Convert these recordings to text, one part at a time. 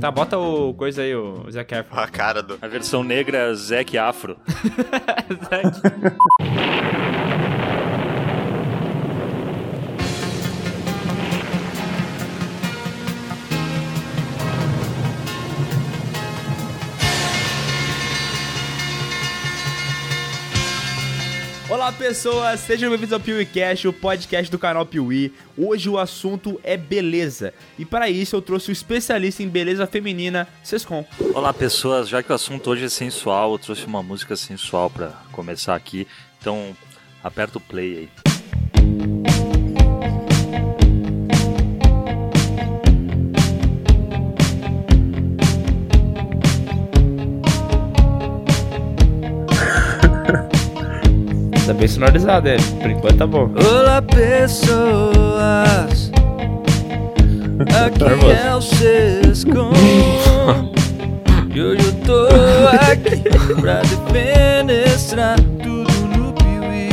Tá, bota o coisa aí, o Zac Efron. A cara do. A versão negra é Zac Afro. Zac. Olá pessoas, sejam bem-vindos ao PeeWeeCast, o podcast do canal Piuí. Hoje o assunto é beleza e para isso eu trouxe o especialista em beleza feminina, Sescon. Olá, pessoas. Já que o assunto hoje é sensual, eu trouxe uma música sensual pra começar aqui. Então, aperta o play aí. Tá bem sonorizado, é. Por enquanto tá bom. Olá, pessoas. Aqui é o Sescon. E hoje eu tô aqui pra defenestrar tudo no Piuí.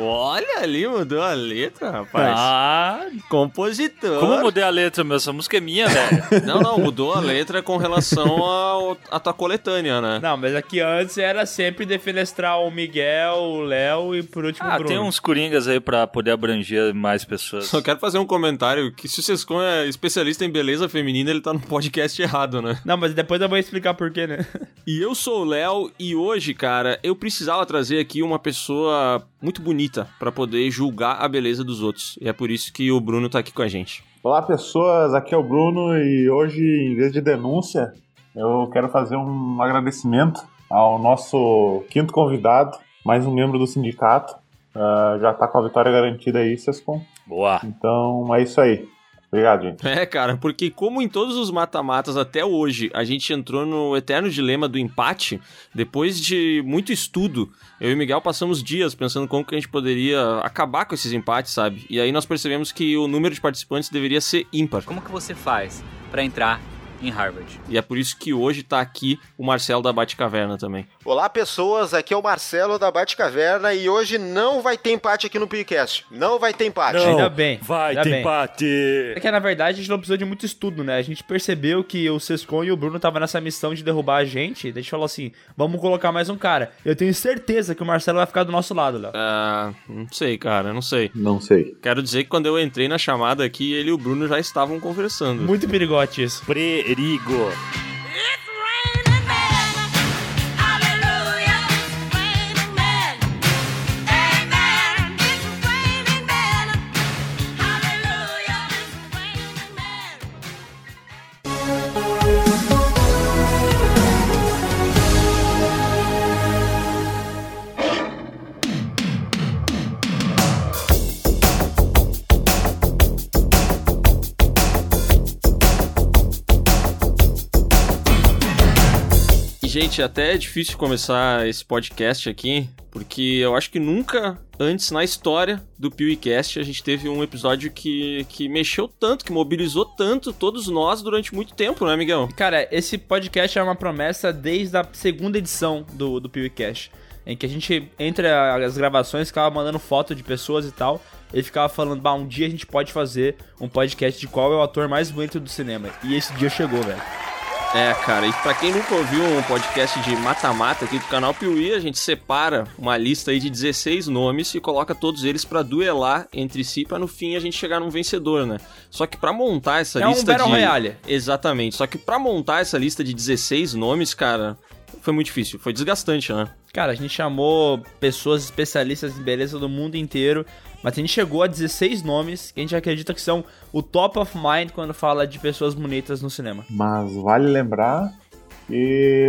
Olha ali, mudou a letra, rapaz. Ah, Compositor. como eu mudei a letra, meu? Essa música é minha, velho. Não, não, mudou a letra com relação ao- à tua coletânea, né? Não, mas aqui antes era sempre defenestrar o Miguel, o Léo e por último o Ah, Bruno. tem uns coringas aí pra poder abranger mais pessoas. Só quero fazer um comentário que se o Sescon é especialista em beleza feminina, ele tá no podcast errado, né? Não, mas depois eu vou explicar porquê, né? E eu sou o Léo e hoje, cara, eu precisava trazer aqui uma pessoa muito bonita pra poder julgar a beleza dos outros. E é por isso que o Bruno tá aqui com a gente. Olá pessoas, aqui é o Bruno e hoje, em vez de denúncia, eu quero fazer um agradecimento ao nosso quinto convidado, mais um membro do sindicato. Ah, já tá com a vitória garantida aí, Sescom. Boa. Então é isso aí. Obrigado, gente. É, cara, porque como em todos os mata-matas até hoje, a gente entrou no eterno dilema do empate, depois de muito estudo, eu e Miguel passamos dias pensando como que a gente poderia acabar com esses empates, sabe? E aí nós percebemos que o número de participantes deveria ser ímpar. Como que você faz pra entrar em Harvard? E é por isso que hoje tá aqui o Marcelo da Bate-Caverna também. Olá, pessoas. Aqui é o Marcelo da Bate Caverna e hoje não vai ter empate aqui no Podcast. Não vai ter empate. Não. Ainda bem. Vai, ainda tem bem. empate. É que na verdade a gente não precisou de muito estudo, né? A gente percebeu que o Sescon e o Bruno estavam nessa missão de derrubar a gente. Daí A gente falou assim: vamos colocar mais um cara. Eu tenho certeza que o Marcelo vai ficar do nosso lado, Léo. Ah, não sei, cara, não sei. Não sei. Quero dizer que quando eu entrei na chamada aqui, ele e o Bruno já estavam conversando. Muito perigote isso. Perigo. E, Gente, até é difícil começar esse podcast aqui, porque eu acho que nunca antes na história do PewCast a gente teve um episódio que, que mexeu tanto, que mobilizou tanto todos nós durante muito tempo, né, amigão? Cara, esse podcast é uma promessa desde a segunda edição do, do PewCast. Em que a gente, entre as gravações, ficava mandando foto de pessoas e tal. Ele ficava falando, bah, um dia a gente pode fazer um podcast de qual é o ator mais bonito do cinema. E esse dia chegou, velho. É, cara, e pra quem nunca ouviu um podcast de mata-mata aqui do canal Piuí, a gente separa uma lista aí de 16 nomes e coloca todos eles pra duelar entre si, pra no fim a gente chegar num vencedor, né? Só que pra montar essa É um lista Battle de... Royale. Exatamente. Só que pra montar essa lista de 16 nomes, cara, foi muito difícil. Foi desgastante, né? Cara, a gente chamou pessoas especialistas em beleza do mundo inteiro, mas a gente chegou a 16 nomes que a gente acredita que são o top of mind quando fala de pessoas bonitas no cinema. Mas vale lembrar que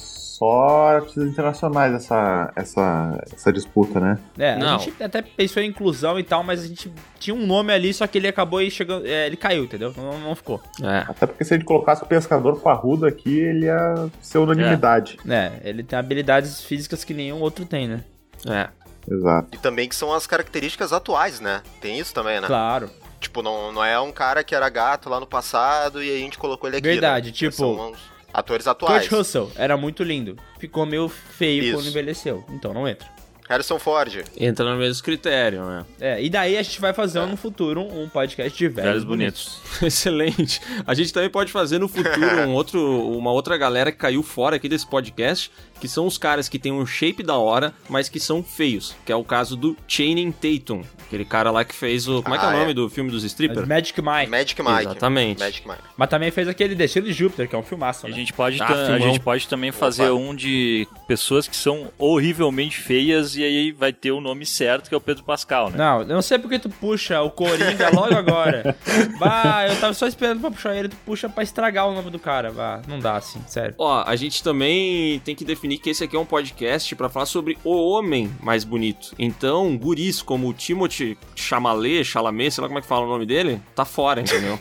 só artistas internacionais essa, essa, essa disputa, né? É, a Não. gente até pensou em inclusão e tal, mas a gente tinha um nome ali, só que ele acabou aí chegando. é, ele caiu, entendeu? Não, não ficou. É. Até porque se a gente colocasse o pescador parrudo aqui, ele ia ser unanimidade. É, ele tem habilidades físicas que nenhum outro tem, né? É. Exato. E também que são as características atuais, né? Tem isso também, né? Claro. Tipo, não, não é um cara que era gato lá no passado e a gente colocou ele aqui. né? Verdade, tipo- São uns atores atuais. Kurt Russell era muito lindo. Ficou meio feio Isso. quando envelheceu. Então não entra. Harrison Ford. Entra no mesmo critério, né? É, e daí a gente vai fazer no futuro um um podcast de velhos, Velhos bonitos. bonitos. Excelente. A gente também pode fazer no futuro um outro, uma outra galera que caiu fora aqui desse podcast, que são os caras que têm um shape da hora, mas que são feios, que é o caso do Channing Tatum, aquele cara lá que fez o... Como é que é o Ah, é. nome do filme dos strippers? Magic Mike. Magic Mike. Exatamente. Magic Mike. Mas também fez aquele Destino de Júpiter, que é um filmaço, A né? gente pode, Ah, ta- a filmão. gente pode também fazer um de pessoas que são horrivelmente feias e aí vai ter o nome certo, que é o Pedro Pascal, né? Não, eu não sei porque tu puxa o Coringa logo agora. Bah, eu tava só esperando pra puxar ele, tu puxa pra estragar o nome do cara. Bah, não dá assim, sério. Ó, a gente também tem que definir que esse aqui é um podcast pra falar sobre o homem mais bonito. Então, guris como o Timothy Chalamet, Chalamet, sei lá como é que fala o nome dele, tá fora, entendeu?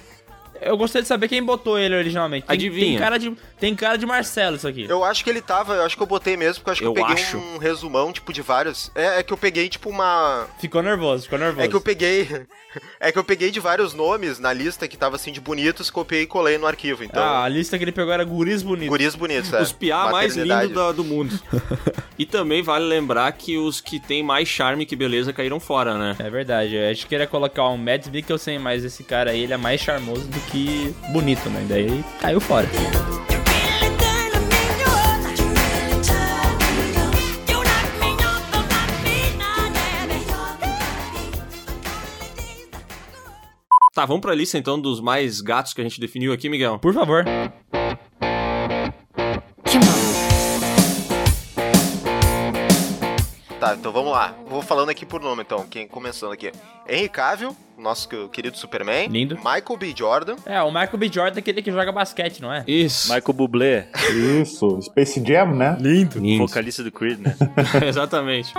Eu gostaria de saber quem botou ele originalmente. Tem, Adivinha. Tem cara, de, tem cara de Marcelo isso aqui. Eu acho que ele tava, eu acho que eu botei mesmo, porque eu acho que eu, Eu peguei acho. um resumão, tipo, de vários. É, é que eu peguei, tipo, uma. Ficou nervoso, ficou nervoso. É que eu peguei. É que eu peguei de vários nomes na lista que tava assim de bonitos, copiei e colei no arquivo. Então, Ah, a lista que ele pegou era guris bonitos. guris bonitos, é. Os piá mais Maternidade. lindos da- do mundo. e também vale lembrar que os que têm mais charme que beleza caíram fora, né? É verdade, eu acho que queria colocar um Mads Mikkelsen, mas esse cara aí, ele é mais charmoso do que bonito, né? Daí ele caiu fora. You really turn me on. You really turn me on. You knock me off, don't knock me down, baby. Tá, vamos pra lista então dos mais gatos que a gente definiu aqui, Miguel. Por favor. Tá, então vamos lá. Vou falando aqui por nome, então. Quem começando aqui? Henry Cavill, nosso que- querido Superman. Lindo. Michael B. Jordan. É, o Michael B. Jordan é aquele que joga basquete, não é? Isso. Michael Bublé, Isso, Space Jam, né? Lindo. Lindo. vocalista do Creed, né? Exatamente.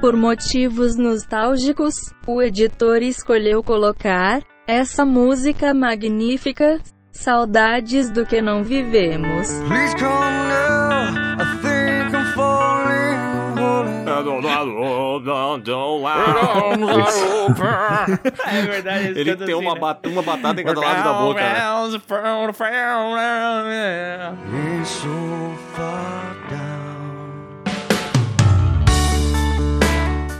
Por motivos nostálgicos, o editor escolheu colocar essa música magnífica, Saudades do que não vivemos. Please come now, I think I'm falling, É verdade, Ele tem uma, batalha. bat- uma batata em assim, né? cada lado da boca, né? né?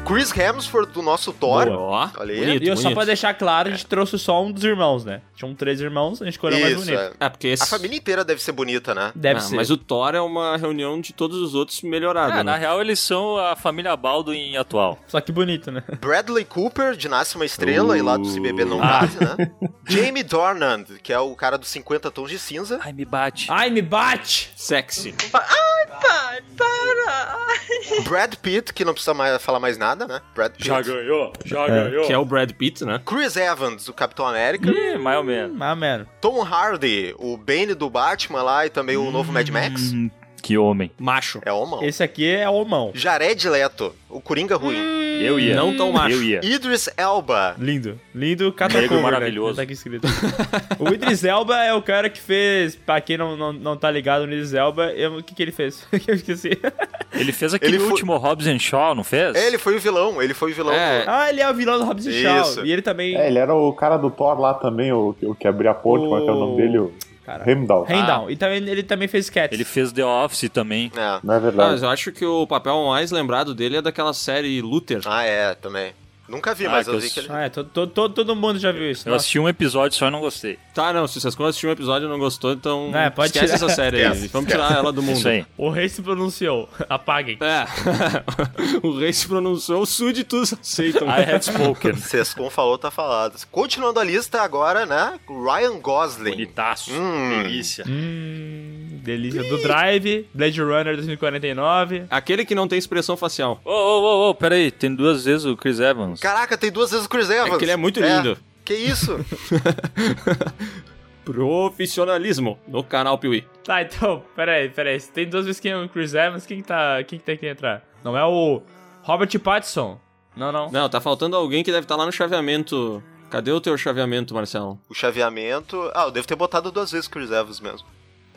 Chris Hemsworth, do nosso Thor. Ó, Olha aí. bonito, E eu, só bonito. pra deixar claro, a gente trouxe só um dos irmãos, né? Tinham três irmãos, a gente escolheu o mais Isso, bonito. é. É, porque esse... A família inteira deve ser bonita, né? Deve Ah, ser. Mas o Thor é uma reunião de todos os outros melhorados, É, Ah, na né? real eles são a família Baldo em atual. Só que bonito, né? Bradley Cooper, de Nasce uma Estrela, e lá do Se Beber Não Ah. Case, né? Jamie Dornan, que é o cara dos 50 Tons de Cinza. Ai, me bate. Ai, me bate! Sexy. Brad Pitt, que não precisa mais falar mais nada, né? Brad Pitt. ganhou, já ganhou. Que é o Brad Pitt, né? Chris Evans, o Capitão América. Hum? Ih, mais ou menos. Ah, mano. Tom Hardy, o Bane do Batman lá e também o novo Mad Max. Hum, que homem. Macho. É homão. Esse aqui é o mão. Jared Leto, o Coringa Hum. ruim. Eu ia. Não tão macho. Eu ia. Idris Elba. Lindo. Lindo catacumba. Negro maravilhoso. Tá aqui escrito. o Idris Elba é o cara que fez... Pra quem não, não, não tá ligado no Idris Elba, eu- o que que ele fez? eu esqueci. Ele fez aquele Ele foi- último Hobbs and Shaw, não fez? É, ele foi o vilão, ele foi o vilão. É. do- ah, ele é o vilão do Hobbs e Shaw. Isso. E ele também... É, ele era o cara do Thor lá também, o, o que abria a ponte, como é que é o nome dele? O Caralho. Heimdall. Ah, Heimdall. E também, ele também fez Cats. Ele fez The Office também. É. Não é Ah, verdade. mas eu acho que o papel mais lembrado dele é daquela série Luther. Ah, é, também. Nunca vi, Ah, mas que eu eu vi que sou- ele. Ah, é, todo, todo, todo, todo mundo já viu isso. né? Eu assisti um episódio só e não gostei. Tá, não, se vocês quando assistiram um episódio e não gostou, então É, pode tirar. esquece essa série aí. Esquece, Vamos esquece. É tirar ela do mundo. Isso aí. O rei se pronunciou. Apaguem. É, o rei se pronunciou, os súditos aceitam. I have spoken. Sescon falou, tá falado. Continuando a lista agora, né? Ryan Gosling. Bonitaço. Hum. Delícia. Hum, delícia. Do Drive, Blade Runner 2049. Aquele que não tem expressão facial. Ô, ô, ô, ô, peraí. Tem duas vezes o Chris Evans. Caraca, tem duas vezes o Chris Evans. É que ele é muito lindo. Que isso? Profissionalismo no canal Piuí. Tá, então, peraí, peraí. Se tem duas vezes quem é o Chris Evans, quem que tá. Quem que tem que entrar? Não é o Robert Pattinson. Não, não. Não, tá faltando alguém que deve estar lá no chaveamento. Cadê o teu chaveamento, Marcelo? o chaveamento. Ah, eu devo ter botado duas vezes o Chris Evans mesmo.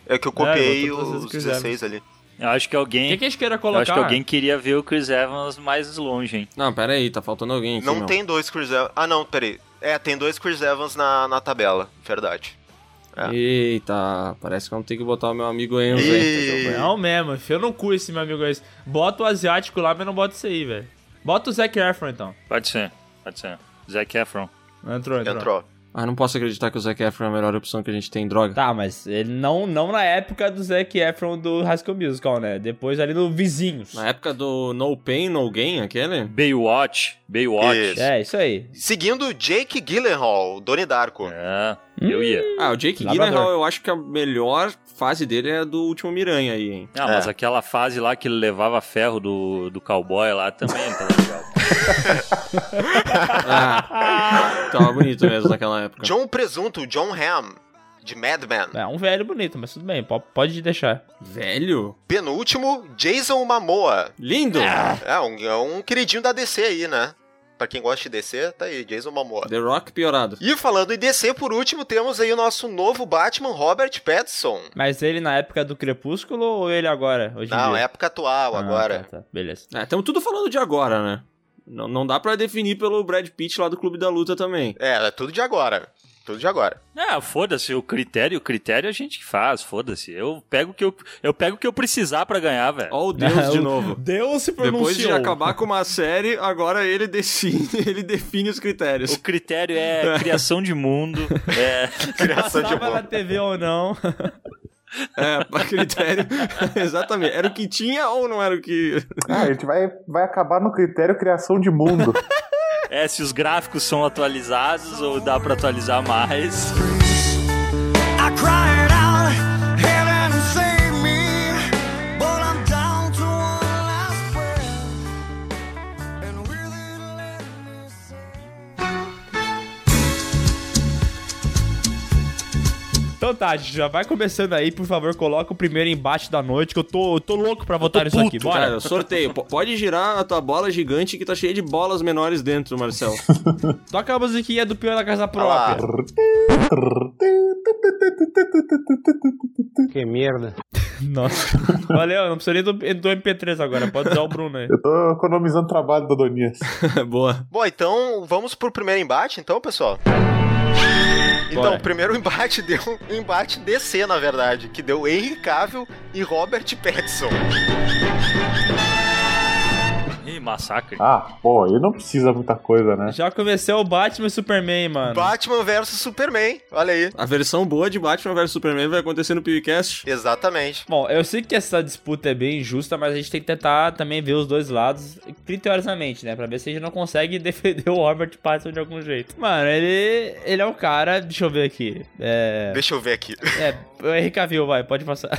É que eu botou copiei duas vezes o os Chris 16 ali. Eu acho que Quem alguém. que a gente queira Eu colocar? acho que alguém queria ver o Chris Evans mais longe, hein? Não, pera aí, tá faltando alguém aqui, Não meu. tem dois Chris Evans. Ah, não, peraí. É, tem dois Chris Evans na, na tabela, verdade. É. Eita, parece que vamos ter que botar o meu amigo Enzo Ih. aí. Não mesmo, enfia no cu esse meu amigo aí. Bota o asiático lá, mas não bota isso aí, velho. Bota o Zac Efron então. Pode ser, pode ser. Zac Efron. Entrou, entrou. Entrou. Ah, não posso acreditar que o Zac Efron é a melhor opção que a gente tem em droga. Tá, mas ele não, não na época do Zac Efron do High School Musical, né? Depois ali no Vizinhos. Na época do No Pain, No Gain, aquele? Baywatch. Baywatch. Isso. É, isso aí. Seguindo Jake Gyllenhaal, Donnie Darko. É, eu ia. Ah, o Jake Labrador. Gyllenhaal, eu acho que a melhor fase dele é a do Último Miranha aí, hein? Ah, É. mas aquela fase lá que ele levava ferro do, do cowboy lá também tá legal. Ah, tava bonito mesmo naquela época. John Presunto, John Hamm, de Mad Men. É um velho bonito, mas tudo bem, po- pode deixar. Velho? Penúltimo, Jason Momoa. Lindo! Ah. É um, é um queridinho da DC aí, né? Pra quem gosta de DC, tá aí, Jason Momoa. The Rock piorado. E falando em DC, por último, temos aí o nosso novo Batman, Robert Pattinson. Mas ele na época do Crepúsculo ou ele agora? Hoje em Não, dia? época atual, Ah, agora. tá, tá. Beleza. É, estamos tudo falando de agora, né? Não, não dá pra definir pelo Brad Pitt lá do Clube da Luta também. É, é tudo de agora. Tudo de agora. Ah, foda-se, o critério, o critério a gente que faz, foda-se. Eu pego o que eu, eu pego o que eu precisar pra ganhar, velho. Ó o Deus de Não, novo. Deus se pronunciou. Depois de acabar com uma série, agora ele decide, ele define os critérios. O critério é criação de mundo, é Criação de Passava na boa. TV ou não. É, pra critério. Exatamente. Era o que tinha ou não era o que. Ah, a gente vai, vai acabar no critério criação de mundo. É, se os gráficos são atualizados ou dá pra atualizar mais. I cried out, heaven save me, but I'm down to one last breath, and will it let me say? Então tá, gente, já vai começando aí, por favor, coloca o primeiro embate da noite, que eu tô, eu tô louco pra votar isso aqui. Bora. Cara, É, sorteio. P- pode girar a tua bola gigante que tá cheia de bolas menores dentro, Marcel. Toca a musiquinha do Pior da Casa lá. Própria. Que merda. Nossa. Valeu, não precisa nem do, do MP3 agora, pode usar o Bruno aí. Eu tô economizando trabalho do Donias. Boa. Bom, então vamos pro primeiro embate, então, pessoal? Então, Bora. o primeiro embate deu um embate DC, na verdade, que deu Henry Cavill e Robert Pattinson. Ih, massacre. Ah, pô, aí não precisa muita coisa, né? Já comecei o Batman e Superman, mano. Batman versus Superman, olha aí. A versão boa de Batman vs Superman vai acontecer no PewCast. Exatamente. Bom, eu sei que essa disputa é bem injusta, mas a gente tem que tentar também ver os dois lados criteriosamente, né? Pra ver se a gente não consegue defender o Robert Pattinson de algum jeito. Mano, ele, ele é um cara... Deixa eu ver aqui. É... Deixa eu ver aqui. É, o Henrique Cavill, vai, pode passar.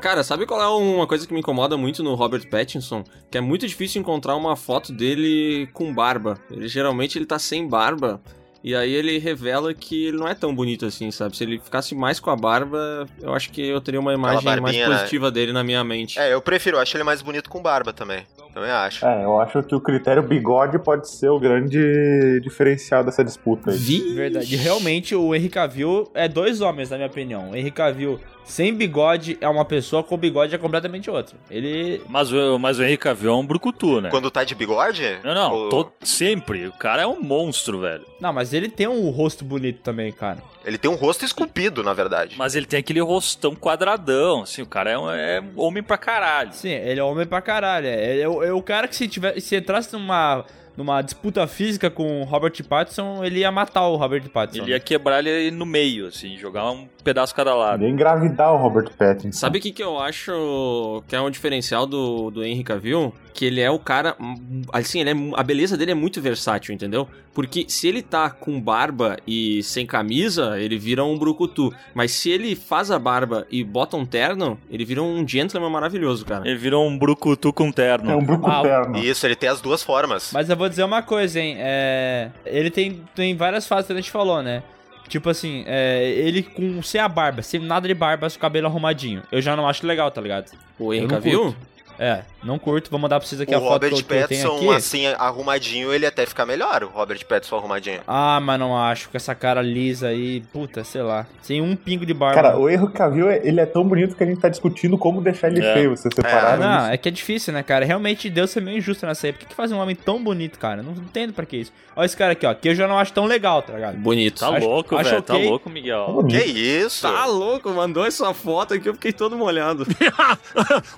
Cara, sabe qual é uma coisa que me incomoda muito no Robert Pattinson? Que é muito difícil encontrar uma foto dele com barba. Ele geralmente ele tá sem barba. E aí ele revela que ele não é tão bonito assim, sabe? Se ele ficasse mais com a barba, eu acho que eu teria uma imagem mais barbinha, né? positiva dele na minha mente. É, eu prefiro, eu acho ele mais bonito com barba também. Também acho. É, eu acho que o critério bigode pode ser o grande diferencial dessa disputa aí. Vi. Verdade. Realmente, o Henrique Cavill é dois homens, na minha opinião. O Henrique Cavill sem bigode é uma pessoa, com bigode é completamente outra. Ele... Mas, o- mas o Henrique Cavill é um brucutu, né? Quando tá de bigode? Não, não, o- to- sempre. O cara é um monstro, velho. Não, mas ele tem um rosto bonito também, cara. Ele tem um rosto esculpido, na verdade. Mas ele tem aquele rostão quadradão, assim, o cara é, um, é homem pra caralho. Sim, ele é homem pra caralho. é. Ele é, o, é o cara que se, tiver, se entrasse numa, numa disputa física com o Robert Pattinson, ele ia matar o Robert Pattinson. Ele ia quebrar ele no meio, assim, jogar um pedaço cada lado. Ia engravidar o Robert Pattinson. Sabe o que, que eu acho que é um diferencial do, do Henry Cavill? Que ele é o cara. hum, Assim, ele é, mu- a beleza dele é muito versátil, entendeu? Porque se ele tá com barba e sem camisa, ele vira um brucutu. Mas se ele faz a barba e bota um terno, ele vira um gentleman maravilhoso, cara. Ele virou um brucutu com terno. É um bruco Ah, terno. Isso, ele tem as duas formas. Mas eu vou dizer uma coisa, hein? É, ele tem, tem várias fases que a gente falou, né? Tipo assim, é, ele com sem a barba, sem nada de barba, com o cabelo arrumadinho. Eu já não acho legal, tá ligado? O Henry Eu não Cavill? É, não curto, vou mandar pra vocês aqui o a foto que Robert eu, que eu tenho Pattinson, aqui. assim, arrumadinho, ele até fica melhor, o Robert Pattinson arrumadinho. Ah, mas não acho, com essa cara lisa aí, puta, sei lá. Sem um pingo de barba. Cara, o erro que a viu é ele é tão bonito que a gente tá discutindo como deixar ele É. feio. Vocês separaram Não, isso? é que é difícil, né, cara? Realmente Deus é meio injusto nessa aí. Por que, que faz um homem tão bonito, cara? Não entendo pra que isso. Olha esse cara aqui, ó, que eu já não acho tão legal, tá ligado? Bonito. Tá Acho- louco, acho velho. Tá ok. louco, Miguel. Hum. bonito. Que isso? Tá louco, mandou essa foto aqui, eu fiquei todo molhado.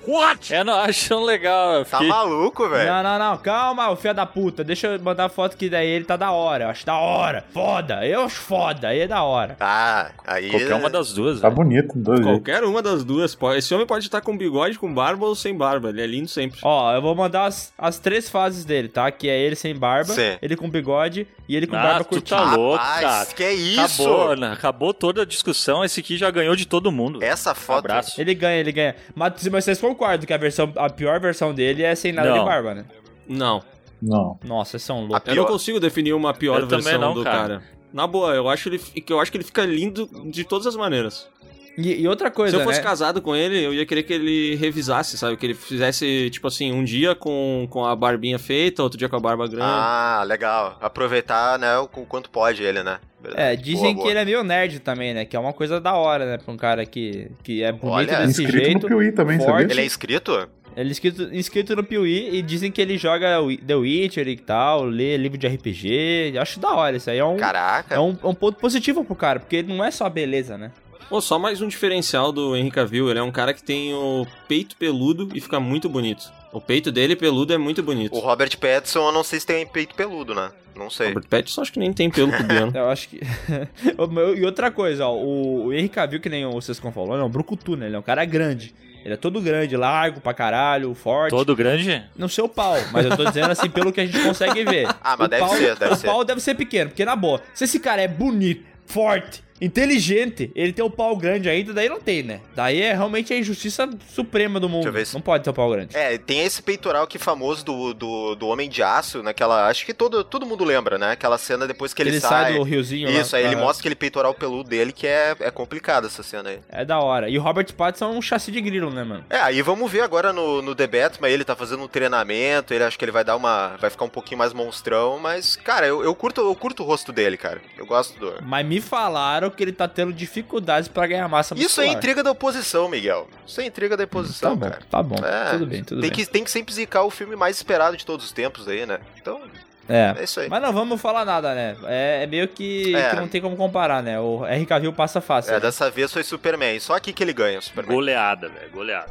What? É, não, acho tão legal. eu Tá fiquei- maluco, velho? Não, não, não, calma, ô filho da puta. Deixa eu mandar a foto que daí ele tá da hora. Eu acho da hora. Foda, eu acho foda, aí é da hora. Ah, aí. Qualquer uma das duas, Tá velho. bonito, dois. Qualquer uma das duas. pode- Esse homem pode estar com bigode, com barba ou sem barba. Ele é lindo sempre. Ó, eu vou mandar as, as três fases dele, tá? Que é ele sem barba, Sim. ele com bigode e ele com Ah, barba tu curtinha. tá louco, Rapaz, cara. que é isso? Acabou, né? Acabou toda a discussão. Esse aqui já ganhou de todo mundo. Um Essa foto. Abraço. Ele ganha, ele ganha. Mas mas vocês concordam que a versão, a pior versão dele é sem nada Não. de barba, né? Não. Não. Nossa, vocês são A loucos. Eu não pior. consigo definir uma pior Eu também versão não, do cara. cara. Na boa, eu acho, ele, que eu acho que ele fica lindo de todas as maneiras. E, e outra coisa, Se eu fosse né? casado com ele, eu ia querer que ele revisasse, sabe? Que ele fizesse, tipo assim, um dia com, com a barbinha feita, outro dia com a barba grande. Ah, legal. Aproveitar, né, o quanto pode ele, né? É, dizem Boa, que boa. ele é meio nerd também, né? Que é uma coisa da hora, né? Pra um cara que, que é bonito Olha, desse Inscrito jeito. no Piuí também, forte. Ele é inscrito? Ele um é inscrito, inscrito no Piuí e dizem que ele joga o- The Witcher e tal, lê livro de RPG. Acho da hora isso aí. É um, Caraca. é um, é um ponto positivo pro cara, porque não é só beleza, né? Pô, só mais um diferencial do Henry Cavill, ele é um cara que tem o peito peludo e fica muito bonito. O peito dele peludo é muito bonito. O Robert Pattinson, eu não sei se tem peito peludo, né? Não sei. Robert Pattinson acho que nem tem pelo cubiano. Eu acho que. e outra coisa, ó, o, o Henry Cavill, que nem o Sescon falou, ele é um brucutu, né? Ele é um cara grande. Ele é todo grande, largo pra caralho, forte. Todo grande? No seu pau, mas eu tô dizendo assim, pelo que a gente consegue ver. Ah, mas O deve pau- ser, deve o ser. pau deve ser pequeno, porque na boa, se esse cara é bonito, forte, inteligente, ele tem o pau grande ainda, daí não tem, né? Daí é realmente a injustiça suprema do mundo. eu ver se- Não pode ter o pau grande. É, tem esse peitoral que famoso do, do, do Homem de Aço, naquela. Acho que todo, todo mundo lembra, né? Aquela cena depois que ele, sai. do riozinho lá. Isso, aí ele Ah, mostra aquele peitoral peludo dele que é, é complicado essa cena aí. É da hora. E o Robert Pattinson é um chassi de grilo, né, mano? É, aí vamos ver agora no, no The Batman, ele tá fazendo um treinamento, ele acho que ele vai dar uma. vai ficar um pouquinho mais monstrão, mas, cara, eu, eu curto eu curto o rosto dele, cara. Eu gosto do. Mas me falaram que ele tá tendo dificuldades pra ganhar massa Isso é muscular. intriga da oposição, Miguel. Isso é intriga da oposição, Tá bom, cara. tá bom. É, tudo bem, tudo tem, bem. Que, tem que sempre zicar o filme mais esperado de todos os tempos aí, né? Então, É. é isso aí. Mas não vamos falar nada, né? É, é meio que, É. que não tem como comparar, né? O RK Viu passa fácil. É, né? dessa vez foi Superman. Só aqui que ele ganha, o Superman. Goleada, velho. Goleada.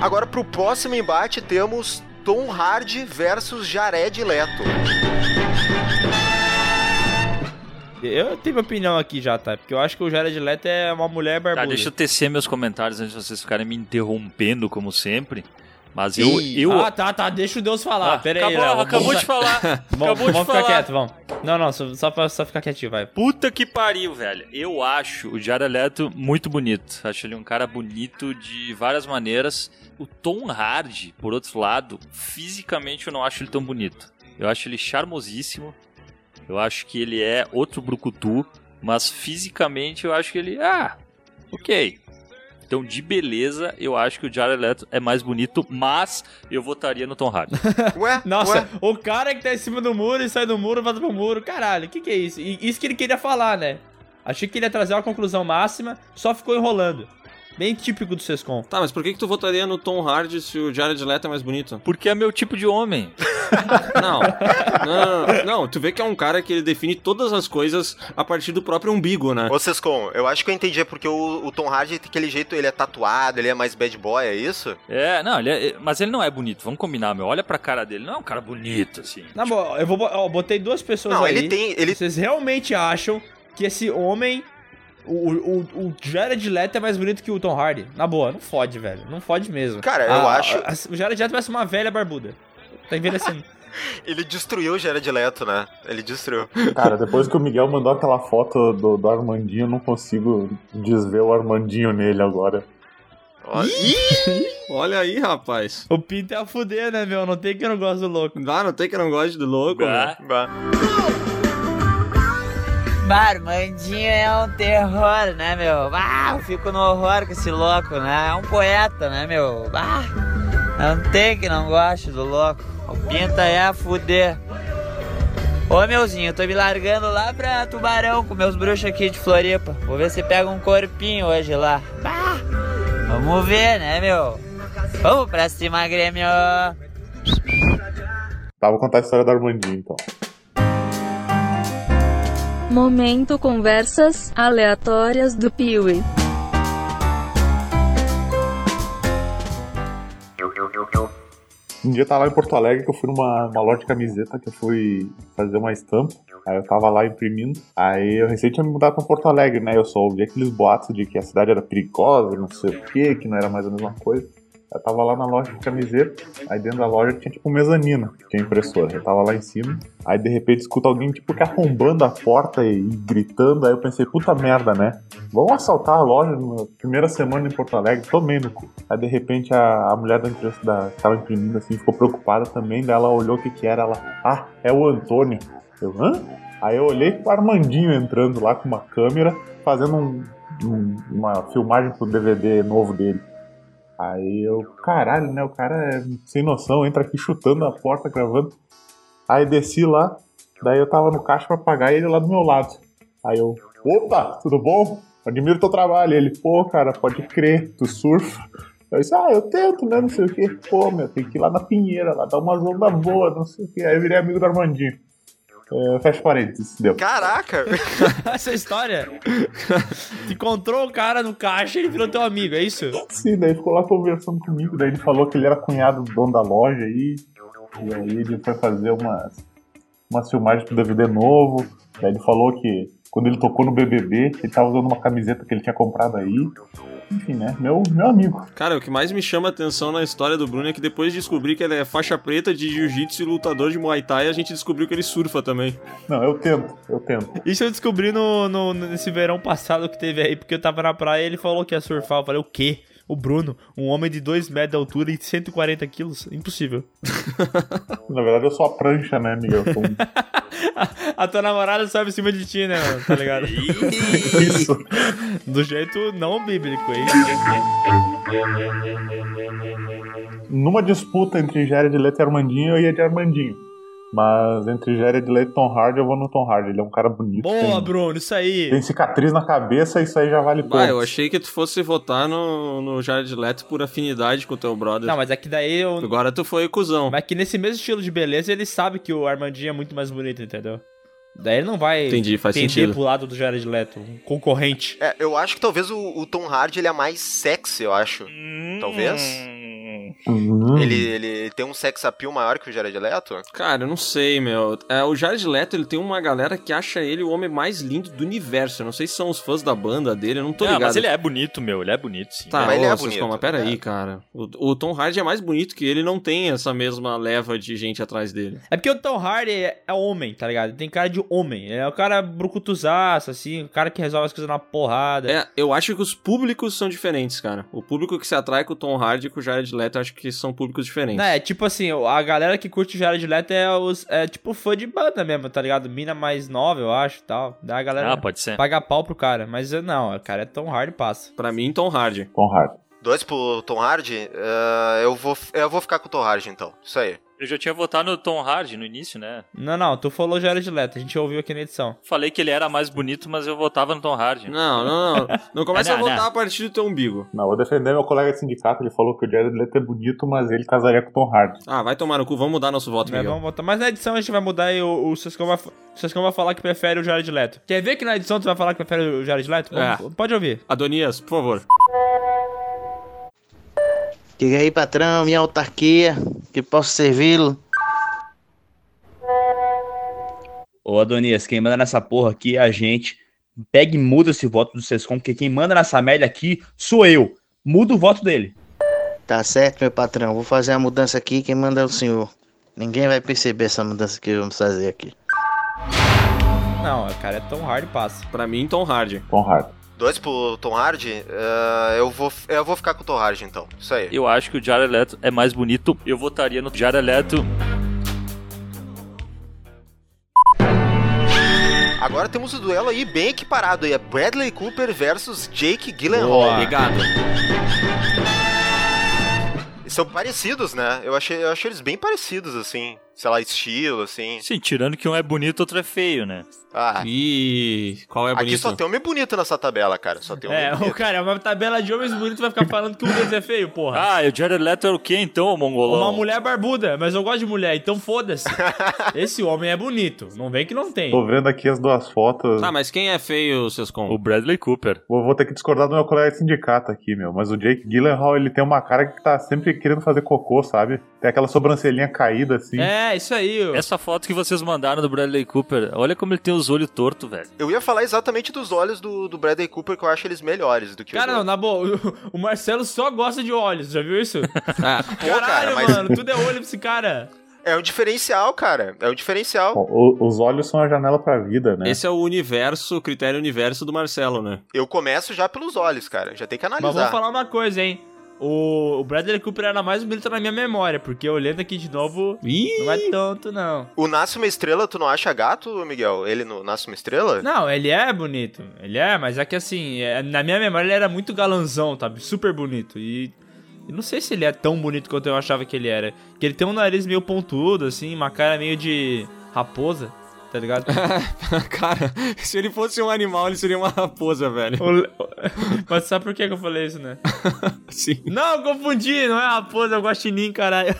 Agora, pro próximo embate, temos Tom Hardy versus Jared Leto. Eu tenho minha opinião aqui já, tá? Porque eu acho que o Jared Leto é uma mulher barbuda. Tá, deixa eu tecer meus comentários antes de vocês ficarem me interrompendo, como sempre. Mas eu. Ih, eu... Ah, tá, tá, deixa o Deus falar. Ah, Pera aí, acabou, Léo. acabou Vamos- de falar. Vamos, acabou de vamos ficar falar. quieto, vamos. Não, não, só, só, pra, só ficar quietinho, vai. Puta que pariu, velho. Eu acho o Jared Leto muito bonito. Acho ele um cara bonito de várias maneiras. O Tom Hardy, por outro lado, fisicamente eu não acho ele tão bonito. Eu acho ele charmosíssimo. Eu acho que ele é outro brucutu, mas fisicamente eu acho que ele, ah, OK. Então, de beleza, eu acho que o Jared Leto é mais bonito, mas eu votaria no Tom Hardy. Ué? Nossa, ué? o cara que tá em cima do muro e sai do muro, volta pro muro. Caralho, o que que é isso? E isso que ele queria falar, né? Achei que ele ia trazer uma conclusão máxima, só ficou enrolando. Bem típico do Sescon. Tá, mas por que que tu votaria no Tom Hardy se o Jared Leto é mais bonito? Porque é meu tipo de homem. Não. não, não, não. Não, tu vê que é um cara que ele define todas as coisas a partir do próprio umbigo, né? Ô, Sescon, eu acho que eu entendi, é porque o, o Tom Hardy tem aquele jeito, ele é tatuado, ele é mais bad boy, é isso? É, não, ele é- mas ele não é bonito, vamos combinar, meu. Olha pra cara dele, não é um cara bonito, assim. Na boa, eu vou. bo- Ó, botei duas pessoas Não, aí. ele tem. Ele... Vocês realmente acham que esse homem. O, o, o Jared Leto é mais bonito que o Tom Hardy? Na boa, não fode, velho. Não fode mesmo. Cara, eu A- acho- a- a- o Jared Leto parece uma velha barbuda. Tá envelhecendo. Ele destruiu o Jared Leto, né? Ele destruiu. Cara, depois que o Miguel mandou aquela foto do, do Armandinho, eu não consigo desver o Armandinho nele agora. Olha- Olha aí, rapaz. o Pinto é a fuder, né, meu? Não tem que eu não gosto do louco. Ah, não tem que não goste de louco, Ah, né? Bah. Para, Mandinho é um terror, né, meu? Ah, eu fico no horror com esse louco, né? É um poeta, né, meu? Ah, não tem que não goste do louco. O Pinta é a fuder. Ô, meuzinho, eu tô me largando lá pra Tubarão com meus bruxos aqui de Floripa. Vou ver se pega um corpinho hoje lá. Bah, vamos ver, né, meu? Vamos pra cima, Grêmio! Tá, vou contar a história do Armandinho, então. Momento conversas aleatórias do Piuí. Um dia eu tava lá em Porto Alegre que eu fui numa uma loja de camiseta que eu fui fazer uma estampa. Aí eu tava lá imprimindo. Aí eu recém tinha me mudado pra Porto Alegre, né? Eu só ouvi aqueles boatos de que a cidade era perigosa, não sei o que, que não era mais a mesma coisa. Eu tava lá na loja de camiseta, aí dentro da loja tinha tipo um mezanino, tinha impressora. Eu tava lá em cima, aí de repente escuta alguém tipo que arrombando a porta e, e gritando. Aí eu pensei, puta merda, né? Vão assaltar a loja na primeira semana em Porto Alegre, tomei no cu. Aí de repente a, a mulher da imprensa da, que tava imprimindo assim ficou preocupada também, daí ela olhou o que que era, ela, ah, é o Antônio. Eu, hã? Aí eu olhei pro Armandinho entrando lá com uma câmera, fazendo um- um- uma filmagem pro DVD novo dele. Aí eu, caralho, né? O cara é sem noção, entra aqui chutando a porta, gravando. Aí desci lá, daí eu tava no caixa pra pagar e ele lá do meu lado. Aí eu, opa, tudo bom? Admiro teu trabalho. Ele, pô, cara, pode crer, tu surfa. Eu disse, ah, eu tento, né? Não sei o quê. Pô, meu, tem que ir lá na Pinheira, lá dar umas ondas boas, não sei o quê. Aí eu virei amigo do Armandinho. É, fecha parênteses, deu. Caraca! Essa é história. Tu encontrou o cara no caixa e ele virou teu amigo, é isso? Sim, daí ficou lá conversando comigo, daí ele falou que ele era cunhado do dono da loja aí, e aí ele foi fazer umas, umas filmagens pro DVD novo, daí ele falou que quando ele tocou no BBB, ele tava usando uma camiseta que ele tinha comprado aí, enfim, né, meu, meu amigo. Cara, o que mais me chama a atenção na história do Bruno é que depois de descobrir que ele é faixa preta de jiu-jitsu e lutador de muay thai, a gente descobriu que ele surfa também. Não, eu tento, eu tento. Isso eu descobri no, no- nesse verão passado que teve aí, porque eu tava na praia e ele falou que ia surfar. Eu falei, o quê? O Bruno, um homem de 2 metros de altura e 140 quilos? Impossível. Na verdade eu sou a prancha, né, Miguel? Eu sou um- A tua namorada sobe em cima de ti, né, mano? Tá ligado? Isso. Do jeito não bíblico, hein? Numa disputa entre Jared Leto e Armandinho, eu ia de Armandinho. Mas entre Jared Leto e Tom Hardy, eu vou no Tom Hardy. Ele é um cara bonito. Boa, tem- Bruno, isso aí. Tem cicatriz na cabeça, isso aí já vale pontos. Ah, eu achei que tu fosse votar no, no Jared Leto por afinidade com o teu brother. Não, mas é que daí eu. Agora tu foi cuzão. Mas que nesse mesmo estilo de beleza ele sabe que o Armandinho é muito mais bonito, entendeu? Daí ele não vai Entendi, faz tender sentido. pro lado do Jared Leto, um concorrente. É, eu acho que talvez o, o Tom Hardy ele é mais sexy, eu acho. Talvez? Uhum. Ele, ele tem um sex appeal maior que o Jared Leto? Cara, eu não sei, meu. É, o Jared Leto, ele tem uma galera que acha ele o homem mais lindo do universo. Eu não sei se são os fãs da banda dele, eu não tô Ah, ligado. mas ele é bonito, meu. Ele é bonito, sim. Tá, Mas ele é vocês, bonito. calma, peraí, cara. O, o Tom Hardy é mais bonito que ele, não tem essa mesma leva de gente atrás dele. É porque o Tom Hardy é é homem, tá ligado? Ele tem cara de homem. Ele é o cara brucutuzaço, assim, o cara que resolve as coisas na porrada. É, eu acho que os públicos são diferentes, cara. O público que se atrai com o Tom Hardy e com o Jared Leto, eu acho que são públicos diferentes. Não, é tipo assim, a galera que curte o Jared Leto é, os, é tipo fã de banda mesmo, tá ligado? Mina mais nova, eu acho, tal. Daí a galera Ah, pode ser. paga pau pro cara. Mas eu não, o cara é Tom Hardy passa. Pra mim, Tom Hardy. Tom Hardy. Dois pro Tom Hardy? Ah, eu, vou, eu vou ficar com o Tom Hardy então. Isso aí. Eu já tinha votado no Tom Hardy no início, né? Não, não, tu falou Jared Leto, a gente ouviu aqui na edição. Falei que ele era mais bonito, mas eu votava no Tom Hardy. Não, não, não. Não começa Não, a votar não. a partir do teu umbigo. Não, vou defender meu colega de sindicato, ele falou que o Jared Leto é bonito, mas ele casaria com o Tom Hardy. Ah, vai tomar no cu, vamos mudar nosso voto, Né, Miguel. vamos voltar. Mas na edição a gente vai mudar e o, o Sescão vai, fa- o Sescão vai falar que prefere o Jared Leto. Quer ver que na edição tu vai falar que prefere o Jared Leto? É. Vamos- Pode ouvir. Adonias, por favor. Diga aí, patrão, minha autarquia, que posso servi-lo. Ô Adonias, quem manda nessa porra aqui é a gente. Pega e muda esse voto do Sescom, porque quem manda nessa merda aqui sou eu. Muda o voto dele. Tá certo, meu patrão, vou fazer a mudança aqui, quem manda é o senhor. Ninguém vai perceber essa mudança que vamos fazer aqui. Não, o cara é Tom Hardy passa. Pra mim, Tom Hardy. Tom Hardy. Dois pro Tom Hardy? Ah, eu, vou, eu vou ficar com o Tom Hardy então. Isso aí. Eu acho que o Jared Leto é mais bonito. Eu votaria no Jared Leto. Agora temos o duelo aí bem equiparado aí. É Bradley Cooper versus Jake Boa. Gyllenhaal. Ligado. São parecidos, né? Eu achei, eu achei eles bem parecidos, assim. Sei lá, estilo, assim. Sim, tirando que um é bonito, outro é feio, né? Ah, E qual é bonito? aqui só tem homem bonito nessa tabela, cara. Só tem homem É, o bonito. cara, é uma tabela de homens bonitos vai ficar falando que um deles é feio, porra. Ah, e o Jared Leto era o quê então, o mongolão? Uma mulher barbuda, mas eu gosto de mulher, então foda-se. Esse homem é bonito, não vem que não tem. Tô vendo aqui as duas fotos. Tá, mas quem é feio, Sescon? O Bradley Cooper. Vou, vou ter que discordar do meu colega de sindicato aqui, meu. Mas o Jake Gyllenhaal, ele tem uma cara que tá sempre querendo fazer cocô, sabe? Tem aquela sobrancelhinha caída, assim. É, isso aí. ó. Essa foto que vocês mandaram do Bradley Cooper, olha como ele tem os olhos tortos, velho. Eu ia falar exatamente dos olhos do, do Bradley Cooper, que eu acho eles melhores do que Cara, os não, na boa, o- o Marcelo só gosta de olhos, já viu isso? Ah, cara, Caralho, mas- mano, tudo é olho pra esse cara. É um diferencial, cara. É um diferencial. Bom, o- os olhos são a janela pra vida, né? esse é o universo, o critério universo do Marcelo, né? Eu começo já pelos olhos, cara. Já tem que Mas vamos analisar. falar uma coisa, hein? O, o Bradley Cooper era mais bonito na minha memória, porque olhando aqui de novo, Ih, não é tanto, não. O Nasce uma Estrela, tu não acha gato, Miguel? Ele no Nasce uma Estrela? Não, ele é bonito, ele é, mas é que assim, é- na minha memória ele era muito galanzão, sabe? Super bonito. E eu não sei se ele é tão bonito quanto eu achava que ele era. Que ele tem um nariz meio pontudo, assim, uma cara meio de raposa, tá ligado? cara, se ele fosse um animal, ele seria uma raposa, velho. O Le- Mas sabe por que que eu falei isso, né? Sim. Não, eu confundi, não é raposa, é o guaxinim, caralho.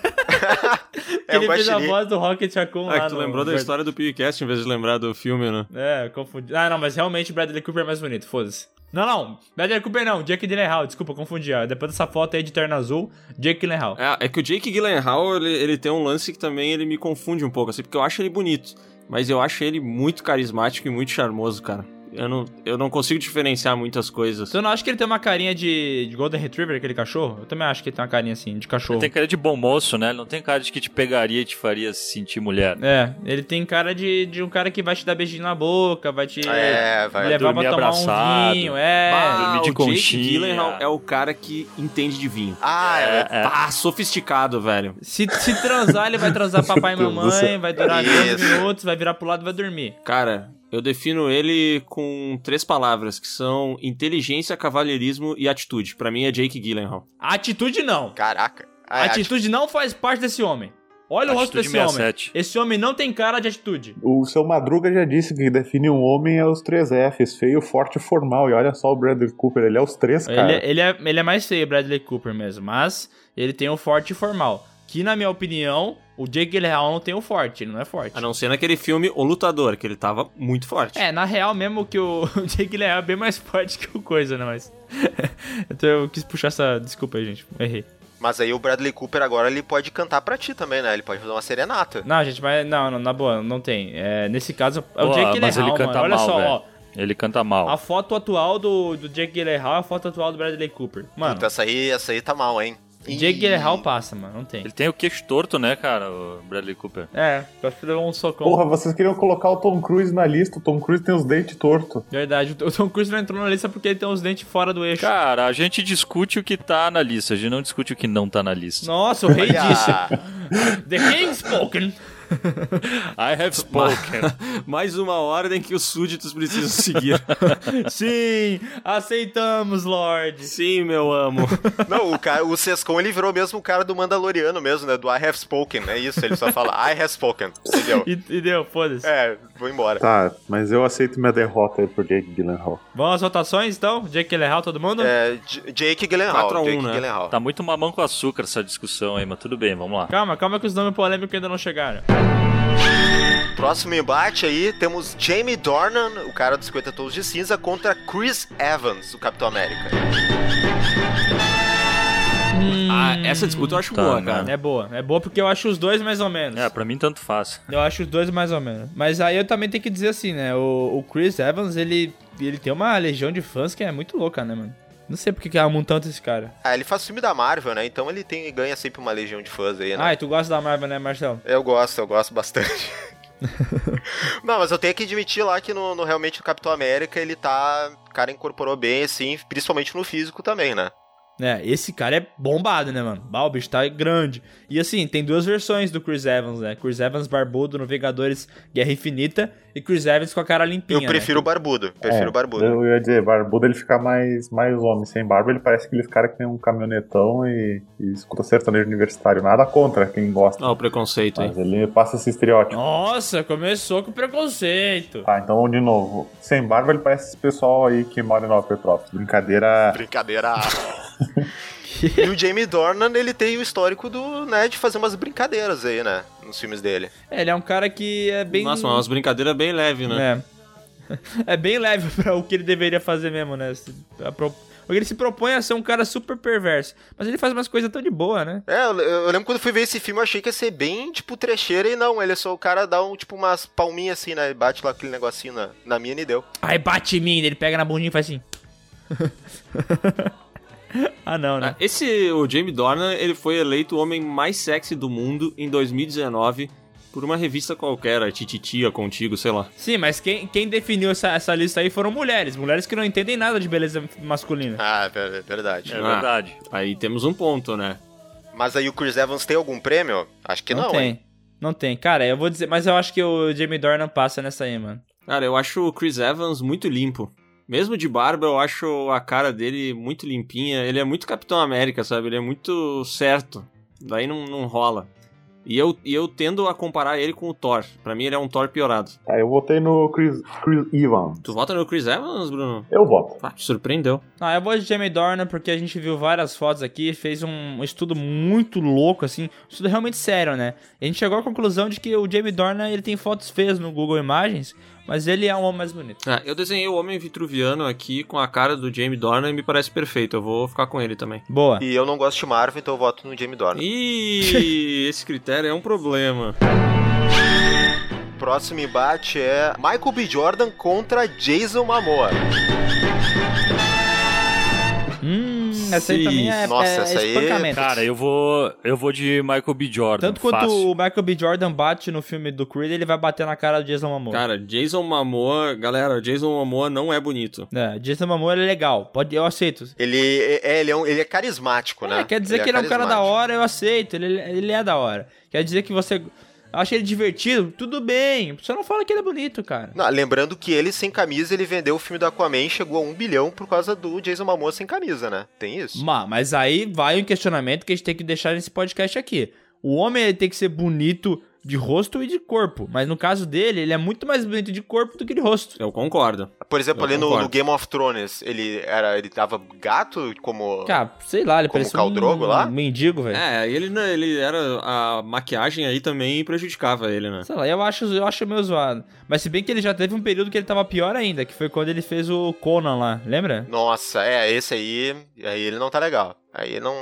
É, o ele fez a guaxinim. voz do Rocket Raccoon Ah, lá que tu no- lembrou da história do podcast em vez de lembrar do filme, né? É, eu confundi. Ah, não, mas realmente o Bradley Cooper é mais bonito, foda-se. Não, não, Bradley Cooper não, Jake Gyllenhaal, desculpa, eu confundi. ó. Depois dessa foto aí de terno azul, Jake Gyllenhaal. É, é que o Jake Gyllenhaal, ele, ele tem um lance que também ele me confunde um pouco, assim, porque eu acho ele bonito, mas eu acho ele muito carismático e muito charmoso, cara. Eu não, eu não consigo diferenciar muitas coisas. Tu não acha que ele tem uma carinha de, de Golden Retriever, aquele cachorro? Eu também acho que ele tem uma carinha assim, de cachorro. Ele tem cara de bom moço, né? Ele não tem cara de que te pegaria e te faria se sentir mulher. É, ele tem cara de, de um cara que vai te dar beijinho na boca, vai te É, vai. levar dormir pra tomar um abraçado. vinho, é. Ah, dormir de o Jake conchinha. Gyllenhaal é o cara que entende de vinho. Ah, é. É. tá. Ah, sofisticado, velho. Se, se transar, ele vai transar papai e Meu Deus do mamãe, céu. vai durar 10 Isso. minutos, vai virar pro lado e vai dormir. Cara, eu defino ele com três palavras, que são inteligência, cavalheirismo e atitude. Pra mim é Jake Gyllenhaal. Atitude não. Caraca. Ah, é, Atitude não faz parte desse homem. Olha o rosto Atitude desse homem. 67. Esse homem não tem cara de atitude. O seu Madruga já disse que define um homem é os três Fs, feio, forte e formal. E olha só o Bradley Cooper, ele é os três, cara. Ele, ele é, ele é mais feio, Bradley Cooper mesmo, mas ele tem o forte e formal. Que, na minha opinião, o Jake Gyllenhaal não tem o forte, ele não é forte. A Ah, não ser naquele filme O Lutador, que ele tava muito forte. É, na real mesmo que o o Jake Gyllenhaal é bem mais forte que o Coisa, né, mas... então eu quis puxar essa... Desculpa aí, gente, errei. tipo, Mas aí o Bradley Cooper agora ele pode cantar pra ti também, né? Ele pode fazer uma serenata. Não, gente, mas não, não, na boa, não tem. É, nesse caso, é o Pô, Jake mas ele Gyllenhaal, canta mano. Olha mal, só, velho. ó. Ele canta mal. A foto atual do, do Jake Gyllenhaal é a foto atual do Bradley Cooper. Mano, Puta, essa aí, essa aí tá assim. mal, hein? Jake Gyllenhaal passa, mano, não tem. Ele tem o queixo torto, né, cara, o Bradley Cooper? É, acho que levou um socão. Porra, vocês queriam colocar o Tom Cruise na lista. O Tom Cruise tem os dentes tortos. Verdade, o Tom Cruise não entrou na lista porque ele tem os dentes fora do eixo. Cara, a gente discute o que tá na lista, a gente não discute o que não tá na lista. Nossa, o rei Olha. disso. The King Spoken. I have spoken. Mais uma ordem que os súditos precisam seguir. Sim, aceitamos, Lorde. Sim, meu amo. Não, o, cara, o Sescon ele virou mesmo o cara do Mandaloriano mesmo, né? Do I have spoken. É isso, ele só fala I have spoken. Entendeu? E, e deu, foda-se. É, vou embora. Tá, mas eu aceito minha derrota aí pro Jake Gyllenhaal. Vamos às votações, então? Jake Gyllenhaal, todo mundo? É, J- Jake Gyllenhaal. 4 a 1, Jake né? Gyllenhaal. tá muito mamão com açúcar essa discussão aí, mas tudo bem, vamos lá. Calma, calma que os nomes polêmicos ainda não chegaram. Próximo embate aí, temos Jamie Dornan, o cara dos 50 tons de cinza, contra Chris Evans, o Capitão América. Ah, essa disputa eu acho Tá, boa, né? cara. É boa, é boa porque eu acho os dois mais ou menos. É, pra mim tanto faz. Eu acho os dois mais ou menos. Mas aí eu também tenho que dizer assim, né? O, o Chris Evans, ele, ele tem uma legião de fãs que é muito louca, né, mano? Não sei porque que amam tanto esse cara. Ah, ele faz filme da Marvel, né? Então ele tem ganha sempre uma legião de fãs aí, né? Ah, e tu gosta da Marvel, né, Marcelo? Eu gosto, eu gosto bastante. Não, mas eu tenho que admitir lá que no, no- realmente no Capitão América ele tá. O cara incorporou bem, assim, principalmente no físico também, né? É, esse cara é bombado, né, mano? Bah, o bicho tá grande. E assim, tem duas versões do Chris Evans, né? Chris Evans barbudo no Vingadores Guerra Infinita e Chris Evans com a cara limpinha. Eu prefiro o né? barbudo. Prefiro É, o barbudo. Eu ia dizer, barbudo ele fica mais, mais homem. Sem barba ele parece aqueles caras que tem um caminhonetão e, e escuta sertanejo universitário. Nada contra quem gosta. Ó, o preconceito aí. Mas ele passa esse estereótipo. né? Nossa, começou com preconceito. Tá, então de novo. Sem barba ele parece esse pessoal aí que mora em Nova Petrópolis. Brincadeira. Brincadeira. e o Jamie Dornan, ele tem o histórico do, né, de fazer umas brincadeiras aí, né? Nos filmes dele. É, ele é um cara que é bem. Nossa, mas umas brincadeiras bem leves, né? É. É bem leve pra o que ele deveria fazer mesmo, né? Se- a pro- Porque ele se propõe a ser um cara super perverso. Mas ele faz umas coisas tão de boa, né? É, eu, eu lembro quando eu fui ver esse filme, eu achei que ia ser bem, tipo, trecheira e não. Ele é só o cara dá um, tipo, umas palminhas assim, né? E bate lá aquele negocinho na, na mina e deu. Aí bate em mim, ele pega na bundinha e faz assim. ah, não, né? Ah, Esse, o Jamie Dornan, ele foi eleito o homem mais sexy do mundo em 2019 por uma revista qualquer, a Tititia, Contigo, sei lá. Sim, mas quem, quem definiu essa, essa lista aí foram mulheres. Mulheres que não entendem nada de beleza masculina. Ah, é verdade. Ah, Aí temos um ponto, né? Mas aí o Chris Evans tem algum prêmio? Acho que não, tem. hein? Não tem. Cara, eu vou dizer, mas eu acho que o Jamie Dornan passa nessa aí, mano. Cara, eu acho o Chris Evans muito limpo. Mesmo de barba, eu acho a cara dele muito limpinha. Ele é muito Capitão América, sabe? Ele é muito certo. Daí não, não rola. E eu, e eu tendo a comparar ele com o Thor. Pra mim, ele é um Thor piorado. Tá, eu votei no Chris, Chris Ivan. Tu vota no Chris Evans, Bruno? Eu voto. Ah, te surpreendeu. Ah, eu vou de Jamie Dornan porque a gente viu várias fotos aqui, fez um estudo muito louco, assim, um estudo realmente sério, né? E a gente chegou à conclusão de que o Jamie Dornan, ele tem fotos feias no Google Imagens, mas ele é um homem mais bonito. Ah, eu desenhei o Homem Vitruviano aqui com a cara do Jamie Dornan e me parece perfeito. Eu vou ficar com ele também. Boa. E eu não gosto de Marvel, então eu voto no Jamie Dornan. Ih, esse critério é um problema. Próximo embate é Michael B. Jordan contra Jason Momoa. Hum, essa aí também é, Nossa, é, essa aí, espancamento. Cara, eu vou. Eu vou de Michael B. Jordan. Tanto quanto fácil. o Michael B. Jordan bate no filme do Creed, ele vai bater na cara do Jason Momoa. Cara, Jason Momoa... Galera, Jason Momoa não é bonito. É, Jason Momoa ele é legal, pode, eu aceito. Ele é, ele é, um- ele é carismático, né? É, quer dizer que ele é um cara da carismático. hora, eu aceito, ele, ele é da hora. Quer dizer que você acha ele divertido, tudo bem, você não fala que ele é bonito, cara. Não, lembrando que ele sem camisa, ele vendeu o filme do Aquaman e chegou a um bilhão por causa do Jason Momoa sem camisa, né? Tem isso? Ma, mas aí vai um questionamento que a gente tem que deixar nesse podcast aqui. O homem ele tem que ser bonito de rosto e de corpo, mas no caso dele, ele é muito mais bonito de corpo do que de rosto. Eu concordo. Por exemplo, Eu ali no, concordo. no Game of Thrones, ele era ele tava gato como Cara, sei lá, ele Como parece o Khal Drogo um, lá? um mendigo, velho. É, ele, né, ele era. A maquiagem aí também prejudicava ele, né? Sei lá, eu acho, eu acho meio zoado. Mas se bem que ele já teve um período que ele tava pior ainda, que foi quando ele fez o Conan lá, lembra? Nossa, é, esse aí, aí ele não tá legal. Aí não.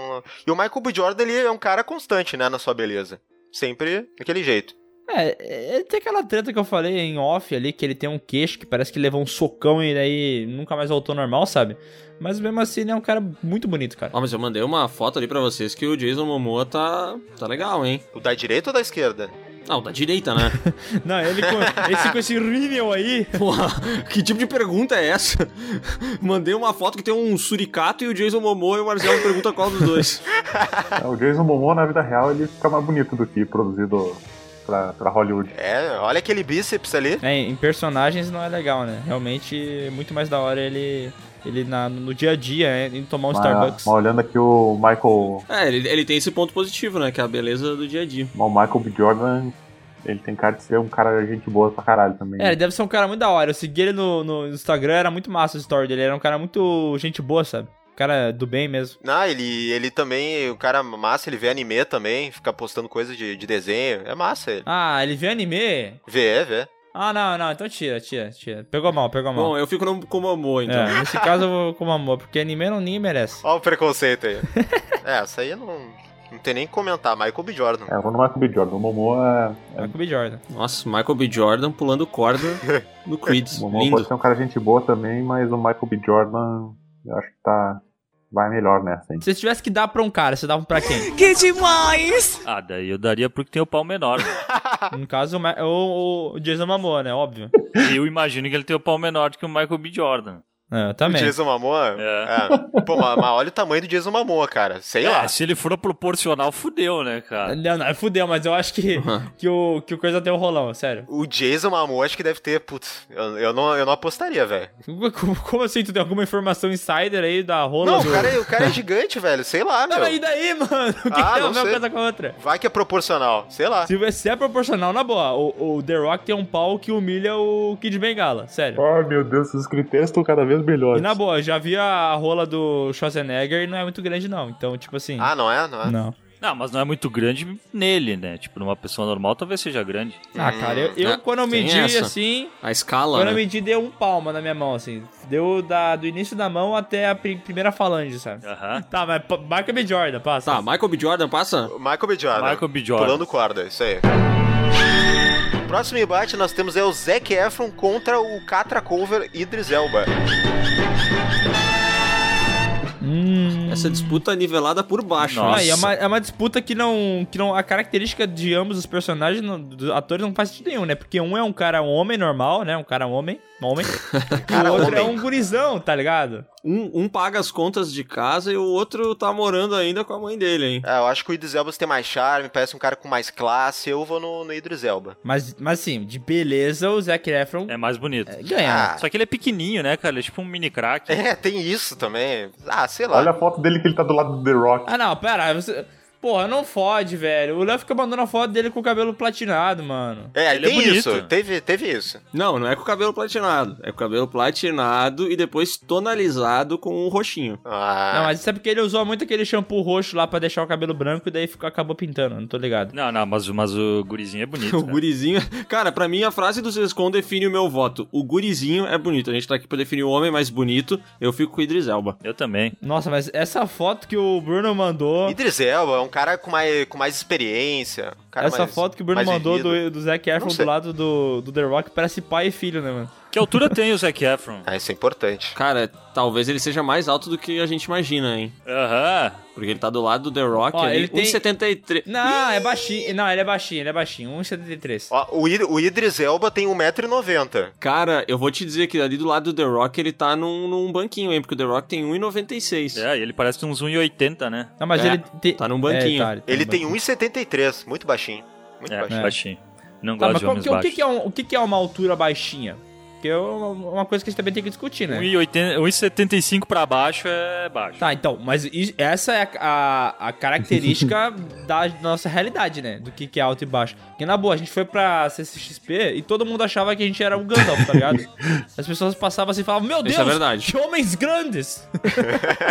E o Michael B. Jordan, ele é um cara constante, né, na sua beleza. Sempre daquele jeito. É, ele tem aquela treta que eu falei em off ali, que ele tem um queixo que parece que levou um socão e daí nunca mais voltou ao normal, sabe? Mas mesmo assim, ele é um cara muito bonito, cara. Ó, Ah, mas eu mandei uma foto ali pra vocês que o Jason Momoa tá. tá legal, hein? O da direita ou da esquerda? Ah, o da direita, né? Não, ele com esse, com esse rímel aí. Porra, que tipo de pergunta é essa? Mandei uma foto que tem um suricato e o Jason Momoa e o Marcelo pergunta qual dos dois. É, O Jason Momoa na vida real ele fica mais bonito do que produzido pra, pra Hollywood. É, olha aquele bíceps ali. É, em personagens não é legal, né? Realmente é muito mais da hora ele, ele na, no dia a dia, é, em tomar um Mas- Starbucks. mas olhando aqui o Michael É, ele, ele tem esse ponto positivo, né? Que é a beleza do dia a dia. Mas o Michael B. Jordan, ele tem cara de ser um cara de gente boa pra caralho também. né? É, ele deve ser um cara muito da hora. Eu segui ele no, no Instagram, era muito massa o story dele. Era um cara muito gente boa, sabe? Um cara do bem mesmo. Não, ele, ele também, o cara massa, ele vê anime também, fica postando coisa de, de desenho. É massa ele. Ah, ele vê anime? Vê, é, vê. Ah, não, não. Então tira, tira, tira. Pegou mal, pegou mal. Bom, eu fico no- com o Momoa, então. É, nesse caso eu vou com o amor, porque anime não ninguém merece. Olha o preconceito aí. é, essa aí eu não, não tem nem que comentar. Michael B. Jordan. É, eu vou no Michael B. Jordan. O Momoa, Vai com o É B. Jordan. Nossa, Michael B. Jordan pulando corda no Creed. o Momoa Lindo. pode ser um cara de gente boa também, mas o Michael B. Jordan, eu acho que tá. Vai melhor nessa, hein? Se você tivesse que dar pra um cara, você dava pra quem? Que demais! Ah, daí eu daria porque tem o pau menor. No caso, o Ma- o, o Jason Momoa, né? Óbvio. eu imagino que ele tem o pau menor do que o Michael B. Jordan. É, eu também. O Jason Momoa? É. Pô, mas, mas olha o tamanho do Jason Momoa, cara. Sei lá. É, Se ele for proporcional, fudeu, né, cara? Não, não, fudeu, mas eu acho que, que, o, que o coisa tem um rolão, sério. O Jason Momoa acho que deve ter, putz, eu, eu não, eu não apostaria, velho. Como, como assim? Tu tem alguma informação insider aí da rola? Não, do... o cara, é- o cara é gigante, velho. Sei lá, Não, meu. mas e daí, mano? O que, Ah, que é não uma sei. coisa com a outra? Vai que é proporcional. Sei lá. Se, se é proporcional, na boa, o, o The Rock tem um pau que humilha o Kid Bengala, sério. Oh, meu Deus, esses critérios estão cada vez E melhores. na boa, eu já vi a rola do Schwarzenegger e não é muito grande, não. Então, tipo assim. Ah, não é? Não é? Não. Não, mas não é muito grande nele, né? Tipo, numa pessoa normal talvez seja grande. Ah, cara, eu, eu, Ah, quando eu tem medi essa. assim. A escala, Quando eu né? medi, deu um palma na minha mão, assim. Deu da, do início da mão até a pri- primeira falange, sabe? Aham. Tá, mas pa- marca B. Jordan, passa. Tá, Michael B. Jordan passa? Michael B. Jordan. Michael B. Jordan. Pulando corda, isso aí. Próximo embate nós temos é o Zac Efron contra o Catra Cover Idris Elba. Hum. Essa disputa é nivelada por baixo. né? Nossa. Ah, e é, uma, é uma disputa que não, que não. A característica de ambos os personagens, não- dos atores, não faz sentido nenhum, né? Porque um é um cara homem normal, né? Um cara homem. Homem. e Cara o outro é homem. um gurizão, tá ligado? Um, um paga as contas de casa e o outro tá morando ainda com a mãe dele, hein? É, eu acho que o Idris Elba tem mais charme, parece um cara com mais classe. Eu vou no, no Idris Elba. Mas, mas assim, de beleza, o Zac Efron É mais bonito. é, ganha. Ah. Só que ele é pequenininho, né, cara? Ele é tipo um mini crack. É, tem isso também. Ah, sei lá. Olha a foto dele que ele tá do lado do The Rock. Ah, não, pera. Você... Porra, não fode, velho. O Léo fica mandando a foto dele com o cabelo platinado, mano. É, Ele é tem bonito. isso. Teve, teve isso. Não, não é com o cabelo platinado. É com o cabelo platinado e depois tonalizado com um roxinho. Ah, Não, mas isso é porque ele usou muito aquele shampoo roxo lá pra deixar o cabelo branco e daí ficou, acabou pintando, não tô ligado. Não, não, mas, o- mas o gurizinho é bonito. O cara. gurizinho. Cara, pra mim a frase do Sescon define o meu voto. O gurizinho é bonito. A gente tá aqui pra definir o homem mais bonito. Eu fico com o Idris Elba. Eu também. Nossa, mas essa foto que o Bruno mandou. Idris Elba é um cara com mais, com mais experiência. um cara essa mais- foto que o Bruno mais mandou do, vivido. do Zac Não Efron do sei. lado do, do The Rock parece pai e filho, né, mano? Que altura tem o Zac Efron? Ah, isso é importante. Cara, talvez ele seja mais alto do que a gente imagina, hein? Aham. Porque ele tá do lado do The Rock Ó, ali. ele tem- 1,73. Não, é baixinho. Não, ele é baixinho, ele é baixinho. 1,73. Ó, o, Id- o Idris Elba tem 1,90m. Cara, eu vou te dizer que ali do lado do The Rock ele tá num, num banquinho, hein? Porque o The Rock tem 1,96. É, e ele parece uns 1,80, né? Não, mas É, ele tem. tá num banquinho. Ele tem um. 1,73, muito baixinho. Muito É, baixinho. baixinho. Não Tá, gosto mas de qual, homens que, o, que, baixos. que é um- o que, que é uma altura baixinha? Porque é uma, uma coisa que a gente também tem que discutir, né? 1,80 1,75 pra baixo é baixo. Tá, então, mas i- essa é a, a- a característica da nossa realidade, né? Do que, que é alto e baixo. Porque, na boa, a gente foi pra CCXP e todo mundo achava que a gente era um Gandalf, tá ligado? As pessoas passavam assim e falavam, meu Deus, Isso é verdade. que homens grandes!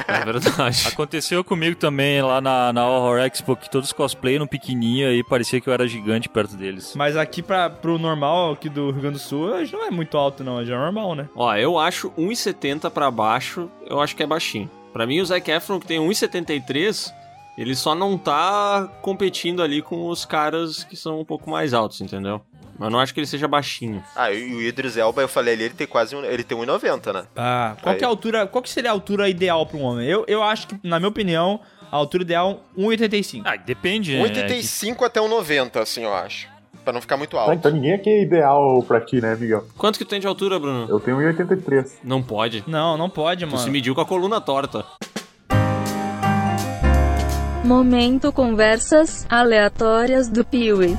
É verdade. Aconteceu comigo também lá na, na Horror Expo que todos cosplayam pequenininho e parecia que eu era gigante perto deles. Mas aqui pra, pro normal, aqui do Rio Grande do Sul, a gente não é muito alto não, a gente é normal, né? Ó, eu acho 1,70 pra baixo, eu acho que é baixinho. Pra mim, o Zac Efron, que tem 1,73, ele só não tá competindo ali com os caras que são um pouco mais altos, entendeu? Mas eu não acho que ele seja baixinho. Ah, e o Idris Elba, eu falei ali, ele tem quase um, ele tem 1,90, né? Ah, qual Aí. que é a altura, qual que seria a altura ideal pra um homem? Eu, eu acho que, na minha opinião, a altura ideal é 1,85. Ah, é, depende, né? 1,85 até 1,90, assim, eu acho. Pra não ficar muito Ah, alto. então ninguém aqui é ideal pra ti, né, Miguel? Quanto que tu tem de altura, Bruno? Eu tenho 1,83. Não pode. Não, não pode, Tu mano. se mediu com a coluna torta. Momento conversas aleatórias do Piuí.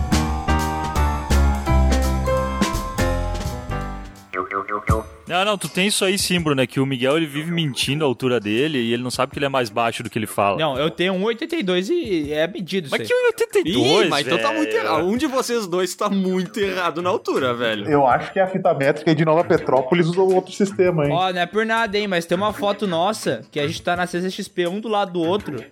Não, não, tu tem isso aí sim, Bruno, é que o Miguel ele vive mentindo a altura dele e ele não sabe que ele é mais baixo do que ele fala. Não, eu tenho 1,82 e é medido isso Mas aí. que um 82, Ih, mas então tá velho. muito errado. Um de vocês dois tá muito errado na altura, velho. Eu acho que a fita métrica de Nova Petrópolis usou outro sistema, hein? Ó, não é por nada, hein, mas tem uma foto nossa que a gente tá na CCXP um do lado do outro.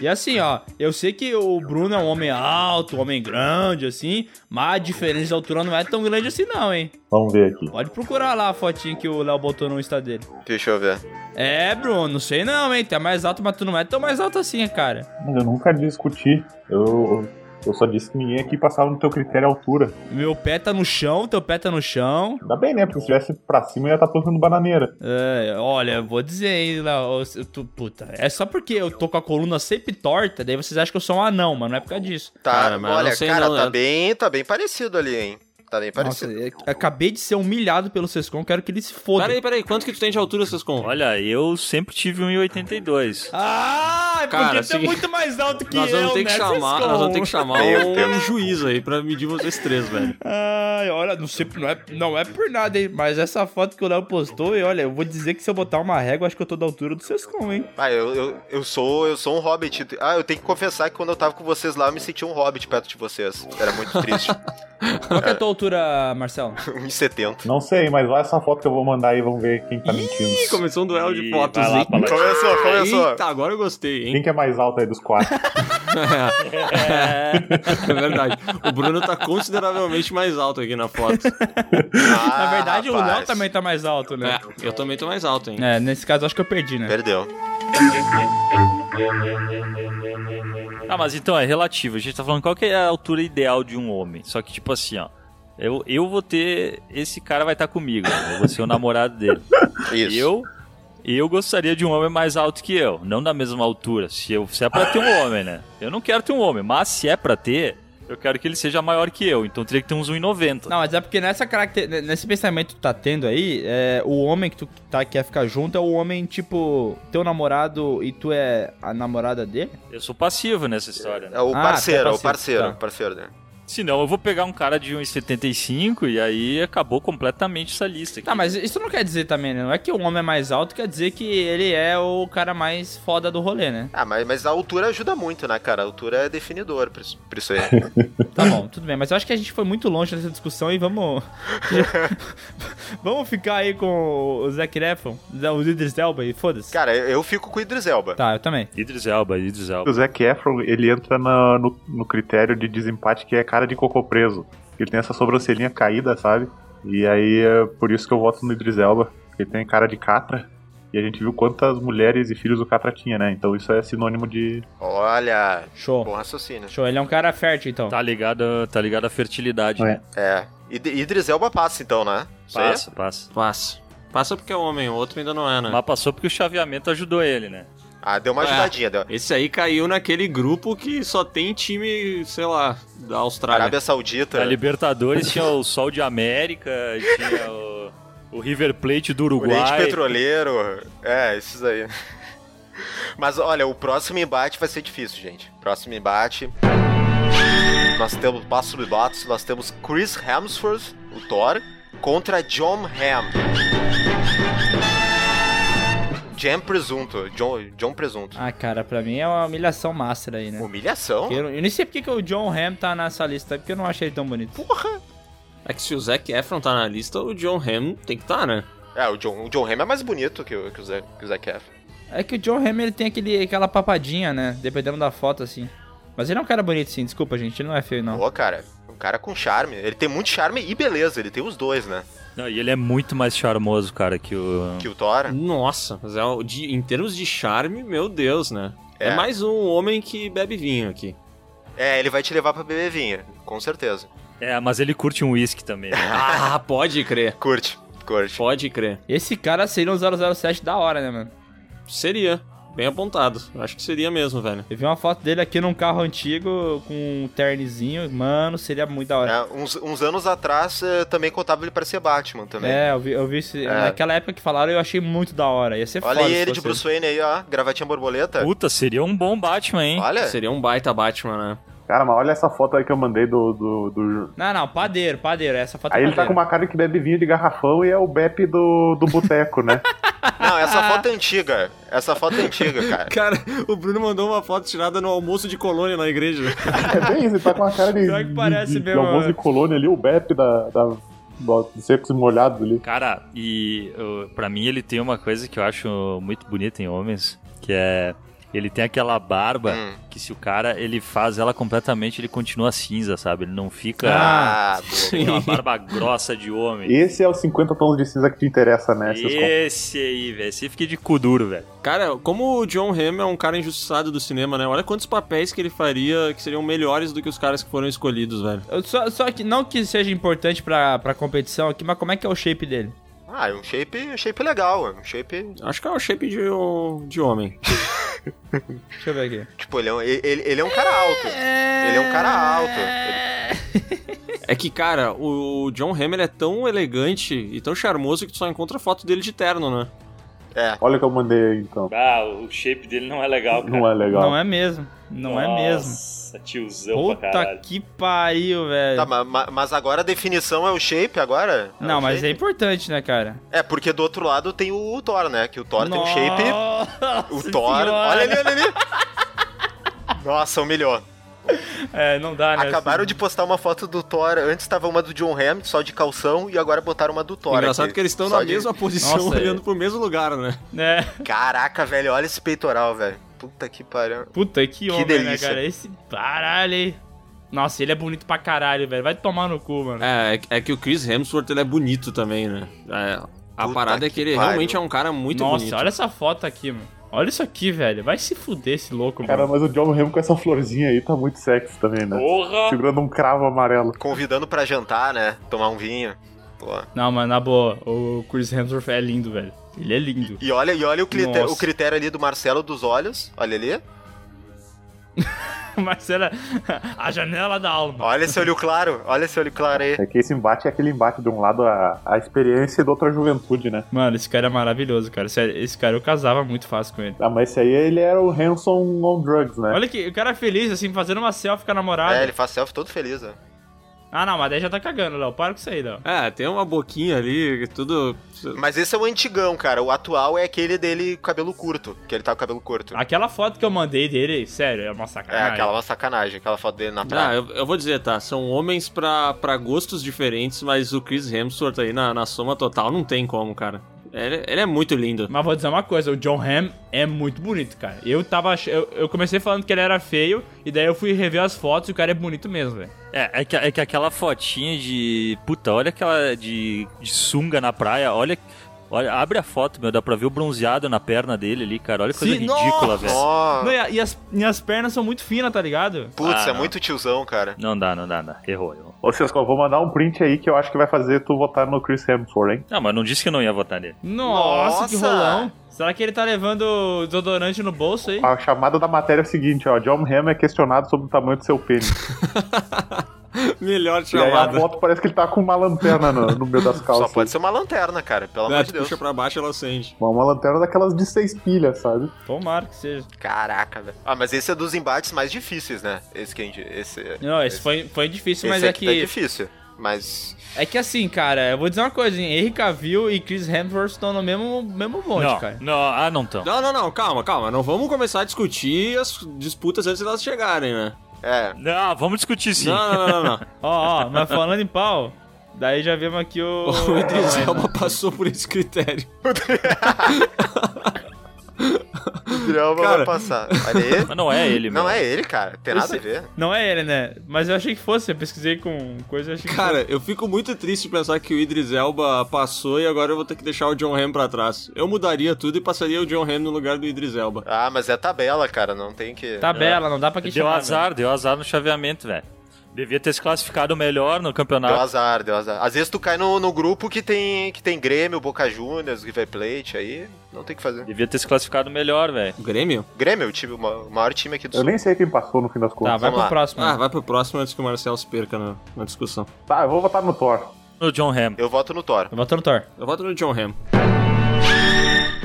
E assim, ó, eu sei que o Bruno é um homem alto, um homem grande, assim, mas a diferença de altura não é tão grande assim, não, hein. Vamos ver aqui. Pode procurar lá a fotinha que o Léo botou no Insta dele. Deixa eu ver. É, Bruno, não sei não, hein, tu é mais alto, mas tu não é tão mais alto assim, cara. Mas eu nunca discuti. Eu, eu só disse que ninguém aqui passava no teu critério altura. Meu pé tá no chão, teu pé tá no chão. Ainda bem, né? Porque se estivesse pra cima, eu ia estar plantando bananeira. É, olha, eu vou dizer, hein, Léo, eu- tu- puta, é só porque eu tô com a coluna sempre torta, daí vocês acham que eu sou um anão, mas não é por causa disso. Tá, Cara, mas eu olha, não sei cara, não, tá eu- bem, tá bem parecido ali, hein? Tá bem Nossa, parecido. eu acabei de ser humilhado pelo Sescon, quero que ele se foda. Peraí, peraí, quanto que tu tem de altura, Sescon? Olha, eu sempre tive 1,82. Ah, Cara, podia assim, ter muito mais alto que Nós vamos, eu, ter que né, chamar, Sescon? nós vamos ter que chamar Meu um Deus. juiz aí pra medir vocês três, velho. Ai, olha, não, sei, não, é, não é por nada, hein? Mas essa foto que o Léo postou, e olha, eu vou dizer que se eu botar uma régua, acho que eu tô da altura do Sescon, hein? Ah, eu, eu, eu sou eu sou um hobbit. Ah, eu tenho que confessar que quando eu tava com vocês lá, eu me senti um hobbit perto de vocês. Era muito triste. Qual que é a tua altura, Marcelo? 1,70. Não sei, mas olha essa foto que eu vou mandar aí, vamos ver quem tá mentindo. Ih, começou um duelo de Ih, fotos, vai lá, hein? Paladino. Começou, começou. Eita, agora eu gostei, hein? Quem que é mais alto aí dos quatro? É verdade. O Bruno tá consideravelmente mais alto aqui na foto. Ah, Na verdade, o Léo rapaz. também tá mais alto, né? É, eu também tô mais alto, hein? É, nesse caso, acho que eu perdi, né? Perdeu. Ah, mas então é relativo. A gente tá falando qual que é a altura ideal de um homem. Só que, tipo assim, ó. Eu, eu vou ter. Esse cara vai estar comigo. né? Eu vou ser o namorado dele. Isso. Eu. Eu gostaria de um homem mais alto que eu. Não da mesma altura. Se, eu, se é pra ter um homem, né? Eu não quero ter um homem. Mas se é pra ter, eu quero que ele seja maior que eu. Então teria que ter uns 1,90. Não, mas é porque nessa caracter... nesse pensamento que tu tá tendo aí, é, o homem que tu tá, quer ficar junto é o homem, tipo, teu namorado e tu é a namorada dele? Eu sou passivo nessa história, né? É o Ah, parceiro, tá é o parceiro, parceiro, tá. o parceiro, né? Senão eu vou pegar um cara de 1,75 e aí acabou completamente essa lista aqui. Tá, mas isso não quer dizer também, né? Não é que o homem é mais alto, quer dizer que ele é o cara mais foda do rolê, né? Ah, mas, mas a altura ajuda muito, né, cara? A altura é definidor pra isso, pra isso aí. Tá bom, tudo bem, mas eu acho que a gente foi muito longe nessa discussão e vamos. vamos ficar aí com o Zac Efron, o Idris Elba e foda-se. cara, eu, eu fico com o Idris Elba. Tá, eu também. Idris Elba, Idris Elba. O Zac Efron, ele entra na- no, no critério de desempate que é cara de cocô preso. Ele tem essa sobrancelhinha caída, sabe? E aí é por isso que eu voto no Idris Elba. porque Ele tem cara de catra. E a gente viu quantas mulheres e filhos o catra tinha, né? Então isso é sinônimo de... Olha, Show. bom raciocínio. Show, ele é um cara fértil, então. Tá ligado, tá ligado à fertilidade, É. né? É. Id- Idris Elba passa, então, né? Isso aí? Passa, passa. Passa. Passa porque é homem, o outro ainda não é, né? Mas passou porque o chaveamento ajudou ele, né? Ah, deu uma É. ajudadinha, deu. Esse aí caiu naquele grupo que só tem time, sei lá, da Austrália. Arábia Saudita. Na Libertadores tinha o Sol de América, tinha o, o River Plate do Oriente Uruguai. Petroleiro. É, esses aí. Mas olha, o próximo embate vai ser difícil, gente. Próximo embate. Nós temos passo de bots, nós temos Chris Hemsworth, o Thor, contra John Hamm. Jam Presunto. John, John Presunto. Ah, cara, pra mim é uma humilhação master aí, né? Humilhação? Eu, eu nem sei porque que o John Ham tá nessa lista, porque eu não achei ele tão bonito. É que se o Zac Efron tá na lista, o John Hamm tem que tá, né? É, o John, o John Hamm é mais bonito que o, que o, Zé, que o Zac Efron. É que o John Ham ele tem aquele, aquela papadinha, né? Dependendo da foto, assim. Mas ele é um cara bonito, sim, desculpa, gente, ele não é feio, não. Pô, cara, um cara com charme. Ele tem muito charme e beleza, ele tem os dois, né? Não, e ele é muito mais charmoso, cara, que o. Que o Thor. Nossa, mas é o- de- em termos de charme, meu Deus, né? É. É. mais um homem que bebe vinho aqui. É, ele vai te levar pra beber vinho, com certeza. É, mas ele curte um uísque também. né? Ah, pode crer. Curte, curte. Pode crer. Esse cara seria um 007 da hora, né, mano? Seria. Bem apontado. Acho que seria mesmo, velho. Eu vi uma foto dele aqui num carro antigo com um ternezinho, mano, seria muito da hora. É, uns, uns anos atrás eh, também contava ele pra ser Batman também. É, eu vi, eu vi esse- naquela época que falaram, eu achei muito da hora. Ia ser Olha é foda aí se ele fosse de Bruce Wayne aí, ó, gravatinha borboleta. Puta, seria um bom Batman, hein? Olha, Seria um baita Batman, né? Cara, mas olha essa foto aí que eu mandei do... do, do- Não, não, padeiro, padeiro, essa foto Aí é ele tá com padeiro. uma cara que bebe vinho de garrafão e é o Beppe do, do boteco, né? não, essa foto é antiga. Essa foto é antiga, cara. Cara, o Bruno mandou uma foto tirada no almoço de colônia na igreja. É bem isso, ele tá com uma cara de, Pior que parece de, de, mesmo, né? almoço de colônia ali, o Beppe da, da, do- dos secos e molhados ali. Cara, e eu, pra mim ele tem uma coisa que eu acho muito bonita em homens, que é. Ele tem aquela barba Hum. que se o cara ele faz ela completamente, ele continua cinza, sabe? Ele não fica Ah, com uma barba grossa de homem. Esse é o 50 tons de cinza que te interessa, né? seus Esse aí, velho. Esse fica de cu duro, velho. Cara, como o John Hamm é um cara injustiçado do cinema, né? Olha quantos papéis que ele faria que seriam melhores do que os caras que foram escolhidos, velho. Eu Só, só que não que seja importante pra, pra competição aqui, mas como é que é o shape dele? Ah, é um shape, um shape legal, é um shape... Acho que é o shape de, um- de homem. Deixa eu ver aqui. Tipo, ele é um, ele, ele é um cara alto. Ele é um cara alto. Ele- É que, cara, o John Hamm ele é tão elegante e tão charmoso que tu só encontra foto dele de terno, né? É. Olha o que eu mandei aí, então. Ah, o shape dele não é legal, cara. Não é legal. Não é mesmo. Não é mesmo. Nossa, tiozão pra Puta caralho. que pariu, velho. Tá, ma- ma- mas agora a definição é o shape agora? É Não, o mas é shape? importante, né, cara? É, porque do outro lado tem o Thor, né? Que o Thor tem um shape. Nossa O Thor. senhora. Olha ali, olha ali. Nossa, humilhou. É, não dá, né? Acabaram de postar uma foto do Thor. Antes tava uma do John Hamm, só de calção, e agora botaram uma do Thor. Engraçado aqui, que eles estão só na de- mesma posição Nossa, olhando pro mesmo lugar, né? É. Caraca, velho, olha esse peitoral, velho. Puta que pariu. Puta, que homem, né, delícia. cara? Esse caralho, hein? Nossa, ele é bonito pra caralho, velho. Vai tomar no cu, mano. É, é que o Chris Hemsworth ele é bonito também, né? É, a Puta parada é que que ele pariu. realmente é um cara muito Nossa, bonito. olha essa foto aqui, mano. Olha isso aqui, velho. Vai se fuder esse louco, Cara, mano. mas o John Hamm com essa florzinha aí tá muito sexy também, né? Porra! Segurando um cravo amarelo. Convidando pra jantar, né? Tomar um vinho. Pô. Não, mano, na boa. O Chris Hemsworth é lindo, velho. Ele é lindo. E olha, e olha o, critério, Nossa. o critério ali do Marcelo dos olhos. Olha ali. Marcela, a janela da alma. Olha esse olho claro. Olha esse olho claro aí. É que esse embate é aquele embate de um lado a, a experiência e do outro a juventude, né? Mano, esse cara é maravilhoso, cara. Sério, esse cara eu casava muito fácil com ele. Ah, mas esse aí ele era o Hanson on drugs, né? Olha que o cara feliz, assim, fazendo uma selfie com a namorada. É, ele faz selfie todo feliz, né? Ah, não, mas daí já tá cagando, Léo. Para com isso aí, Léo. É, tem uma boquinha ali, tudo. Mas esse é o antigão, cara. O atual é aquele dele com cabelo curto. Que ele tá com cabelo curto. Aquela foto que eu mandei dele, sério, é uma É, sacanagem. aquela sacanagem, aquela foto dele na Ah, praia. eu, eu vou dizer, tá? São homens pra, pra gostos diferentes, mas o Chris Hemsworth aí na, na soma total não tem como, cara. Ele, ele é muito lindo. Mas vou dizer uma coisa, o John Hamm é muito bonito, cara. Eu tava ach- eu, eu comecei falando que ele era feio, e daí eu fui rever as fotos e o cara é bonito mesmo, velho. É, é que, é que aquela fotinha de. Puta, olha aquela de, de sunga na praia, olha. Olha, abre a foto, meu, dá pra ver o bronzeado na perna dele ali, cara. Olha que coisa Sim, ridícula, velho. Ó, Não, e, a- e as minhas pernas são muito finas, tá ligado? putz, Ah, é não. muito tiozão, cara. Não dá, não dá, não dá. Errou, errou. Ô, Cisco, eu vou mandar um print aí que eu acho que vai fazer tu votar no Chris Hemsworth, hein? Não, mas não disse que não ia votar nele. Nossa, que Nossa! rolão. Será que ele tá levando desodorante no bolso aí? A chamada da matéria é o seguinte, ó. John Hamm é questionado sobre o tamanho do seu pênis. Melhor e aí a chamada. foto parece que ele tá com uma lanterna no, no meio das calças. Só pode ser uma lanterna, cara, pelo Ah, amor tu de Deus. puxa pra baixo ela acende. Uma lanterna daquelas de seis pilhas, sabe? Ah. Tomara que seja. Caraca, velho. Ah, mas esse é dos embates mais difíceis, né? Esse que a gente. Esse, esse Não, esse foi, foi difícil, mas é aqui tá que. difícil. Mas. É que assim, cara, eu vou dizer uma coisa, hein? Henry Cavill e Chris Hemsworth estão no mesmo, mesmo bonde, não, cara. não, ah, não tão. Não, não, não, calma, calma. Não vamos começar a discutir as disputas antes delas chegarem, né? É. Não, vamos discutir sim. Não, não, não, não. não. Ó, ó, mas falando em pau, daí já vemos aqui o. o Idris Elba passou por esse critério. O drama Cara. vai passar. Olha aí. Mas não é ele, meu. Não é ele, cara. Tem nada a ver. Não é ele, né? Mas eu achei que fosse, eu pesquisei com coisa e achei que Cara, eu fico muito triste de pensar que o Idris Elba passou e agora eu vou ter que deixar o John Hamm pra trás. Eu mudaria tudo e passaria o John Hamm no lugar do Idris Elba. Ah, mas é tabela, cara. Não tem que. fosse. Tabela, não é dá pra que Deu chamar, azar, deu azar no chaveamento, velho. Devia ter se classificado melhor no Deu campeonato. azar, deu azar. Às vezes tu cai no, no grupo que tem, que tem Grêmio, Boca Juniors, River Plate, aí não tem o que fazer. Devia ter se classificado melhor, velho. O Grêmio? Grêmio, o, time, o ma- o maior time aqui do Eu Sul. nem sei quem passou no fim das Tá, contas. vai Vamos pro lá. próximo. Ah, vai pro próximo antes que o Marcelo se perca na, na discussão. Tá, eu vou votar no Thor. No John Hamm. Eu voto no Thor. Eu voto no Thor. Eu voto no John Hamm.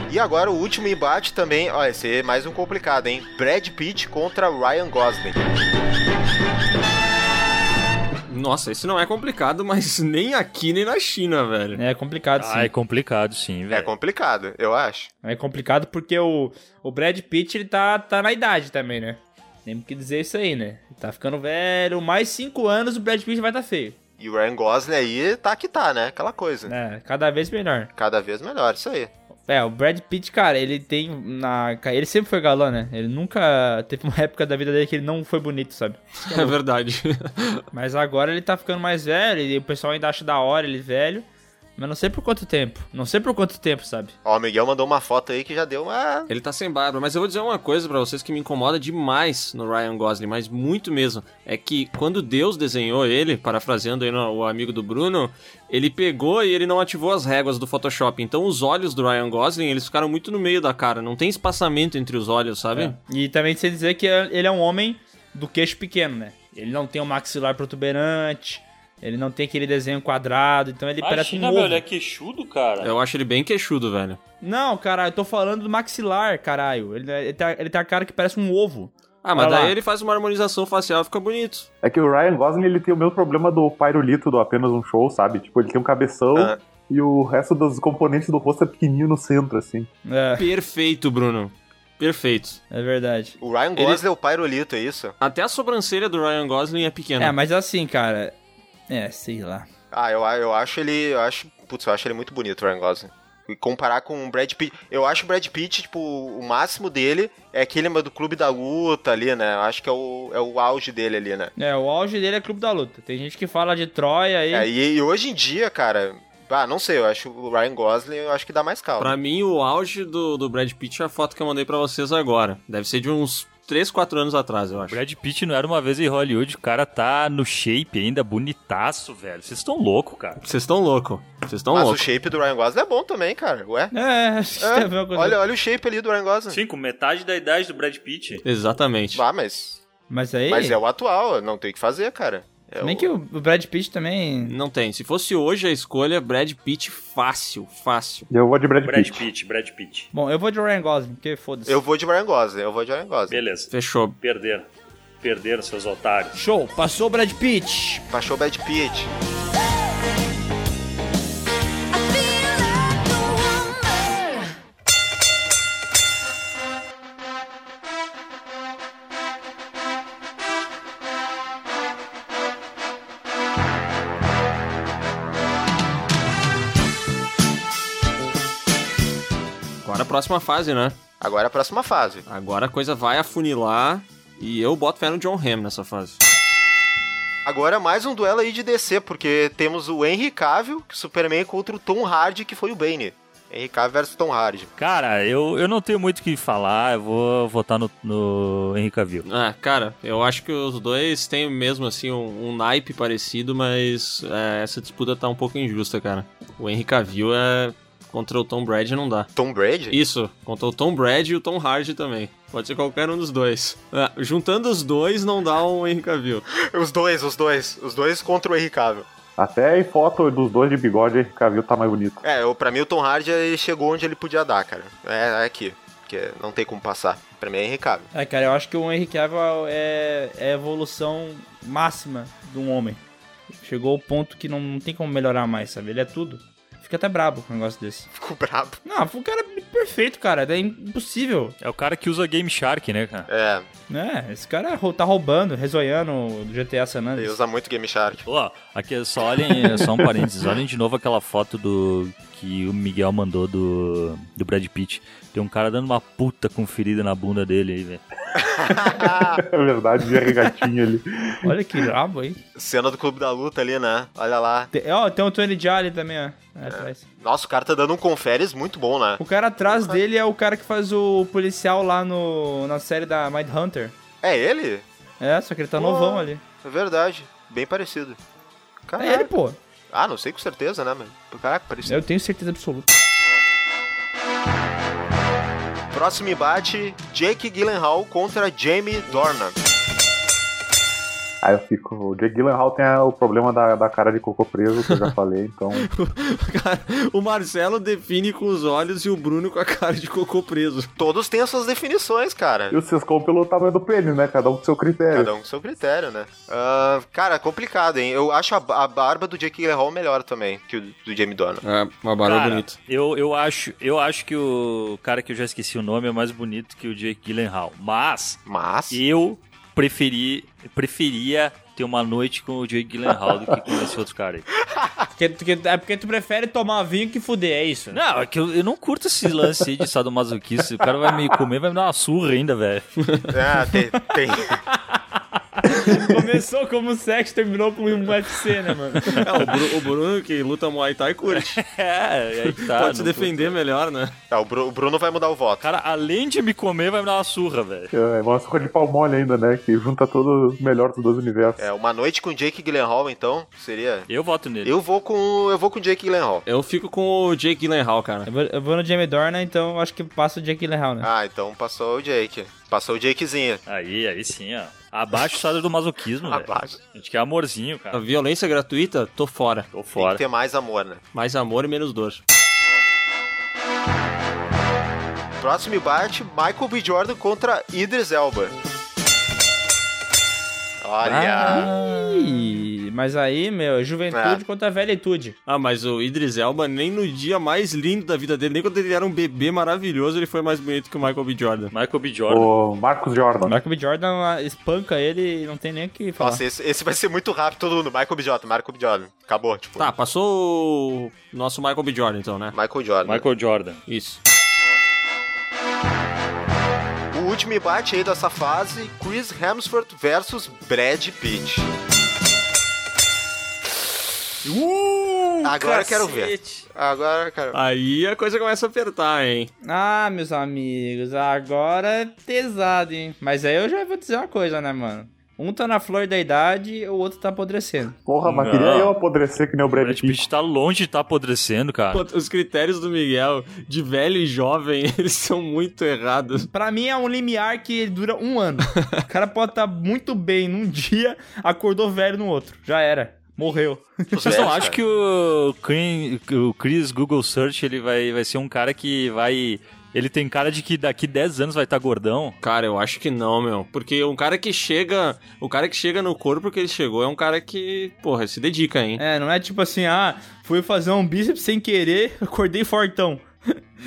E agora o último embate também. Ó, esse aí é mais um complicado, hein? Brad Pitt contra Ryan Gosling. Nossa, isso não é complicado, mas nem aqui nem na China, velho. É complicado, sim. Ah, é complicado, sim, É velho. complicado, eu acho. É complicado porque o, o Brad Pitt, ele tá, tá na idade também, né? Temos que dizer isso aí, né? Ele Tá ficando velho. Mais cinco anos o Brad Pitt vai tá feio. E o Ryan Gosling aí tá que tá, né? Aquela coisa. É, cada vez melhor. Cada vez melhor, isso aí. É, o Brad Pitt, cara, ele tem na... Ele sempre foi galã, né? Ele nunca... Teve uma época da vida dele que ele não foi bonito, sabe? É verdade. Mas agora ele tá ficando mais velho e o pessoal ainda acha da hora ele velho. Mas não sei por quanto tempo. Não sei por quanto tempo, sabe? Ó, o Miguel mandou uma foto aí que já deu uma. Ele tá sem barba, mas eu vou dizer uma coisa pra vocês que me incomoda demais no Ryan Gosling, mas muito mesmo. É que quando Deus desenhou ele, parafraseando aí no- o amigo do Bruno, ele pegou e ele não ativou as réguas do Photoshop. Então os olhos do Ryan Gosling, eles ficaram muito no meio da cara, não tem espaçamento entre os olhos, sabe? E também sem é dizer que ele é um homem do queixo pequeno, né? Ele não tem um maxilar protuberante. Ele não tem aquele desenho quadrado, então ele Ah, parece um Imagina, ovo. velho, né? é queixudo, cara. Eu acho ele bem queixudo, velho. Não, caralho, eu tô falando do maxilar, caralho. Ele, ele, tá, ele tá a cara que parece um ovo. Ah, mas Olha daí lá. ele faz uma harmonização facial e fica bonito. É que o Ryan Gosling ele tem o mesmo problema do Pairolito do apenas um show, sabe? Tipo, ele tem um cabeção e o resto dos componentes do rosto é pequenininho no centro, assim. Perfeito, Bruno. Perfeito. É verdade. O Ryan Gosling é o Pairolito, é isso? Até a sobrancelha do Ryan Gosling é pequena. É, mas assim, cara. É, sei lá. Ah, eu, eu acho ele. Eu acho. Putz, eu acho ele muito bonito, o Ryan Gosling. E comparar com o Brad Pitt. Eu acho o Brad Pitt, tipo, o máximo dele é aquele do Clube da Luta ali, né? Eu acho que é o, é o auge dele ali, né? É, o auge dele é Clube da Luta. Tem gente que fala de Troia aí. É, e, e hoje em dia, cara. Ah, não sei, eu acho o Ryan Gosling, eu acho que dá mais calma. Pra mim, o auge do, do Brad Pitt é a foto que eu mandei pra vocês agora. Deve ser de uns 3, 4 anos atrás, eu acho. Brad Pitt não era uma vez em Hollywood, o cara tá no shape ainda, bonitaço, velho. Vocês estão louco, cara. Vocês estão louco. Vocês estão Mas um louco. o shape do Ryan Gosling é bom também, cara. Ué? É, que acho tem a ver com- olha, olha o shape ali do Ryan Gosling. Sim, com metade da idade do Brad Pitt. Exatamente. Ah, mas. Mas aí. Mas é o atual, não tem o que fazer, cara. É Também que o o Brad Pitt também. Não tem. Se fosse hoje a escolha, Brad Pitt fácil, fácil. Eu vou de Brad, Brad Pitt, Brad Pitt. Bom, eu vou de Ryan Gosling, porque foda-se. Eu vou de Ryan Gosling, eu vou de Ryan Gosling. Beleza. Fechou. Perderam. Perderam, seus otários. Show, passou o Brad Pitt. Passou o Brad Pitt. Agora a próxima fase, né? Agora a próxima fase. Agora a coisa vai afunilar e eu boto fé no John Hamm nessa fase. Agora mais um duelo aí de DC, porque temos o Henry Cavill, que Superman, contra o Tom Hardy, que foi o Bane. Henry Cavill versus Tom Hardy. Cara, eu, eu não tenho muito o que falar, eu vou votar no, no Henrique Cavill. Ah, cara, eu acho que os dois têm mesmo assim um, um naipe parecido, mas é, essa disputa tá um pouco injusta, cara. O Henry Cavill é contra o Tom Brady não dá. Tom Brady? Isso, contra o Tom Brady e o Tom Hardy também. Pode ser qualquer um dos dois. É, juntando os dois não dá um Henry Cavill. Os dois, os dois. Os dois contra o Henry Cavill. Até em foto dos dois de bigode, o Cavill tá mais bonito. É, eu, pra mim o Tom Hardy ele chegou onde ele podia dar, cara. É, é aqui. Porque não tem como passar. Pra mim é Henry Cavill. É, cara, eu acho que o Henry Cavill é, é a evolução máxima de um homem. Chegou ao ponto que não, não tem como melhorar mais, sabe? Ele é tudo. Fica até brabo com um negócio desse. Fico brabo. Não, o cara é perfeito, cara. É impossível. É o cara que usa Game Shark, né, cara? É. Né? Esse cara rou- tá roubando, rezoiando do GTA San Andreas. Ele usa muito Game Shark. Ó, aqui só olhem, só um parênteses, olhem de novo aquela foto do que o Miguel mandou do, do Brad Pitt. Tem um cara dando uma puta com ferida na bunda dele aí, velho. É verdade, de regatinho ali. Olha que brabo aí. Cena do Clube da Luta ali, né? Olha lá. Tem- Ó, tem o Tony Jolly também, ó. Aí atrás. Nossa, o cara tá dando um conferes muito bom, né? O cara atrás dele é o cara que faz o policial lá no, na série da Mind Hunter. É ele? É, só que ele tá novão ali. É verdade. Bem parecido. É ele, É. pô. Ah, não sei com certeza, né, mano? Caraca, parecido. Eu tenho certeza absoluta. Próximo embate, Jake Gyllenhaal contra Jamie Dornan. Aí eu fico. O Jake Gyllenhaal tem a- o problema da, da cara de cocô preso, que eu já falei, então. O Marcelo define com os olhos e o Bruno com a cara de cocô preso. Todos têm as suas definições, cara. E o Sescom pelo tamanho do pênis, né? Cada um com seu critério. Cada um com seu critério, né? Ah, cara, complicado, hein? Eu acho a, ba- a barba do Jake Gyllenhaal melhor também que o do Jamie Dornan. É, uma barba Cara, bonita. Eu, eu, acho, eu acho que o cara que eu já esqueci o nome é mais bonito que o Jake Gyllenhaal. Mas, Mas eu preferi, preferia ter uma noite com o Jake Gyllenhaal do que com esse outro cara aí. Porque, porque- é porque tu prefere tomar vinho que fuder, é isso? Não, é que eu, eu não curto esse lance aí de sadomasoquista. O cara vai me comer, vai me dar uma surra ainda, velho. Ah, tem, tem. Começou como sexo, terminou com um UFC, né, mano? É, o, Bru- o Bruno que luta Muay Thai curte. É, aí tá. Pode se não defender melhor, né? Tá, o, Bru- o Bruno vai mudar o voto. Cara, além de me comer, vai me dar uma surra, velho. É, uma açúcar de pau mole ainda, né? Que junta todo o melhor dos dois universos. É, uma noite com o Jake Gyllenhaal, então, seria... Eu voto nele. Eu vou com eu vou com o Jake Gyllenhaal. Eu fico com o Jake Gyllenhaal, cara. Eu vou, eu vou no Jamie Dornan, então acho que passa o Jake Gyllenhaal, né? Ah, então passou o Jake. Passou o Jakezinho. Aí, aí sim, ó. Abaixo o estado do masoquismo, velho. Abaixo. A gente quer amorzinho, A cara. violência gratuita, tô fora. Tô fora. Tem mais amor, né? Mais amor e menos dor. Próximo embate, Michael B. Jordan contra Idris Elba. Ah. Olha. Ih, mas aí, meu, juventude contra a velhitude. Ah, mas o Idris Elba, nem no dia mais lindo da vida dele, nem quando ele era um bebê maravilhoso, ele foi mais bonito que o Michael B. Jordan. Michael B. O Marcos Jordan. Michael B. Jordan ah, espanca ele e não tem nem o que falar. Nossa, esse, esse vai ser muito rápido, todo mundo. Michael B. Jordan, Michael B. Jordan. Acabou, tipo. Tá, passou o nosso Michael B. Jordan, então, né? Michael Jordan. Michael Jordan. Isso. O último embate aí dessa fase, Chris Hemsworth versus Brad Pitt. Agora eu quero ver. Agora eu quero Aí a coisa começa a apertar, hein? Ah, meus amigos, agora é pesado, hein? Mas aí eu já vou dizer uma coisa, né, mano? Um tá na flor da idade, o outro tá apodrecendo. Porra, mas Não. queria eu apodrecer que nem o O Brad Brad Pitt. Pitt tá longe de estar tá apodrecendo, cara. Pô, Os critérios do Miguel de velho e jovem, eles são muito errados. Pra mim é um limiar que dura um ano. o cara pode estar muito bem num dia, acordou velho no outro. Já era. Morreu. Vocês é, não acham que o Crin- o Chris Google Search ele vai, vai ser um cara que vai. Ele tem cara de que daqui 10 anos vai estar gordão? Cara, eu acho que não, meu. Porque um cara que chega. O cara que chega no corpo que ele chegou é um cara que, porra, se dedica, hein? É, não é tipo assim, ah, fui fazer um bíceps sem querer, acordei fortão.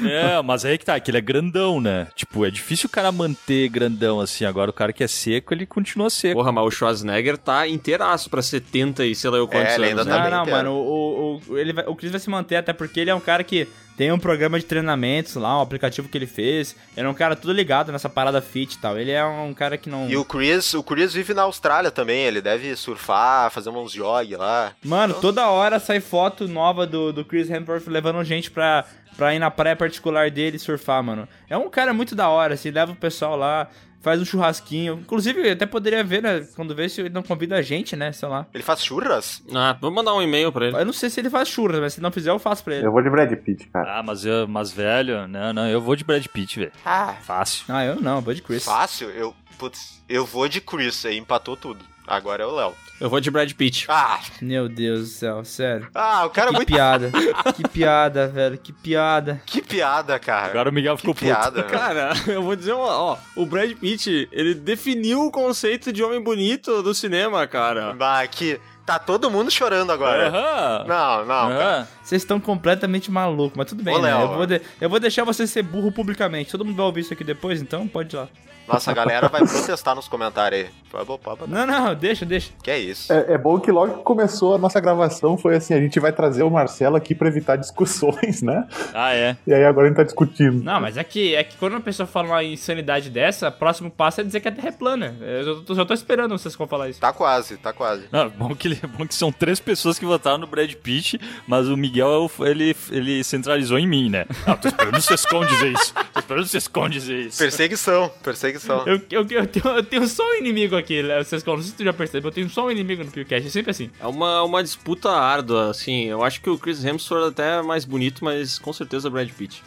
É, mas aí que tá, que ele é grandão, né? Tipo, é difícil o cara manter grandão assim. Agora o cara que é seco, ele continua seco. Porra, mas o Schwarzenegger tá inteiraço pra 70 e sei lá eu quantos ele anos, ainda né? tá Não, bem, não, cara. mano, o, o, o- ele vai- o Chris vai se manter até porque ele é um cara que tem um programa de treinamentos lá, um aplicativo que ele fez. Ele é um cara tudo ligado nessa parada fit e tal. Ele é um cara que não. E o Chris, o Chris vive na Austrália também, ele deve surfar, fazer uns jog lá. Mano, toda hora sai foto nova do, do Chris Hemsworth levando gente pra, pra ir na praia particular dele surfar, mano. É um cara muito da hora, assim, leva o pessoal lá, faz um churrasquinho. Inclusive, eu até poderia ver, né, quando vê se ele não convida a gente, né, sei lá. Ele faz churras? Ah, vamos mandar um e-mail pra ele. Eu não sei se ele faz churras, mas se não fizer, eu faço pra ele. Eu vou de Brad Pitt, cara. Ah, mas, eu, mas velho, não, não, eu vou de Brad Pitt, velho. Ah, Fácil. Ah, eu não, eu vou de Chris. fácil? Eu, putz, eu vou de Chris, aí empatou tudo. Agora é o Léo. Eu vou de Brad Pitt. Ah, Meu Deus do céu, sério. ah, o cara é Que muito. piada, que piada, velho, que piada. Que piada, cara. Agora o Miguel ficou que puto. piada. né? Cara, eu vou dizer uma, ó, o Brad Pitt, ele definiu o conceito de homem bonito do cinema, cara. Bah, que tá todo mundo chorando agora. Aham. Não, não, cara. Aham. Vocês estão completamente malucos, mas tudo bem, Ô, né? Léo. Eu vou, de- eu vou deixar você ser burro publicamente. Todo mundo vai ouvir isso aqui depois, então pode ir lá. Nossa, a galera vai protestar nos comentários aí. Pablo, pablo. Não, não, deixa, deixa. Que é isso? É, é bom que logo que começou a nossa gravação foi assim, a gente vai trazer o Marcelo aqui pra evitar discussões, né? Ah, é. E aí agora a gente tá discutindo. Não, mas é que, é que quando uma pessoa fala uma insanidade dessa, o próximo passo é dizer que a Terra é plana. Eu já tô, já tô esperando vocês vão falar isso. Tá quase, tá quase. Não, bom, que, ele- bom que são três pessoas que votaram no Brad Pitt, mas o Miguel, ele, ele centralizou em mim, né? Ah, tô esperando o Sescon dizer isso. Tô esperando o Sescon dizer isso. Perseguição, perseguição. Eu, eu, eu tenho, eu tenho só um inimigo aqui, Léo. Vocês não sei se tu já percebeu, eu tenho só um inimigo no podcast, é sempre assim. É uma, uma disputa árdua, assim. Eu acho que o Chris Hemsworth até é mais bonito, mas com certeza o Brad Pitt.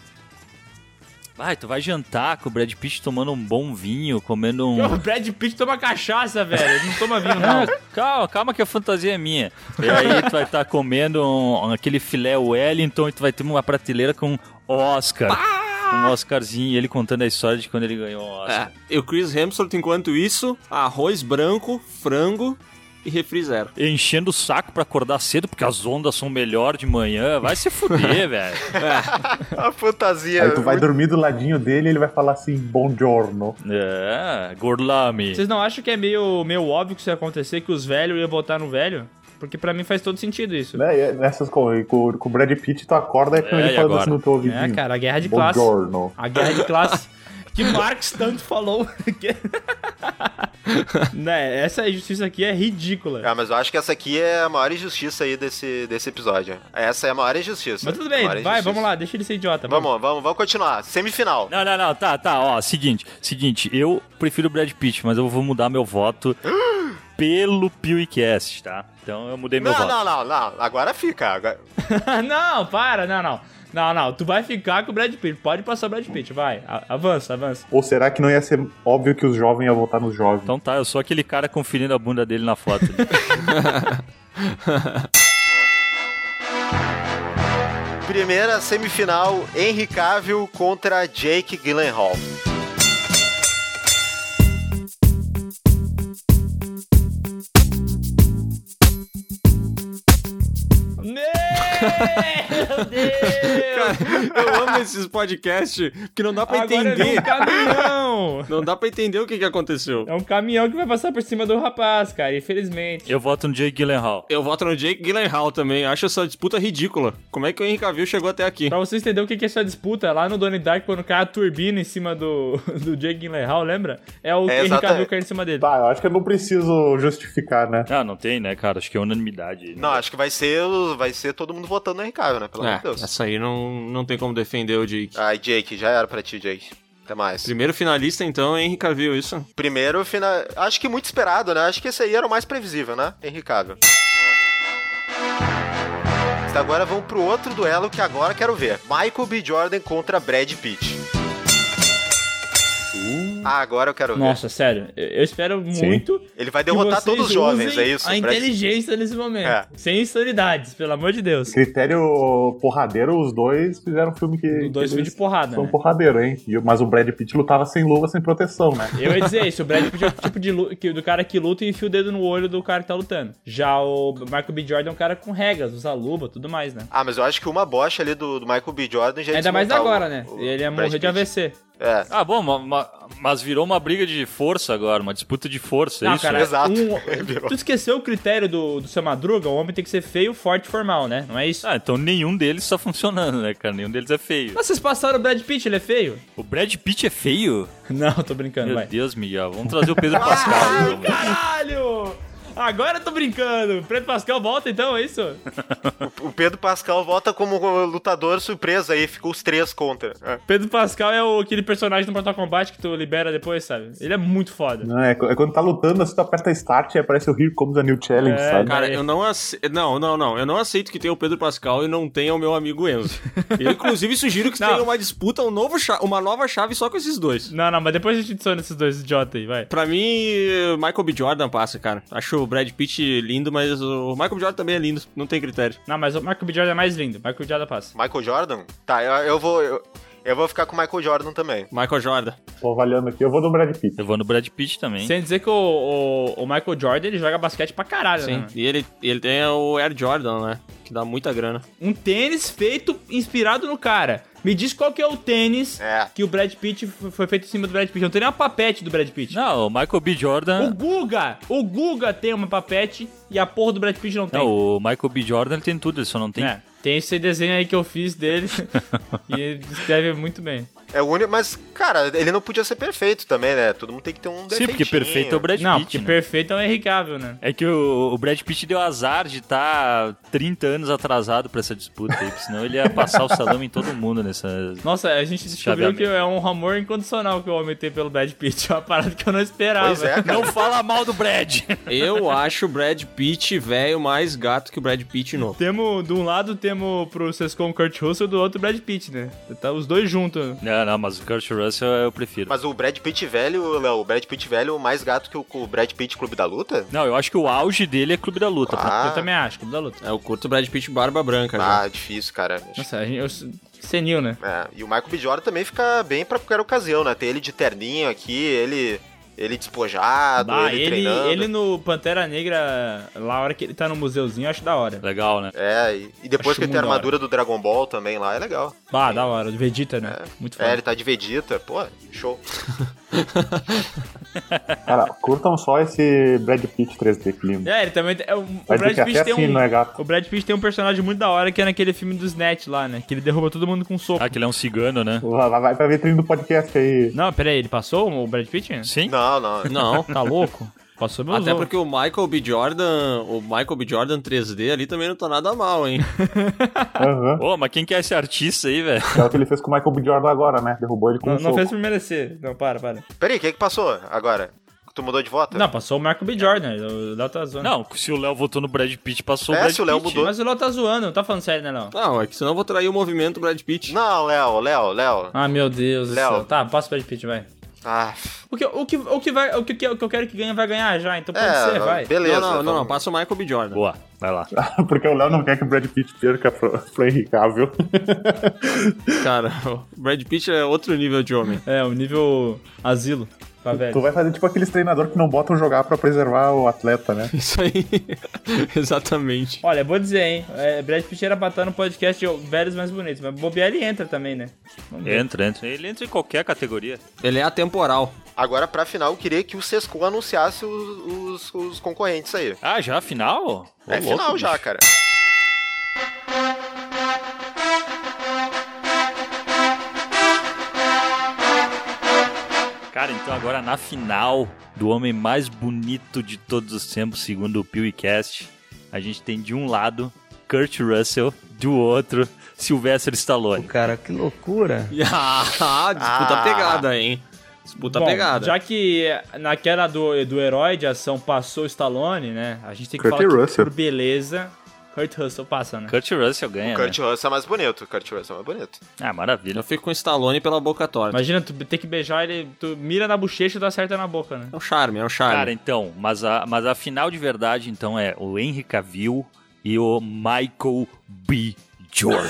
Vai, tu vai jantar com o Brad Pitt tomando um bom vinho, comendo Hum. um... O Brad Pitt toma cachaça, velho. Ele não toma vinho, É, não. Ah, calma, calma que a fantasia é minha. E aí tu vai estar comendo um- aquele filé Wellington e tu vai ter uma prateleira com Oscar. Um Oscarzinho e ele contando a história de quando ele ganhou o Oscar. É. E o Chris Hemsworth, enquanto isso, arroz branco, frango e refri zero. Enchendo o saco pra acordar cedo, porque as ondas são melhor de manhã. Vai se fuder, velho. A fantasia. Aí tu vai dormir do ladinho dele e ele vai falar assim, bom giorno. É, Gorlami. Vocês não acham que é meio, meio óbvio que isso ia acontecer, que os velhos iam votar no velho? Porque pra mim faz todo sentido isso. Né? E Nessas co- e com, com o Brad Pitt, tu acorda e É, ele e falando agora? assim no teu ouvidinho. É, cara, a guerra de bom classe. giorno. A guerra de classe que Marx tanto falou. né, essa injustiça aqui é ridícula. Ah, mas eu acho que essa aqui é a maior injustiça aí desse, desse episódio. Essa é a maior injustiça. Mas tudo bem, vai, Maior injustiça. vamos lá, deixa ele ser idiota. Vamos, vamos, vamos continuar. Semifinal. Não, não, não, tá, tá, ó, seguinte, seguinte, eu prefiro o Brad Pitt, mas eu vou mudar meu voto pelo PewCast, tá? Então eu mudei meu Não, voto. não, não, não. Agora fica. Agora... não, para, não, não. Não, não, tu vai ficar com o Brad Pitt. Pode passar o Brad Pitt, vai. A- Avança, avança. Ou será que não ia ser óbvio que os jovens iam votar nos jovens? Então tá, eu sou aquele cara conferindo a bunda dele na foto. Primeira semifinal, Henry Cavill contra Jake Gyllenhaal. Meu Deus! Eu amo esses podcasts que não dá pra Agora eu vi entender. um caminhão! Não dá pra entender o que, que aconteceu. É um caminhão que vai passar por cima do rapaz, cara, infelizmente. eu voto no Jake Gyllenhaal. Eu voto no Jake Gyllenhaal também. Acho essa disputa ridícula. Como é que o Henrique Cavill chegou até aqui? Pra você entender o que que é essa disputa, lá no Donnie Dark, quando cai a turbina em cima do, do Jake Gyllenhaal, lembra? É o é, Henry É, Cavill exatamente. caindo em cima dele. Tá, eu acho que eu não preciso justificar, né? Ah, não tem, né, cara? Acho que é unanimidade. Não, acho que vai ser, vai ser todo mundo votando no Henry Cavill, né? Pelo amor É, de Deus. assim. essa aí não, não tem como defender o Jake. Ai, Jake, já era pra ti, Jake. Até mais. Primeiro finalista, então, é Henrique Cavill, isso? Primeiro, fina... acho que muito esperado, né? Acho que esse aí era o mais previsível, né? Henry Cavill. Mas Agora vamos pro outro duelo que agora quero ver. Michael B. Jordan contra Brad Pitt. Ah, agora eu quero ver. Uh. Nossa, sério, eu- eu espero muito. Ele vai que derrotar vocês todos os jovens, usem é isso? A Brad- inteligência nesse momento. É. Sem insanidades, pelo amor de Deus. Critério porradeiro, os dois fizeram um filme que. dois filmes que eles de porrada, São né? porradeiro, hein? E o- Mas o Brad Pitt lutava sem luva, sem proteção, né? Eu ia dizer isso, o Brad Pitt é o tipo de lu- que- do cara que luta e enfia o dedo no olho do cara que tá lutando. Já o Michael B. Jordan é um cara com regras, usa luva, tudo mais, né? Ah, mas eu acho que uma bocha ali do, do Michael B. Jordan já ia Ainda mais desmontar o- agora, né? o Ele ia Brad morrer de Pitt. AVC. É. Ah, bom, ma- ma- mas virou uma briga de força agora, uma disputa de força, é Não, isso? Ah, cara, um- tu esqueceu o critério do, do seu Madruga? O homem tem que ser feio, forte e formal, né? Não é isso? Ah, então nenhum deles tá funcionando, né, cara? Nenhum deles é feio. Mas vocês passaram o Brad Pitt, ele é feio? O Brad Pitt é feio? Não, tô brincando, Meu vai. Deus, Miguel, vamos trazer o Pedro Pascal. então. viu? Caralho! Agora eu tô brincando. Preto Pascal volta então, é isso? O Pedro Pascal volta como lutador surpresa aí, ficou os três contra. É. Pedro Pascal é o, aquele personagem do Mortal Kombat que tu libera depois, sabe? Ele é muito foda. Não, é, é quando tá lutando, assim, tu aperta start e aparece o Here Comes a New Challenge, É, sabe? Cara, eu não aceito. Não, não, não. Eu não aceito que tenha o Pedro Pascal e não tenha o meu amigo Enzo. Eu, inclusive, sugiro que Não. tenha uma disputa, um novo cha- uma nova chave só com esses dois. Não, não, mas depois a gente adiciona esses dois idiotas aí, vai. Pra mim, Michael B. Jordan passa, cara. Acho o Brad Pitt lindo, mas o Michael B. Jordan também é lindo. Não tem critério. Não, mas o Michael B. Jordan é mais lindo. Michael B. Jordan passa. Michael Jordan? Tá, eu, eu vou. Eu, eu vou ficar com o Michael Jordan também. Michael Jordan. Tô avaliando aqui, eu vou no Brad Pitt. Eu vou no Brad Pitt também. Sem dizer que o, o- o Michael Jordan ele joga basquete pra caralho, né? Sim. mano? E ele, ele tem o Air Jordan, né? Que dá muita grana. Um tênis feito inspirado no cara. Me diz qual que é o tênis que o Brad Pitt f- foi feito em cima do Brad Pitt. Não tem nem uma papete do Brad Pitt. Não, o Michael B. Jordan. O Guga! O Guga tem uma papete e a porra do Brad Pitt não tem. Não, o Michael B. Jordan ele tem tudo, ele só não tem. É, tem esse desenho aí que eu fiz dele e ele descreve muito bem. É o único. Mas, cara, ele não podia ser perfeito também, né? Todo mundo tem que ter um defeitinho. Não, porque perfeito é o Henry Cavill, né? né? É que o, o Brad Pitt deu azar de estar 30 anos atrasado pra essa disputa aí, porque senão ele ia passar o salame em todo mundo nessa. Nossa, a gente descobriu Chaveamento. que é um amor incondicional que o homem tem pelo Brad Pitt. É uma parada que eu não esperava. é. Não fala mal do Brad! Eu acho o Brad Pitt velho mais gato que o Brad Pitt novo. Temos, de um lado, temos pro Sescom Kurt Russell, do outro Brad Pitt, né? Tá os dois juntos. Não, não, mas o Kurt Russell eu prefiro. Mas o Brad Pitt velho, Léo, o Brad Pitt velho é mais gato que o, o Brad Pitt Clube da Luta? Não, eu acho que o auge dele é Clube da Luta. Ah. Eu também acho, clube da luta. É, eu curto o Brad Pitt barba branca. Ah, difícil, cara. Nossa, a gente, eu, senil, né? É, e o Michael B. Jordan também fica bem pra qualquer ocasião, né? Tem ele de terninho aqui, ele. Ele despojado, Ah, ele, ele, Tá treinando. ele no Pantera Negra, lá a hora que ele tá no museuzinho, eu acho da hora. Legal, né? É, e, e depois Acho que ele tem muito a da hora. armadura do Dragon Ball também lá, é legal. Bah, da hora, do Vegeta, né? Muito É, foda. ele tá de Vegeta, pô, show. Cara, curtam só esse Brad Pitt 3D que lindo. É, ele também. tem- é, o, o Mas Brad porque Pitt até tem assim um. não é gato. O Brad Pitt tem um personagem muito da hora que é naquele filme do Snatch lá, né? Que ele derruba todo mundo com um soco. Ah, que ele é um cigano, né? Vai, vai- vai pra vitrine do podcast aí. Não, pera aí, ele passou o Brad Pitt? Sim. Não, não. Não. Tá louco? Passou meu Até Até porque o Michael B. Jordan, o Michael B. Jordan 3D ali também não tá nada mal, hein? Aham. Ô, mas quem que é esse artista aí, velho? É o que ele fez com o Michael B. Jordan agora, né? Derrubou ele com Não, um não soco. fez pra merecer. Não, para, para. Peraí, o que que passou agora? Tu mudou de voto? Não, passou o Marco B. Jordan. O Léo tá zoando. Não, se o Léo votou no Brad Pitt, passou É, o Brad se o Léo Pitt. mudou. Mas o Léo tá zoando, não tá falando sério, né, Léo? Não, é que senão eu vou trair o movimento Brad Pitt. Não, Léo, Léo, Léo. Ah, meu Deus. do Léo. céu. Tá, passa o Brad Pitt, vai. Ah, O que, o, que, o, que vai, o, que, o que eu quero que ganhe vai ganhar já, então pode É, ser, vai. beleza, Não, não, não, vamos. não, passa o Michael B. Jordan. Boa, vai lá. Porque o Léo não quer que o Brad Pitt perca pro, pro ah, Henry Cavill. Cara, o Brad Pitt é outro nível de homem. É, o nível asilo pra velho. Tu vai fazer tipo aqueles treinadores que não botam jogar pra preservar o atleta, né? Isso aí. Exatamente. Olha, vou dizer, hein. É, Brad Pitt era pra estar no podcast de velhos mais bonitos, mas bobear ele entra também, né? Vamos ver. Entra, entra. Ele entra em qualquer categoria. Ele é atemporal. Agora, pra final, eu queria que o Sescon anunciasse os, os- os concorrentes aí. Ah, já final? Ô, é louco, final bicho. já, cara. Cara, então agora na final do homem mais bonito de todos os tempos, segundo o PewCast, a gente tem de um lado Kurt Russell, do outro Sylvester Stallone. Cara, que loucura. Ah, disputa Ah. pegada, hein? Disputa Bom, pegada. já que naquela do, do herói de ação passou o Stallone, né? A gente tem que Kurt falar que Russell. por beleza, Kurt Russell passa, né? Kurt Russell ganha, O Kurt Russell é mais bonito, o Kurt Russell é mais bonito. né? Ah, maravilha. Eu fico com o Stallone pela boca torta. Imagina, tu ter que beijar ele, tu mira na bochecha e tu acerta na boca, né? É um charme, é um charme. Cara, então, mas a, mas a final de verdade, então, é o Henry Cavill e o Michael B. Jordan.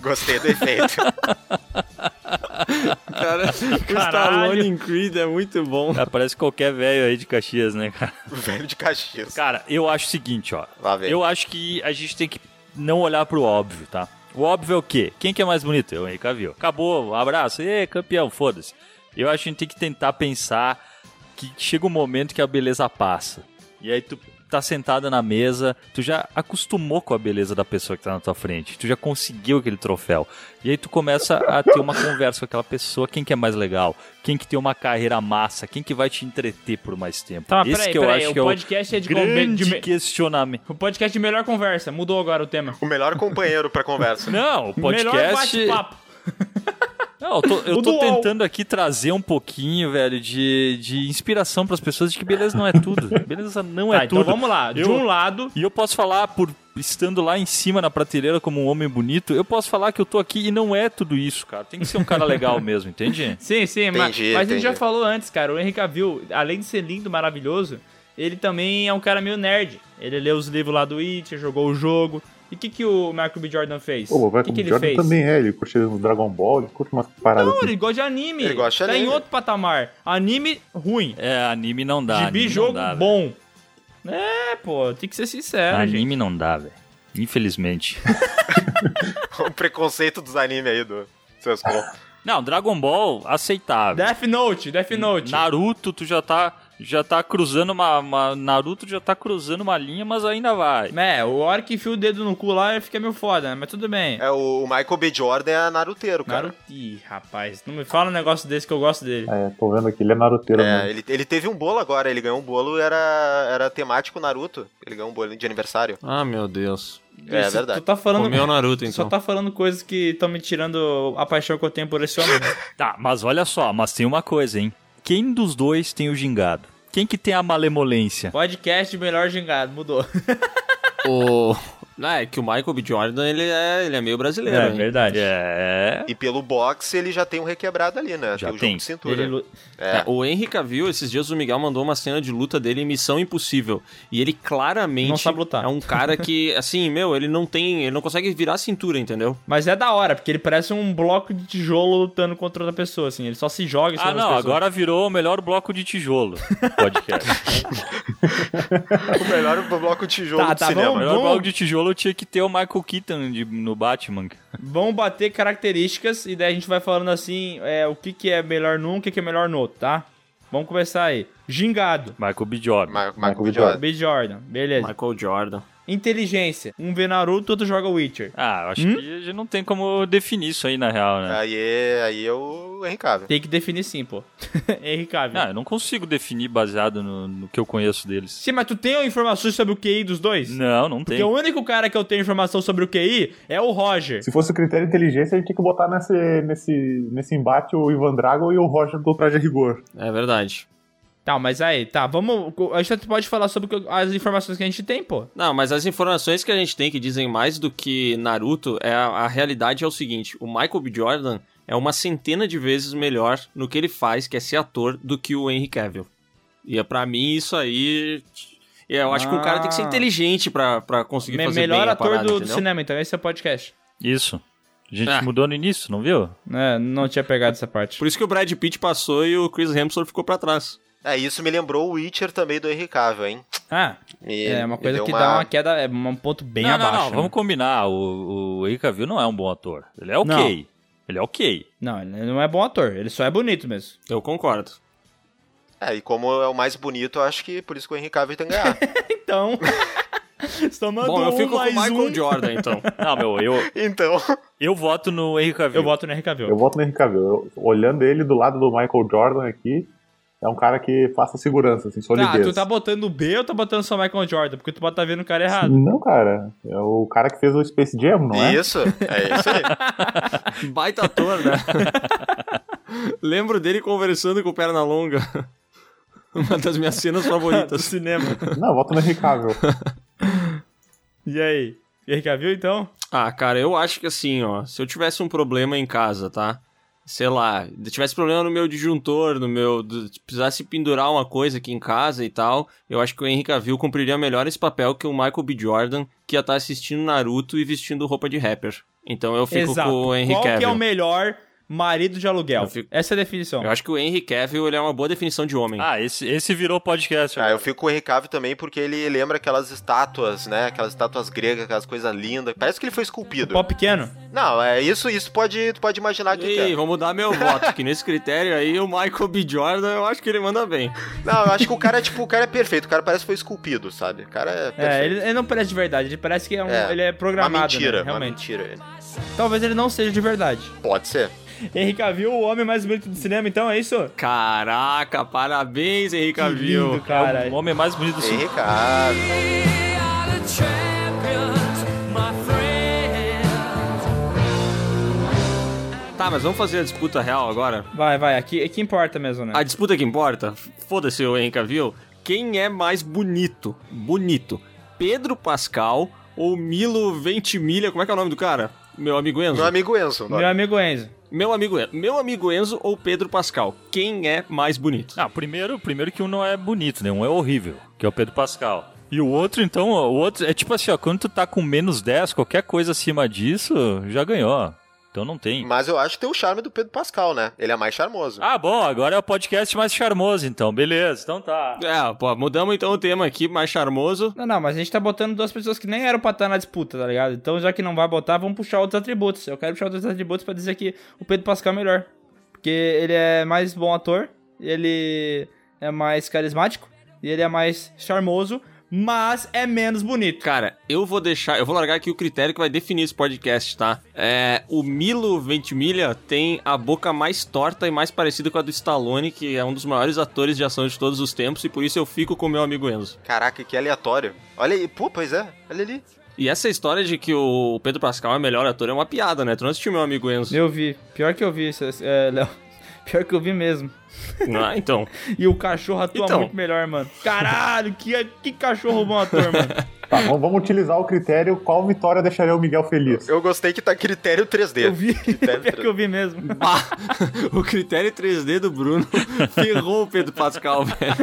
Gostei do efeito. Cara, então, o Stallone em Creed é muito bom. Ah, Parece qualquer velho aí de Caxias, né, cara? Velho de Caxias. Cara, eu acho o seguinte, ó. Lá vem. Eu acho que a gente tem que não olhar pro óbvio, tá? O óbvio é o quê? Quem que é mais bonito? Eu, Henrique Cavill. Acabou, um abraço. Ê, campeão, foda-se. Eu acho que a gente tem que tentar pensar que chega um momento que a beleza passa. E aí tu tá sentada na mesa, tu já acostumou com a beleza da pessoa que tá na tua frente. Tu já conseguiu aquele troféu. E aí tu começa a ter uma conversa com aquela pessoa, quem que é mais legal, quem que tem uma carreira massa, quem que vai te entreter por mais tempo. Tá, mas Esse peraí, que eu peraí. acho o que é o podcast é de, conver- de grande me- questionamento. O podcast é de melhor conversa. Mudou agora o tema. O melhor companheiro pra conversa. né? Não, o Melhor podcast. bate-papo. Não, eu tô, eu O tô do UOL. tentando aqui trazer um pouquinho, velho, de, de inspiração pras pessoas de que beleza não é tudo. Beleza não é Tá, tudo. então vamos lá. De Eu- um lado, E eu posso falar por estando lá em cima na prateleira como um homem bonito, eu posso falar que eu tô aqui e não é tudo isso, cara. Tem que ser um cara legal mesmo, entende? Sim, sim, ma- mas, Entendi, a gente já entendi. falou antes, cara. O Henrique Cavill, além de ser lindo, maravilhoso, ele também é um cara meio nerd. Ele leu os livros lá do It, jogou o jogo. E o que, que o Michael B. Jordan fez? Pô, vai o que, com que o ele Jordan fez? também é, ele curte o Dragon Ball, ele curte umas paradas. Não, assim. ele gosta de anime. Ele gosta de tá em anime. outro patamar. Anime ruim. É, anime não dá. Gibi anime jogo não dá, velho. bom. É, pô, tem que ser sincero, gente. Anime não dá, velho. Infelizmente. o preconceito dos animes aí do Sescon. Não, Dragon Ball, aceitável. Death Note, Death Note. Naruto, tu já tá, já tá cruzando uma, uma- Naruto já tá cruzando uma linha, mas ainda vai. É, o hora que enfia o dedo no cu lá fica meio foda, né? Mas tudo bem. É, o Michael B. Jordan é naruteiro, cara. Naruto. Ih, rapaz, não me fala um negócio desse que eu gosto dele. É, tô vendo aqui, ele é naruteiro É, mesmo. ele, ele teve um bolo agora, ele ganhou um bolo, era, era temático Naruto. Ele ganhou um bolo de aniversário. Ah, meu Deus. É, Isso, verdade. Tu tá falando. Comeu o Naruto, Só então. tá falando coisas que estão me tirando a paixão que eu tenho por esse homem. Tá, mas olha só, mas tem uma coisa, hein? Quem dos dois tem o gingado? Quem que tem a malemolência? Podcast melhor gingado, mudou. O... Não, é que o Michael B. Jordan, ele é, ele é meio brasileiro, hein? verdade. É. E pelo boxe ele já tem um requebrado ali, né? Já o tem. jogo de cintura. Ele lu- É. É, O Henry Cavill, esses dias o Miguel mandou uma cena de luta dele em Missão Impossível. E ele claramente Não sabe lutar. é um cara que, assim, meu, ele não tem. Ele não consegue virar a cintura, entendeu? Mas é da hora, porque ele parece um bloco de tijolo lutando contra outra pessoa, assim. Ele só se joga em cima Ah, das não, pessoas. agora virou o melhor bloco de tijolo. Podcast. O melhor bloco de tijolo Tá, do tá, cinema. o vamos- melhor bloco de tijolo tinha que ter o Michael Keaton de- no Batman. Vamos bater características e daí a gente vai falando assim: é, o que, que é melhor num, o que, que é melhor no outro, tá? Vamos começar aí. Gingado. Michael B. Jordan. Ma- Michael Michael B. B. Jordan. Jordan. B. Jordan, beleza. Michael Jordan. Inteligência. Um vê Naruto, outro joga Witcher. Ah, eu acho Hum? que a gente não tem como definir isso aí, na real, né? Aí, aí é o Henrique Cavill. Tem que definir sim, pô. Henrique Cavill. Ah, eu não consigo definir baseado no, no que eu conheço deles. Sim, mas tu tem informações sobre o QI dos dois? Não, não Porque tem. o único cara que eu tenho informação sobre o QI é o Roger. Se fosse o critério de inteligência, a gente tinha que botar nesse, nesse, nesse embate o Ivan Drago e o Roger do Traje a Rigor. É verdade. Tá, mas aí, tá, vamos. A gente pode falar sobre o que- as informações que a gente tem, pô. Não, mas as informações que a gente tem que dizem mais do que Naruto, é a, a realidade é o seguinte: o Michael B. Jordan é uma centena de vezes melhor no que ele faz, que é ser ator, do que o Henry Cavill. E é pra mim isso aí. é, Eu acho que o cara tem que ser Ah. inteligente pra, pra conseguir Me- fazer melhor bem a ator parada, do, do entendeu? cinema, então esse é o podcast. Isso. A gente Ah. mudou no início, não viu? É, não tinha pegado essa parte. Por isso que o Brad Pitt passou e o Chris Hemsworth ficou pra trás. É, isso me lembrou o Witcher também do Henrique Cavill, hein? Ah, Me- é uma me coisa deu que dá uma queda, é um ponto bem não, abaixo. né? não, não, vamos combinar. O, o Henry Cavill não é um bom ator. Ele é ok. Não. Ele é ok. Não, ele não é bom ator, ele só é bonito mesmo. Eu concordo. É, e como é o mais bonito, eu acho que por isso que o Henrique Cavill tem que ganhar. Então. Tomando Bom, eu um fico com o mais Michael um. Jordan, então. Não, meu, eu, então, eu voto no Henry Cavill. Eu voto no RKV. Eu volto no Henrique Cavill. Eu- olhando ele do lado do Michael Jordan aqui, é um cara que passa segurança, assim, Tá, tu solidez. tá botando o B ou tá botando só Michael Jordan? Porque tu pode tá vendo o cara errado. Não, cara. É o cara que fez o Space Jam, não é? Isso, é isso aí. Baita ator, né? Lembro dele conversando com o Pernalonga. Uma das minhas cenas tá Do favoritas. cinema. Não, volta no Henrique Cavill. E aí? RKV então? Ah, cara, eu acho que assim, ó, se eu tivesse um problema em casa, tá? Sei lá, se tivesse problema no meu disjuntor, no meu. do- se precisasse pendurar uma coisa aqui em casa e tal, eu acho que o Henry Cavill cumpriria melhor esse papel que o Michael B. Jordan, que ia estar assistindo Naruto e vestindo roupa de rapper. Então eu fico Exato. com o Henry Qual Cavill. que é o melhor marido de aluguel? Eu fico- Essa é a definição. Eu acho que o Henry Cavill ele é uma boa definição de homem. Ah, esse, esse virou podcast. né? Ah, agora. eu fico com o Henrique Cavill também porque ele lembra aquelas estátuas, né? Aquelas estátuas gregas, aquelas coisas lindas. Parece que ele foi esculpido. Pó pequeno? Não, é isso, isso pode, tu pode imaginar que Ei, é. vou mudar meu voto, que nesse critério aí o Michael B. Jordan, eu acho que ele manda bem. Não, eu acho que o cara, é, tipo, o cara é perfeito. O cara parece que foi esculpido, sabe? O cara é É, perfeito. ele, ele não parece de verdade, ele parece que é um- É, ele é programado. uma mentira, né, uma realmente. mentira. ele. Talvez ele não seja de verdade. Pode ser. Henrique Cavill, o homem mais bonito do cinema, então é isso? Caraca, parabéns, Henrique Que lindo, Cavill. cara. É o homem mais bonito do cinema. Henrique Cavill. Tá, mas vamos fazer a disputa real agora? Vai, vai, aqui, aqui importa mesmo, né? A disputa que importa, foda-se o Henrique Cavill, quem é mais bonito? Bonito. Pedro Pascal ou Milo Ventimiglia, como é que é o nome do cara? Meu amigo Enzo. Meu amigo Enzo. Meu amigo Enzo. Meu amigo Enzo. Meu amigo Enzo ou Pedro Pascal? Quem é mais bonito? Ah, primeiro, primeiro que um não é bonito, né? Um é horrível, que é o Pedro Pascal. E o outro, então, ó, o outro é tipo assim, ó, quando tu tá com menos 10, qualquer coisa acima disso, já ganhou. Então não tem. Mas eu acho que tem o charme do Pedro Pascal, né? Ele é mais charmoso. Ah, bom, agora é o podcast mais charmoso, então. Beleza, então tá. É, pô, mudamos então o tema aqui, mais charmoso. Não, não, mas a gente tá botando duas pessoas que nem eram pra estar na disputa, tá ligado? Então, já que não vai botar, vamos puxar outros atributos. Eu quero puxar outros atributos pra dizer que o Pedro Pascal é melhor. Porque ele é mais bom ator, ele é mais carismático, e ele é mais charmoso, mas é menos bonito. Cara, eu vou deixar, eu vou largar aqui o critério que vai definir esse podcast, tá? É, o Milo Ventimiglia tem a boca mais torta e mais parecida com a do Stallone, que é um dos maiores atores de ação de todos os tempos, e por isso eu fico com o meu amigo Enzo. Caraca, que aleatório. Olha aí, pô, pois é. Olha ali. E essa história de que o Pedro Pascal é o melhor ator é uma piada, né? Tu não assistiu meu amigo Enzo? Eu vi. Pior que eu vi, isso- é, Léo. Pior que eu vi mesmo. Ah, então. E o cachorro atua Então. muito melhor, mano. Caralho, que, que cachorro bom ator, mano. Tá, vamos, vamos utilizar o critério qual vitória deixaria o Miguel feliz. Eu gostei que tá critério 3D. Eu vi. Critério Pior que 3D. eu vi mesmo. Bah, o critério 3D do Bruno ferrou o Pedro Pascal, velho.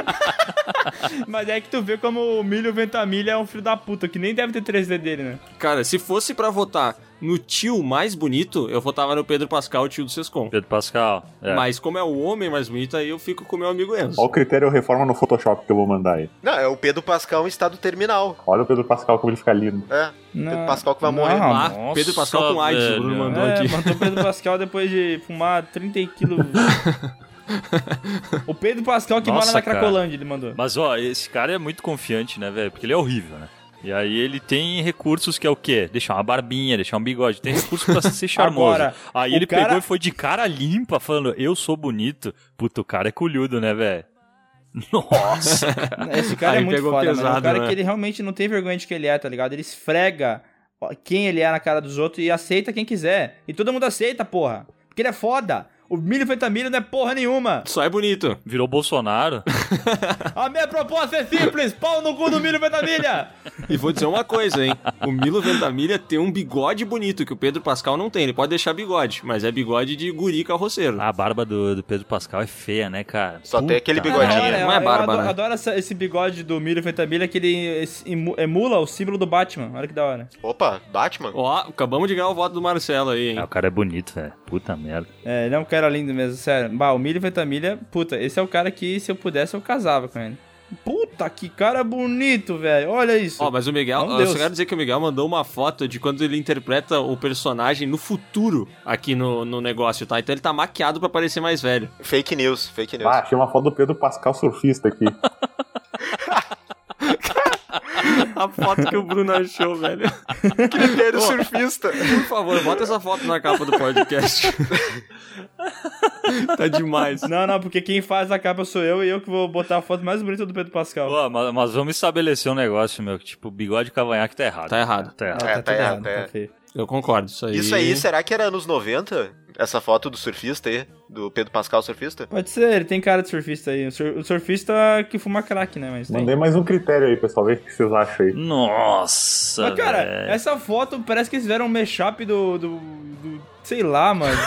Mas é que tu vê como o milho ventamilha é um filho da puta, que nem deve ter 3D dele, né? Cara, se fosse pra votar no tio mais bonito, eu votava no Pedro Pascal, o tio do Sescom. Pedro Pascal. É. Mas como é o homem mais bonito, aí eu fico com o meu amigo Enzo. Olha o critério reforma no Photoshop que eu vou mandar aí. Não, é o Pedro Pascal em estado terminal. Olha o Pedro Pascal como ele fica lindo. É. Pedro Pascal que vai morrer. Não, Ah, Nossa, Pedro Pascal com AIDS, o Bruno velho. mandou é, aqui. mandou o Pedro Pascal depois de fumar 30 quilos. o Pedro Pascal que Nossa, mora na cara. Cracolândia, ele mandou. Mas ó, esse cara é muito confiante, né, velho? Porque ele é horrível, né? E aí ele tem recursos que é o quê? Deixar uma barbinha, deixar um bigode. Tem recursos pra ser charmoso. Agora, aí o ele cara- pegou e foi de cara limpa, falando, eu sou bonito. Puta, o cara é culhudo, né, velho? Nossa! Esse cara é muito foda, mano. É um cara né? que ele realmente não tem vergonha de que ele é, tá ligado? Ele esfrega quem ele é na cara dos outros e aceita quem quiser. E todo mundo aceita, porra. Porque ele é foda. O milho fentamilho não é porra nenhuma. Só é bonito. Virou Bolsonaro? A minha proposta é simples. Pau no cu do milho fentamilha. E vou dizer uma coisa, hein? O Milo Ventamilha tem um bigode bonito que o Pedro Pascal não tem. Ele pode deixar bigode, mas é bigode de guri carroceiro. Ah, A barba do, do Pedro Pascal é feia, né, cara? Só tem aquele bigodinho. Cara, Não é eu- eu barba, adoro, né? adoro essa- esse bigode do milho fentamilha que ele es- emu- emula o símbolo do Batman. Olha que da hora. Opa, Batman? Ó, acabamos de ganhar o voto do Marcelo aí, hein? O cara é bonito, velho. Puta merda. É, ele é um cara lindo mesmo, sério. Bah, o Milho Ventamilha, puta, esse é o cara que se eu pudesse eu casava com ele. Puta, que cara bonito, velho. Olha isso. Ó, mas o Miguel, Não, eu Deus. só quero dizer que o Miguel mandou uma foto de quando ele interpreta o personagem no futuro aqui no, no negócio, tá? Então ele tá maquiado pra parecer mais velho. Fake news, fake news. Ah, achei uma foto do Pedro Pascal surfista aqui. A foto que o Bruno achou, velho. Critério Ô, surfista. Por favor, bota essa foto na capa do podcast. tá demais. Não, não, porque quem faz a capa sou eu e eu que vou botar a foto mais bonita do Pedro Pascal. Pô, mas, mas vamos estabelecer um negócio, meu. que, Tipo, bigode e cavanhaque tá errado. Tá errado. Tá errado. É, tá, errado, tá tá errado. feio. Eu concordo, isso aí. Isso é- aí, será que era anos 90? Essa foto do surfista aí? Do Pedro Pascal surfista? Pode ser, ele tem cara de surfista aí. O sur- o surfista que fuma crack, né? Mas tem. Mandei mais um critério aí, pessoal. Vê o que vocês acham aí. Nossa! Mas, cara, é velho. essa foto parece que eles fizeram um mashup do. do, do- sei lá, mano.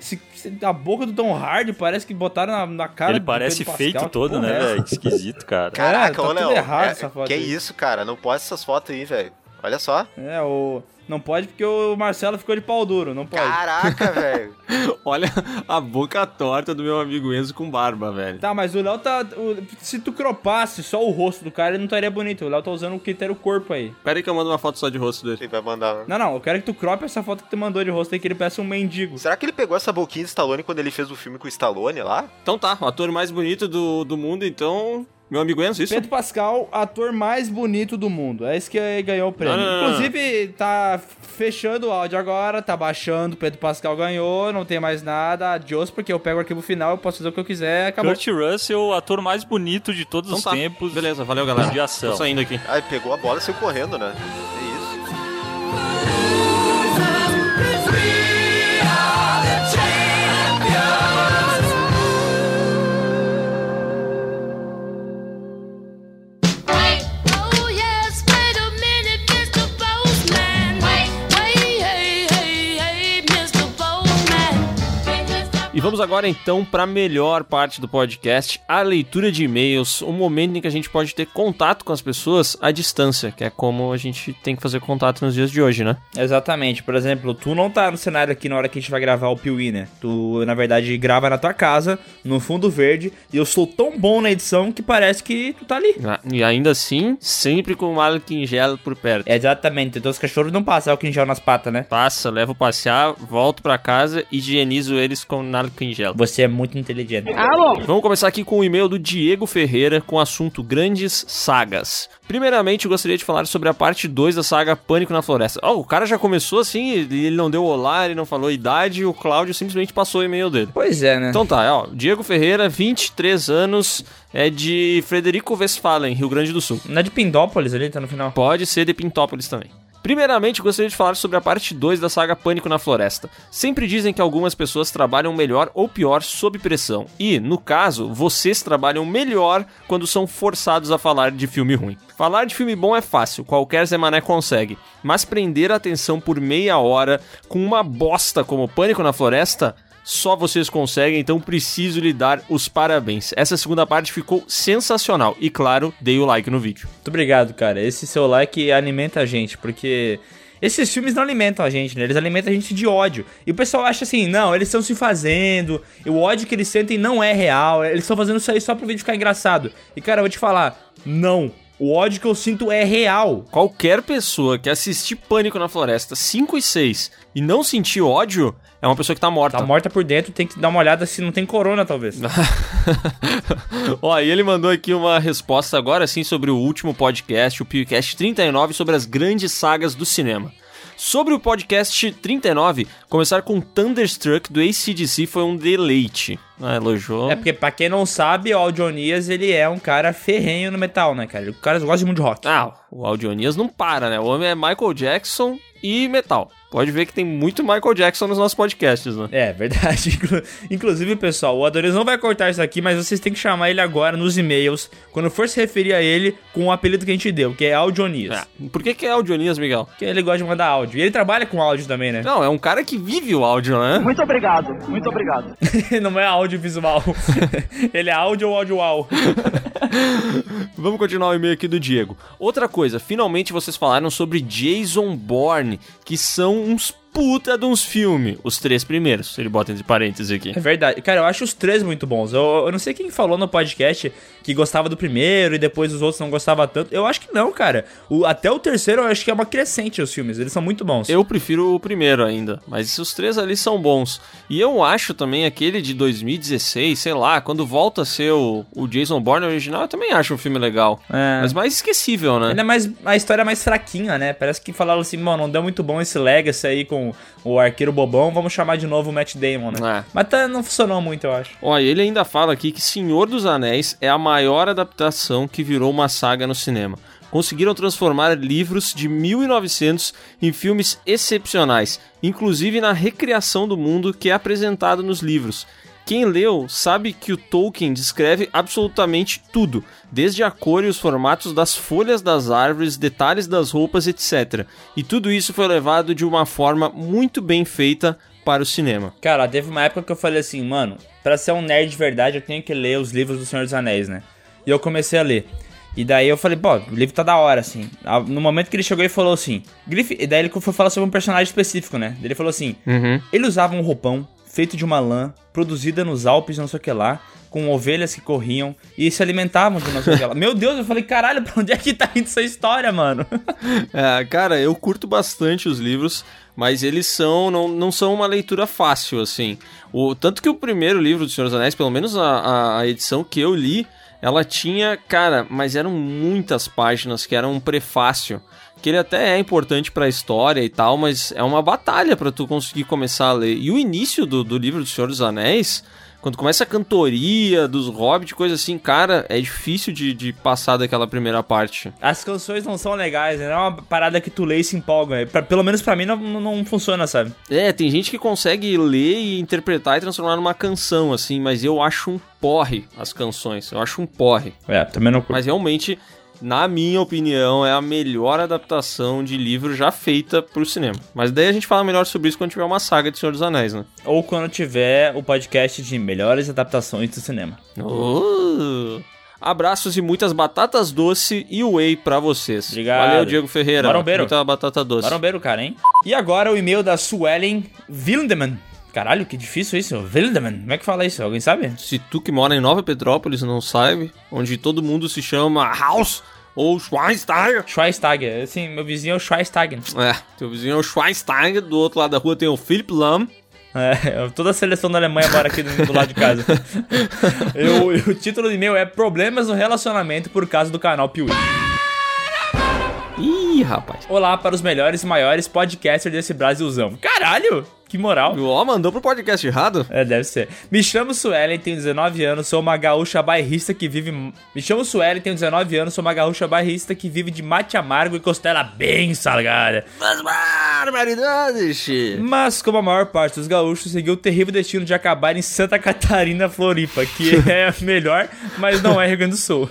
Esse- esse- a boca do Tom Hardy parece que botaram na, na cara Ele do parece Pedro feito Pascal. Que todo, porra é né, essa? velho? Esquisito, cara. É, Caraca, tá ô tudo Léo. errado é- essa foto que aí. isso, cara? Não posta essas fotos aí, velho. Olha só. É, o. Não pode porque o Marcelo ficou de pau duro, não pode. Caraca, velho. Olha a boca torta do meu amigo Enzo com barba, velho. Tá, mas o Léo tá. o- se tu cropasse só o rosto do cara, ele não estaria bonito. O Léo tá usando o critério corpo aí. Pera aí que eu mando uma foto só de rosto dele. Ele vai mandar. Não, não, eu quero que tu crope essa foto que tu mandou de rosto aí, que ele parece um mendigo. Será que ele pegou essa boquinha de Stallone quando ele fez o filme com o Stallone lá? Então tá, o ator mais bonito do, do mundo, então. Meu amigo Enzo, isso? Pedro Pascal, ator mais bonito do mundo. É isso que ganhou o prêmio. Não, não, não, não. Inclusive, tá fechando o áudio agora, tá baixando. Pedro Pascal ganhou, não tem mais nada. Adiós, porque eu pego o arquivo final, eu posso fazer o que eu quiser. Acabou. Kurt Russell, o ator mais bonito de todos Então os tá. tempos. Beleza, valeu, galera. De ação. Tô saindo aqui. Ah, ele pegou a bola e saiu correndo, né? É isso. Oh yes, wait a minute, Mr. Boseman. Wait, wait, hey, hey, hey, Mr. Boseman. E vamos agora então para a melhor parte do podcast, a leitura de e-mails, o momento em que a gente pode ter contato com as pessoas à distância, que é como a gente tem que fazer contato nos dias de hoje, né? Exatamente. Por exemplo, tu não tá no cenário aqui na hora que a gente vai gravar o Piuí, né? Tu, na verdade, grava na tua casa, no fundo verde, e eu sou tão bom na edição que parece que tu tá ali. Ah, E ainda assim, sempre com o alho quingelo por perto. Exatamente. Então os cachorros não passam o quinjal nas patas, né? Passa, levo passear, volto para casa e higienizo eles com alho quingelo. Você é muito inteligente. Vamos começar aqui com o e-mail do Diego Ferreira com o assunto Grandes Sagas. Primeiramente, eu gostaria de falar sobre a parte 2 da saga Pânico na Floresta. Ó, o cara já começou assim, ele ele não deu olá, ele não falou idade, o Cláudio simplesmente passou o e-mail dele. Pois é, né? Então tá, ó, Diego Ferreira, 23 anos, é de Frederico Westphalen, Rio Grande do Sul. Não é de Pindópolis ali, tá no final. Pode ser de Pintópolis também. Primeiramente, gostaria de falar sobre a parte 2 da saga Pânico na Floresta. Sempre dizem que algumas pessoas trabalham melhor ou pior sob pressão. E, no caso, vocês trabalham melhor quando são forçados a falar de filme ruim. Falar de filme bom é fácil, qualquer Zé Mané consegue. Mas prender a atenção por meia hora com uma bosta como Pânico na Floresta só vocês conseguem, então preciso lhe dar os parabéns. Essa segunda parte ficou sensacional e, claro, dei o like no vídeo. Muito obrigado, cara. Esse seu like alimenta a gente, porque esses filmes não alimentam a gente, né? Eles alimentam a gente de ódio. E o pessoal acha assim, não, eles estão se fazendo, e o ódio que eles sentem não é real, eles estão fazendo isso aí só pro vídeo ficar engraçado. E, cara, eu vou te falar, não. O ódio que eu sinto é real. Qualquer pessoa que assistir Pânico na Floresta 5 e 6 e não sentir ódio é uma pessoa que tá morta. Tá morta por dentro, tem que dar uma olhada se não tem corona, talvez. Ó, e ele mandou aqui uma resposta agora sim sobre o último podcast, o PewCast 39, sobre as grandes sagas do cinema. Sobre o podcast 39, começar com Thunderstruck do ACDC foi um deleite. Ah, elogiou. É porque, pra quem não sabe, o Audionias, ele é um cara ferrenho no metal, né, cara? O cara gosta muito de rock. Ah, o Audionias não para, né? O homem é Michael Jackson e metal. Pode ver que tem muito Michael Jackson nos nossos podcasts, né? É, verdade. Inclu- Inclusive, pessoal, o Adonis não vai cortar isso aqui, mas vocês têm que chamar ele agora nos e-mails, quando for se referir a ele, com o apelido que a gente deu, que é Audionias. Por que, que é Audionias, Miguel? Porque ele gosta de mandar áudio. E ele trabalha com áudio também, né? Não, é um cara que vive o áudio, né? Muito obrigado, muito obrigado. não é audiovisual. ele é áudio ou audiovisual? Vamos continuar o e-mail aqui do Diego. Outra coisa, finalmente vocês falaram sobre Jason Bourne, que são uns puta de uns filmes. Os três primeiros, ele bota entre parênteses aqui. É verdade. Cara, eu acho os três muito bons. Eu, eu não sei quem falou no podcast que gostava do primeiro e depois os outros não gostava tanto. Eu acho que não, cara. O- até o terceiro eu acho que é uma crescente os filmes. Eles são muito bons. Eu prefiro o primeiro ainda, mas os três ali são bons. E eu acho também aquele de 2016, sei lá, quando volta a ser o, o Jason Bourne original, eu também acho um filme legal. É. Mas mais esquecível, né? Ainda mais a história é mais fraquinha, né? Parece que falaram assim, mano, não deu muito bom esse Legacy aí com o arqueiro bobão, vamos chamar de novo o Matt Damon, É. né? Mas tá- não funcionou muito, eu acho. Ó, e ele ainda fala aqui que Senhor dos Anéis é a maior adaptação que virou uma saga no cinema. Conseguiram transformar livros de 1900 em filmes excepcionais, inclusive na recriação do mundo que é apresentado nos livros. Quem leu sabe que o Tolkien descreve absolutamente tudo, desde a cor e os formatos das folhas das árvores, detalhes das roupas, etc. E tudo isso foi levado de uma forma muito bem feita para o cinema. Cara, teve uma época que eu falei assim, mano, pra ser um nerd de verdade, eu tenho que ler os livros do Senhor dos Anéis, né? E eu comecei a ler. E daí eu falei, pô, o livro tá da hora, assim. Ah, No momento que ele chegou, ele falou assim... Griff... E daí ele foi falar sobre um personagem específico, né? Ele falou assim... Uhum. Ele usava um roupão feito de uma lã, produzida nos Alpes, não sei o que lá, com ovelhas que corriam e se alimentavam de não sei o que lá. Meu Deus, eu falei, caralho, pra onde é que tá indo essa história, mano? É, cara, eu curto bastante os livros, mas eles são não, não são uma leitura fácil, assim. O, tanto que o primeiro livro do Senhor dos Anéis, pelo menos a, a- a edição que eu li, ela tinha, cara, mas eram muitas páginas que eram um prefácio. Que ele até é importante pra história e tal, mas é uma batalha pra tu conseguir começar a ler. E o início do, do livro do Senhor dos Anéis, quando começa a cantoria dos hobbits, coisa assim, cara, é difícil de, de passar daquela primeira parte. As canções não são legais, né? Não é uma parada que tu lê e se empolga. né? Pra- pelo menos pra mim não, não- não funciona, sabe? É, tem gente que consegue ler e interpretar e transformar numa canção, assim, mas eu acho um porre as canções. Eu acho um porre. É, também não curto. Mas realmente, na minha opinião, é a melhor adaptação de livro já feita pro cinema. Mas daí a gente fala melhor sobre isso quando tiver uma saga de Senhor dos Anéis, né? Ou quando tiver o podcast de melhores adaptações do cinema. Uh! Abraços e muitas batatas doce e whey pra vocês. Obrigado. Valeu, Diego Ferreira. Marombeiro. Muita batata doce. Marombeiro, cara, hein? E agora o e-mail da Suelen Wildeman. Caralho, que difícil isso. Wildeman. Como é que fala isso? Alguém sabe? Se tu que mora em Nova Petrópolis não sabe, onde todo mundo se chama House ou Schweinsteiger. Schweinsteiger. Assim, meu vizinho é o Schweinsteiger. É, teu vizinho é o Schweinsteiger, do outro lado da rua tem o Philip Lahm. É, toda a seleção da Alemanha mora aqui do, do lado de casa. Eu- e o título do e-mail é Problemas no Relacionamento por causa do canal Piuí. Ih, rapaz. Olá para os melhores e maiores podcasters desse Brasilzão. Caralho! Que moral. Ó, mandou pro podcast errado? É, deve ser. Me chamo Suelen, tenho 19 anos, sou uma gaúcha bairrista que vive... Me chamo Suelen, tenho 19 anos, sou uma gaúcha bairrista que vive de mate amargo e costela bem salgada. Mas barbaridades! Mas, como a maior parte dos gaúchos, seguiu o terrível destino de acabar em Santa Catarina, Floripa, que é melhor, mas não é Rio Grande do Sul.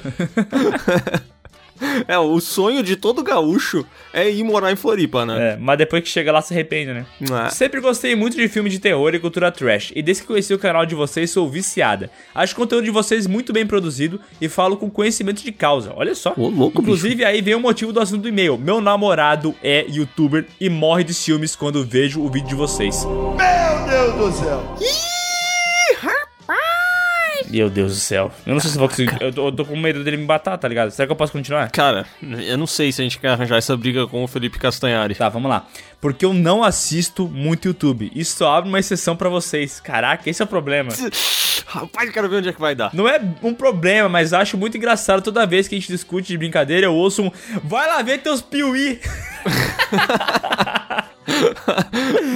É, o sonho de todo gaúcho é ir morar em Floripa, né? É. É, mas depois que chega lá se arrepende, né? Ah. Sempre gostei muito de filme de terror e cultura trash, e desde que conheci o canal de vocês sou viciada. Acho o conteúdo de vocês muito bem produzido e falo com conhecimento de causa, olha só. Inclusive aí vem o motivo do assunto do e-mail. Meu namorado é youtuber e morre de ciúmes quando vejo o vídeo de vocês. Meu Deus do céu! Ih, rapaz! Meu Deus do céu. Eu não sei se eu vou conseguir. Eu tô, eu tô com medo dele me matar, tá ligado? Será que eu posso continuar? Cara, eu não sei se a gente quer arranjar essa briga com o Felipe Castanhari. Tá, vamos lá. Porque eu não assisto muito YouTube. Isso abre uma exceção pra vocês. Caraca, esse é o problema. Rapaz, eu quero ver onde é que vai dar. Não é um problema, mas acho muito engraçado toda vez que a gente discute de brincadeira, eu ouço um. Vai lá ver teus piuí!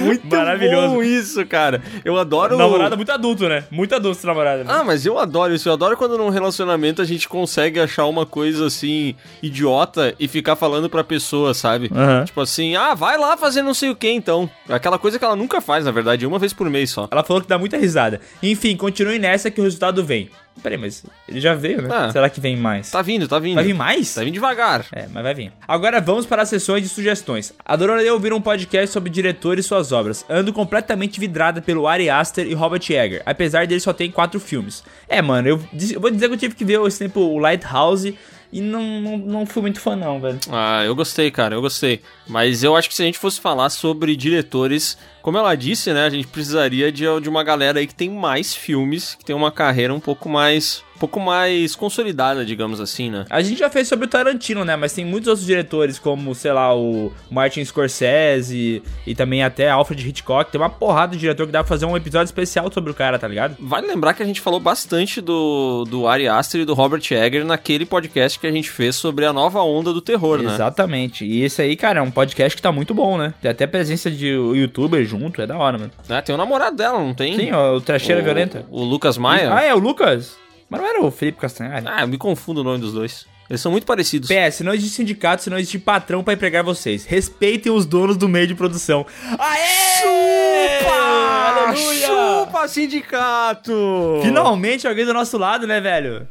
Muito Maravilhoso. bom isso, cara. Eu adoro. Namorada muito adulto, né? Muito adulto esse namorado. né? Ah, mas eu adoro isso. Eu adoro quando num relacionamento a gente consegue achar uma coisa assim, idiota e ficar falando pra pessoa, sabe? Aham. Tipo assim, ah, vai lá fazer não sei o que então. Aquela coisa que ela nunca faz, na verdade, uma vez por mês só. Ela falou que dá muita risada. Enfim, continue nessa que o resultado vem. Peraí, mas ele já veio, né? Ah. Será que vem mais? Tá vindo, tá vindo. Vai vir mais? Tá vindo devagar. É, mas vai vir. Agora vamos para as sessões de sugestões. Adoraria ouvir um podcast sobre diretores e suas obras. Ando completamente vidrada pelo Ari Aster e Robert Egger, apesar dele só ter quatro filmes. É, mano, eu, dis- eu vou dizer que eu tive que ver esse tempo o Lighthouse e não, não, não fui muito fã não, velho. Ah, eu gostei, cara, eu gostei. Mas eu acho que se a gente fosse falar sobre diretores, como ela disse, né, a gente precisaria de, de uma galera aí que tem mais filmes, que tem uma carreira um pouco mais, um pouco mais consolidada, digamos assim, né? A gente já fez sobre o Tarantino, né? Mas tem muitos outros diretores, como, sei lá, o Martin Scorsese e também até Alfred Hitchcock. Tem uma porrada de diretor que dá pra fazer um episódio especial sobre o cara, tá ligado? Vale lembrar que a gente falou bastante do, do Ari Aster e do Robert Egger naquele podcast que a gente fez sobre a nova onda do terror, né? Exatamente. E esse aí, cara, é um podcast que tá muito bom, né? Tem até presença de youtuber junto, é da hora, mano. É, tem o namorado dela, não tem? Sim, ó, o Trecheira O- Violenta. O Lucas Maia. Ah, é o Lucas? Mas não era o Felipe Castanhari? Ah, eu me confundo o nome dos dois. Eles são muito parecidos. PS, não existe sindicato, se não existe patrão pra empregar vocês. Respeitem os donos do meio de produção. Aê! Chupa! Aleluia! Chupa, sindicato! Finalmente alguém do nosso lado, né, velho?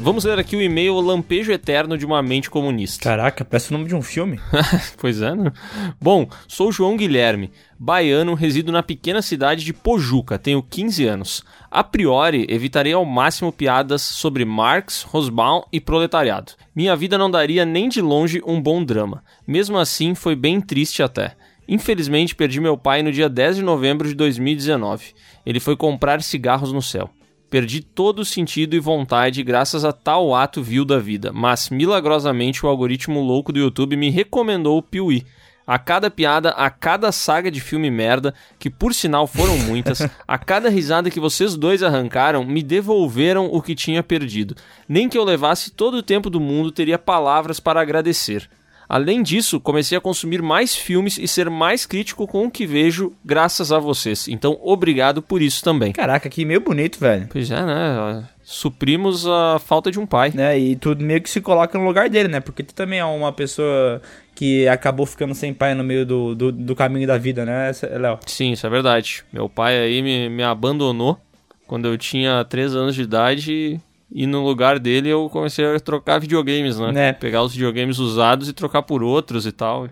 Vamos ler aqui o e-mail Lampejo Eterno de uma Mente Comunista. Caraca, parece o nome de um filme. pois é, né? Bom, sou João Guilherme, baiano, resido na pequena cidade de Pojuca, tenho 15 anos. A priori, evitarei ao máximo piadas sobre Marx, Rosbaum e proletariado. Minha vida não daria nem de longe um bom drama. Mesmo assim, foi bem triste até. Infelizmente, perdi meu pai no dia 10 de novembro de 2019. Ele foi comprar cigarros no céu. Perdi todo o sentido e vontade graças a tal ato vil da vida, mas milagrosamente o algoritmo louco do YouTube me recomendou o Piuí. A cada piada, a cada saga de filme merda, que por sinal foram muitas, a cada risada que vocês dois arrancaram, me devolveram o que tinha perdido. Nem que eu levasse todo o tempo do mundo, teria palavras para agradecer. Além disso, comecei a consumir mais filmes e ser mais crítico com o que vejo, graças a vocês. Então, obrigado por isso também. Caraca, que meio bonito, velho. Pois é, né? Suprimos a falta de um pai. Né? E tu meio que se coloca no lugar dele, né? Porque tu também é uma pessoa que acabou ficando sem pai no meio do, do, do caminho da vida, né, Essa- Léo? Sim, isso é verdade. Meu pai aí me, me abandonou quando eu tinha 3 anos de idade e- e no lugar dele eu comecei a trocar videogames, né? Né. Pegar os videogames usados e trocar por outros e tal.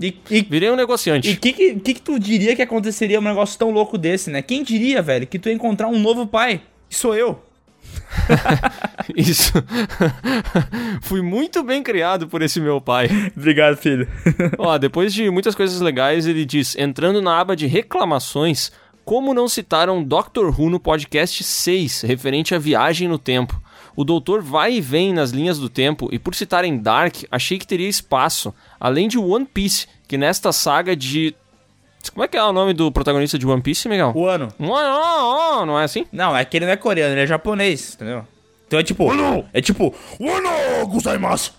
Virei um negociante. E o que, que, que que tu diria que aconteceria um negócio tão louco desse, né? Quem diria, velho, que tu ia encontrar um novo pai? Que sou eu. Isso. Fui muito bem criado por esse meu pai. Obrigado, filho. Ó, depois de muitas coisas legais, ele diz: entrando na aba de reclamações, como não citaram Doctor Who no podcast 6, referente à viagem no tempo? O doutor vai e vem nas linhas do tempo, e por citarem Dark, achei que teria espaço, além de One Piece, que nesta saga de. Como é que é o nome do protagonista de One Piece, Miguel? O ano. Não, não é assim? Não, é que ele não é coreano, ele é japonês, entendeu? Então é tipo. É tipo. Wano gozaimasu.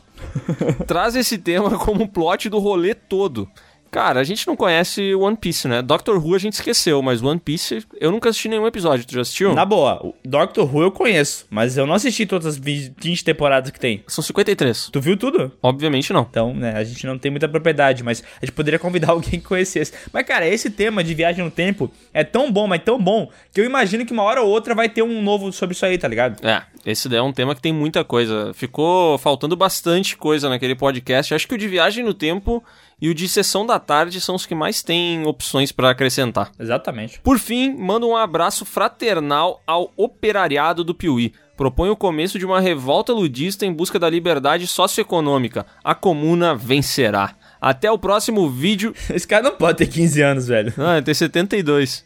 traz esse tema como plot do rolê todo. Cara, a gente não conhece One Piece, né? Doctor Who a gente esqueceu, mas One Piece eu nunca assisti nenhum episódio. Tu já assistiu? Na boa, o Doctor Who eu conheço, mas eu não assisti todas as 20 temporadas que tem. São 53. Tu viu tudo? Obviamente não. Então, né, a gente não tem muita propriedade, mas a gente poderia convidar alguém que conhecesse. Mas, cara, esse tema de viagem no tempo é tão bom, mas tão bom, que eu imagino que uma hora ou outra vai ter um novo sobre isso aí, tá ligado? É, esse daí é um tema que tem muita coisa. Ficou faltando bastante coisa naquele podcast. Acho que o de Viagem no Tempo e o de Sessão da Tarde são os que mais têm opções pra acrescentar. Exatamente. Por fim, mando um abraço fraternal ao operariado do Piuí. Propõe o começo de uma revolta ludista em busca da liberdade socioeconômica. A comuna vencerá. Até o próximo vídeo. Esse cara não pode ter 15 anos, velho. Ah, ele tem 72.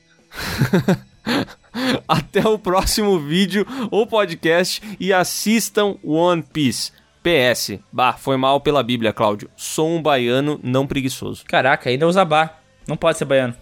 Até o próximo vídeo ou podcast e assistam One Piece. PS. Bah, foi mal pela Bíblia, Cláudio. Sou um baiano não preguiçoso. Caraca, ainda usa bar. Não pode ser baiano.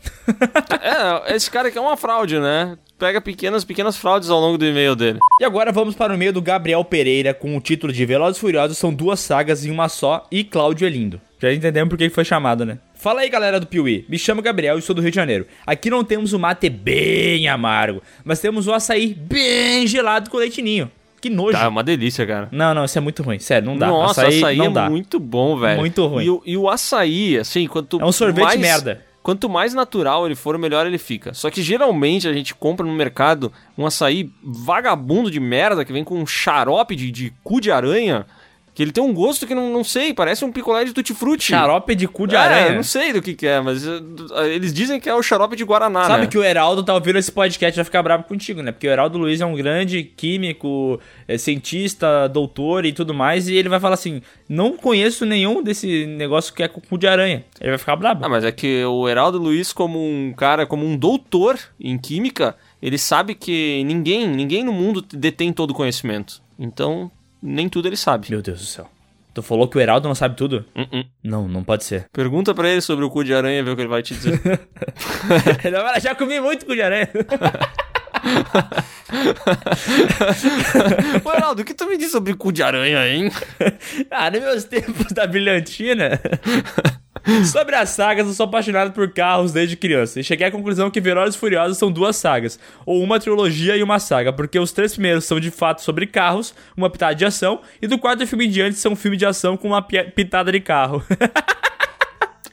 é, esse cara aqui é uma fraude, né? Pega pequenas, pequenas fraudes ao longo do e-mail dele. E agora vamos para o e-mail do Gabriel Pereira com o título de Velozes e Furiosos são duas sagas em uma só e Cláudio é lindo. Já entendemos por que foi chamado, né? Fala aí, galera do Piuí. Me chamo Gabriel e sou do Rio de Janeiro. Aqui não temos o mate bem amargo, mas temos o açaí bem gelado com leitinho. Que nojo. Tá, é uma delícia, cara. Não, não, isso é muito ruim. Sério, não dá. Nossa, açaí, açaí não é dá. muito bom, velho. Muito ruim. E, o- e o açaí, assim, quanto É um sorvete mais- merda. Quanto mais natural ele for, melhor ele fica. Só que geralmente a gente compra no mercado um açaí vagabundo de merda que vem com um xarope de, de cu de aranha. Que ele tem um gosto que não, não sei, parece um picolé de tutti-frutti. Xarope de cu de É, aranha. eu não sei do que, que é, mas eh, eles dizem que é o xarope de Guaraná, Sabe né? que o Heraldo tá ouvindo esse podcast e vai ficar bravo contigo, né? Porque o Heraldo Luiz é um grande químico, é, cientista, doutor e tudo mais, e ele vai falar assim: não conheço nenhum desse negócio que é com cu de aranha. Ele vai ficar brabo. Ah, mas é que o Heraldo Luiz, como um cara, como um doutor em química, ele sabe que ninguém, ninguém no mundo detém todo o conhecimento. Então, nem tudo ele sabe. Meu Deus do céu. Tu falou que o Heraldo não sabe tudo? Não, não pode ser. Pergunta pra ele sobre o cu de aranha, ver o que ele vai te dizer. Ele vai falar, já comi muito cu de aranha. Ô, Heraldo, o que tu me diz sobre cu de aranha, hein? ah, nos meus tempos da brilhantina. Sobre as sagas, eu sou apaixonado por carros desde criança e cheguei à conclusão que Velozes e Furiosos são duas sagas, ou uma trilogia e uma saga, porque os três primeiros são de fato sobre carros, uma pitada de ação, e do quarto filme em diante são um filme de ação com uma pia- pitada de carro.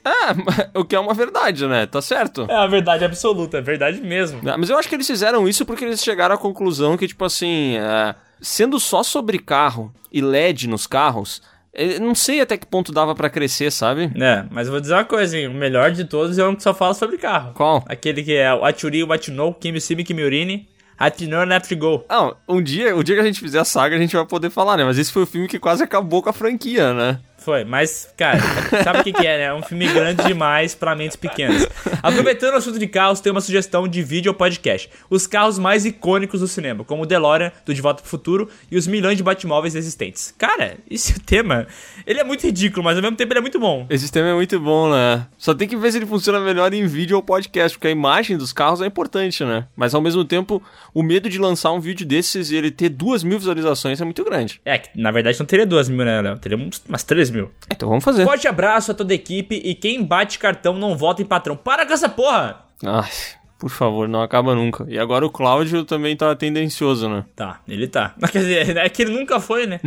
É, o que é uma verdade, né? Tá certo. é a verdade absoluta, é verdade mesmo. Ah, Mas eu acho que eles fizeram isso porque eles chegaram à conclusão que, tipo assim, é, sendo só sobre carro e LED nos carros, eh, não sei até que ponto dava pra crescer, sabe? É, mas eu vou dizer uma coisa, hein? o melhor de todos é um que só fala sobre carro. Qual? Aquele que é o Aturi, o Atinou, Kimi Simi, Kimi Urini, Atinou, Go. Não, um dia, o dia que a gente fizer a saga, a gente vai poder falar, né? Mas esse foi o filme que quase acabou com a franquia, né? Foi, mas, cara, sabe o que, que é, né? É um filme grande demais pra mentes pequenas. Aproveitando o assunto de carros, tem uma sugestão de vídeo ou podcast. Os carros mais icônicos do cinema, como o DeLorean, do De Volta pro Futuro, e os milhões de Batmóveis existentes. Cara, esse tema, ele é muito ridículo, mas ao mesmo tempo ele é muito bom. Esse sistema é muito bom, né? Só tem que ver se ele funciona melhor em vídeo ou podcast, porque a imagem dos carros é importante, né? Mas ao mesmo tempo, o medo de lançar um vídeo desses e ele ter duas mil visualizações é muito grande. É, que na verdade não teria duas mil, né, Léo? Teria uns- umas três mil. Então vamos fazer. Forte abraço a toda a equipe e quem bate cartão não vota em patrão. Para com essa porra! Ai, por favor, não acaba nunca. E agora o Cláudio também tá tendencioso, né? Tá, ele tá. Mas, Quer dizer, é que ele nunca foi, né?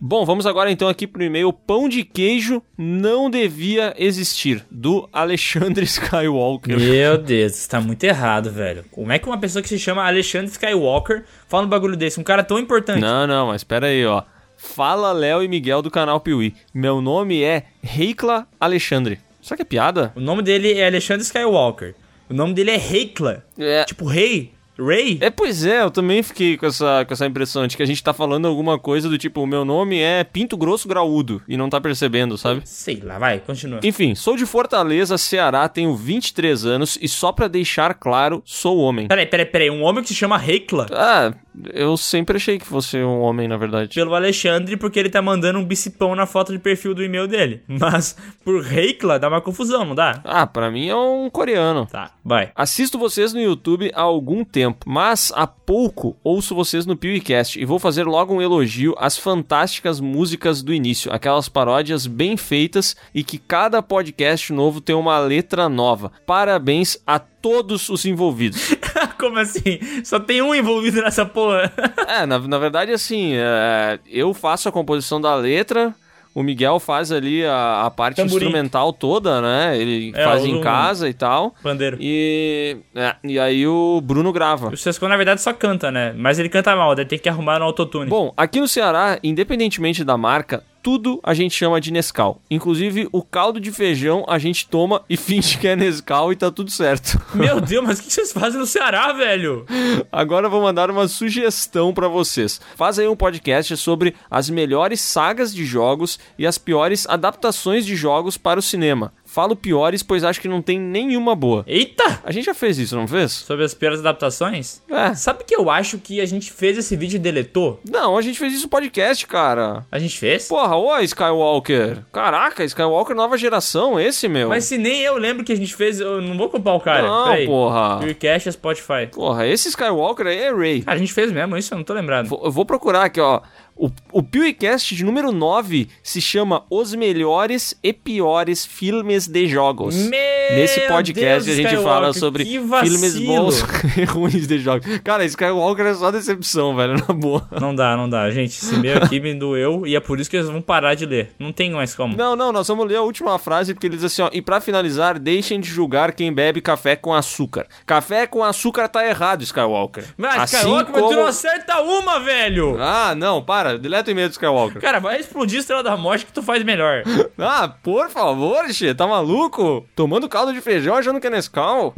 Bom, vamos agora então aqui pro e-mail Pão de queijo não devia existir, do Alexandre Skywalker. Meu Deus, isso tá muito errado, velho. Como é que uma pessoa que se chama Alexandre Skywalker fala um bagulho desse? Um cara tão importante. Não, não, mas espera aí, ó. Fala Léo e Miguel do canal Piuí. Meu nome é Reikla Alexandre. Será que é piada? O nome dele é Alexandre Skywalker. O nome dele é Heikla. É. Tipo, rei? Ray? É, pois é, eu também fiquei com essa, com essa impressão de que a gente tá falando alguma coisa do tipo, o meu nome é Pinto Grosso Graúdo, e não tá percebendo, sabe? Sei lá, vai, continua. Enfim, sou de Fortaleza, Ceará, tenho 23 anos e só pra deixar claro, sou homem. Peraí, peraí, peraí. Um homem que se chama Heikla? Ah, eu sempre achei que fosse um homem, na verdade. Pelo Alexandre, porque ele tá mandando um bicipão na foto de perfil do e-mail dele. Mas por Heikla dá uma confusão, não dá? Ah, pra mim é um coreano. Tá, vai. Assisto vocês no YouTube há algum tempo, mas há pouco ouço vocês no PewCast e vou fazer logo um elogio às fantásticas músicas do início, aquelas paródias bem feitas e que cada podcast novo tem uma letra nova. Parabéns a todos os envolvidos. Como assim? Só tem um envolvido nessa porra. É, na, na verdade, assim, é, eu faço a composição da letra, o Miguel faz ali a, a parte Tamborim. instrumental toda, né? Ele É, faz o- em casa e tal. Pandeiro. E, é, e aí o Bruno grava. O Sescon, na verdade, só canta, né? Mas ele canta mal, daí tem que arrumar no autotune. Bom, aqui no Ceará, independentemente da marca, tudo a gente chama de Nescau. Inclusive, o caldo de feijão a gente toma e finge que é Nescau e tá tudo certo. Meu Deus, mas o que vocês fazem no Ceará, velho? Agora eu vou mandar uma sugestão pra vocês. Faz aí um podcast sobre as melhores sagas de jogos e as piores adaptações de jogos para o cinema. Falo piores, pois acho que não tem nenhuma boa. Eita! A gente já fez isso, não fez? Sobre as piores adaptações? É. Sabe que eu acho que a gente fez esse vídeo e deletou? Não, a gente fez isso no podcast, cara. A gente fez? Porra, ô Skywalker. Caraca, Skywalker nova geração, esse, meu. Mas se nem eu lembro que a gente fez, eu não vou culpar o cara. Não, Peraí. porra. Dreamcast e Spotify. Porra, esse Skywalker aí é Ray. Cara, a gente fez mesmo, isso eu não tô lembrado. Vou- Eu vou procurar aqui, ó. O, o PewCast de número 9 se chama Os Melhores e Piores Filmes de Jogos. Meu Nesse podcast Deus, a gente Skywalker, fala sobre que vacilo. filmes bons e ruins de jogos. Cara, Skywalker é só decepção, velho, na boa. Não dá, não dá. Gente, esse meu aqui me doeu e é por isso que eles vão parar de ler. Não tem mais como. Não, não, nós vamos ler a última frase porque ele diz assim, ó. E pra finalizar, deixem de julgar quem bebe café com açúcar. Café com açúcar tá errado, Skywalker. Mas, assim Skywalker, mas como... tu não acerta uma, velho! Ah, não, para. Deleta o e-mail do Skywalker. Cara, vai explodir a Estrela da Morte que tu faz melhor. Ah, por favor, Xê, tá maluco? Tomando caldo de feijão achando que é Nescau?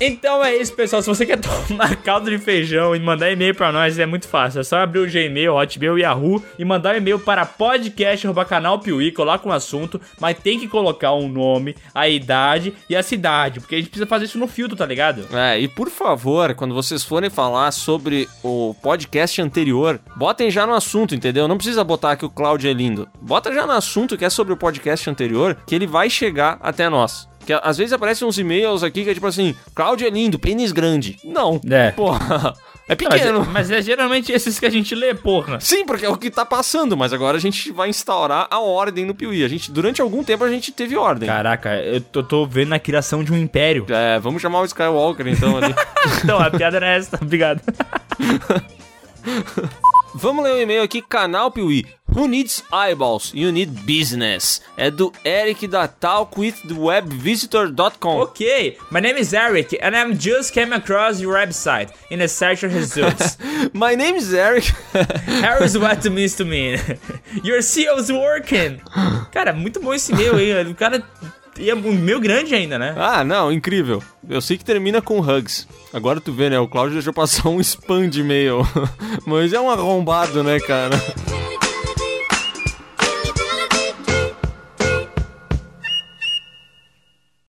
Então é isso, pessoal. Se você quer tomar caldo de feijão e mandar e-mail pra nós, é muito fácil. É só abrir o Gmail, Hotmail e Yahoo e mandar um e-mail para podcast.canalpiuí, coloca um assunto, mas tem que colocar o nome, a idade e a cidade, porque a gente precisa fazer isso no filtro, tá ligado? É, e por favor, quando vocês forem falar sobre o podcast anterior, botem já no assunto, entendeu? Não precisa botar que o Cláudio é lindo. Bota já no assunto que é sobre o podcast anterior, que ele vai chegar até nós. Que a- às vezes aparecem uns e-mails aqui que é tipo assim, Cláudio é lindo, pênis grande. Não. É. Porra. É pequeno. Mas, mas é geralmente esses que a gente lê, porra. Sim, porque é o que tá passando, mas agora a gente vai instaurar a ordem no Piuí. A gente, durante algum tempo a gente teve ordem. Caraca, eu tô, tô vendo a criação de um império. É, vamos chamar o Skywalker então ali. Então, a piada era essa, obrigado. vamos ler o e-mail aqui, canal Piuí. Who needs eyeballs? You need business. É do Eric da talkwithwebvisitor.com. Ok, my name is Eric and I just came across your website in a search of results. My name is Eric. Here's what it means to me. Your CEO's working. Cara, muito bom esse e-mail aí. O cara. E é um e-mail grande ainda, né? Ah, não, incrível. Eu sei que termina com hugs. Agora tu vê, né? O Cláudio deixou passar um spam de e-mail. Mas é um arrombado, né, cara?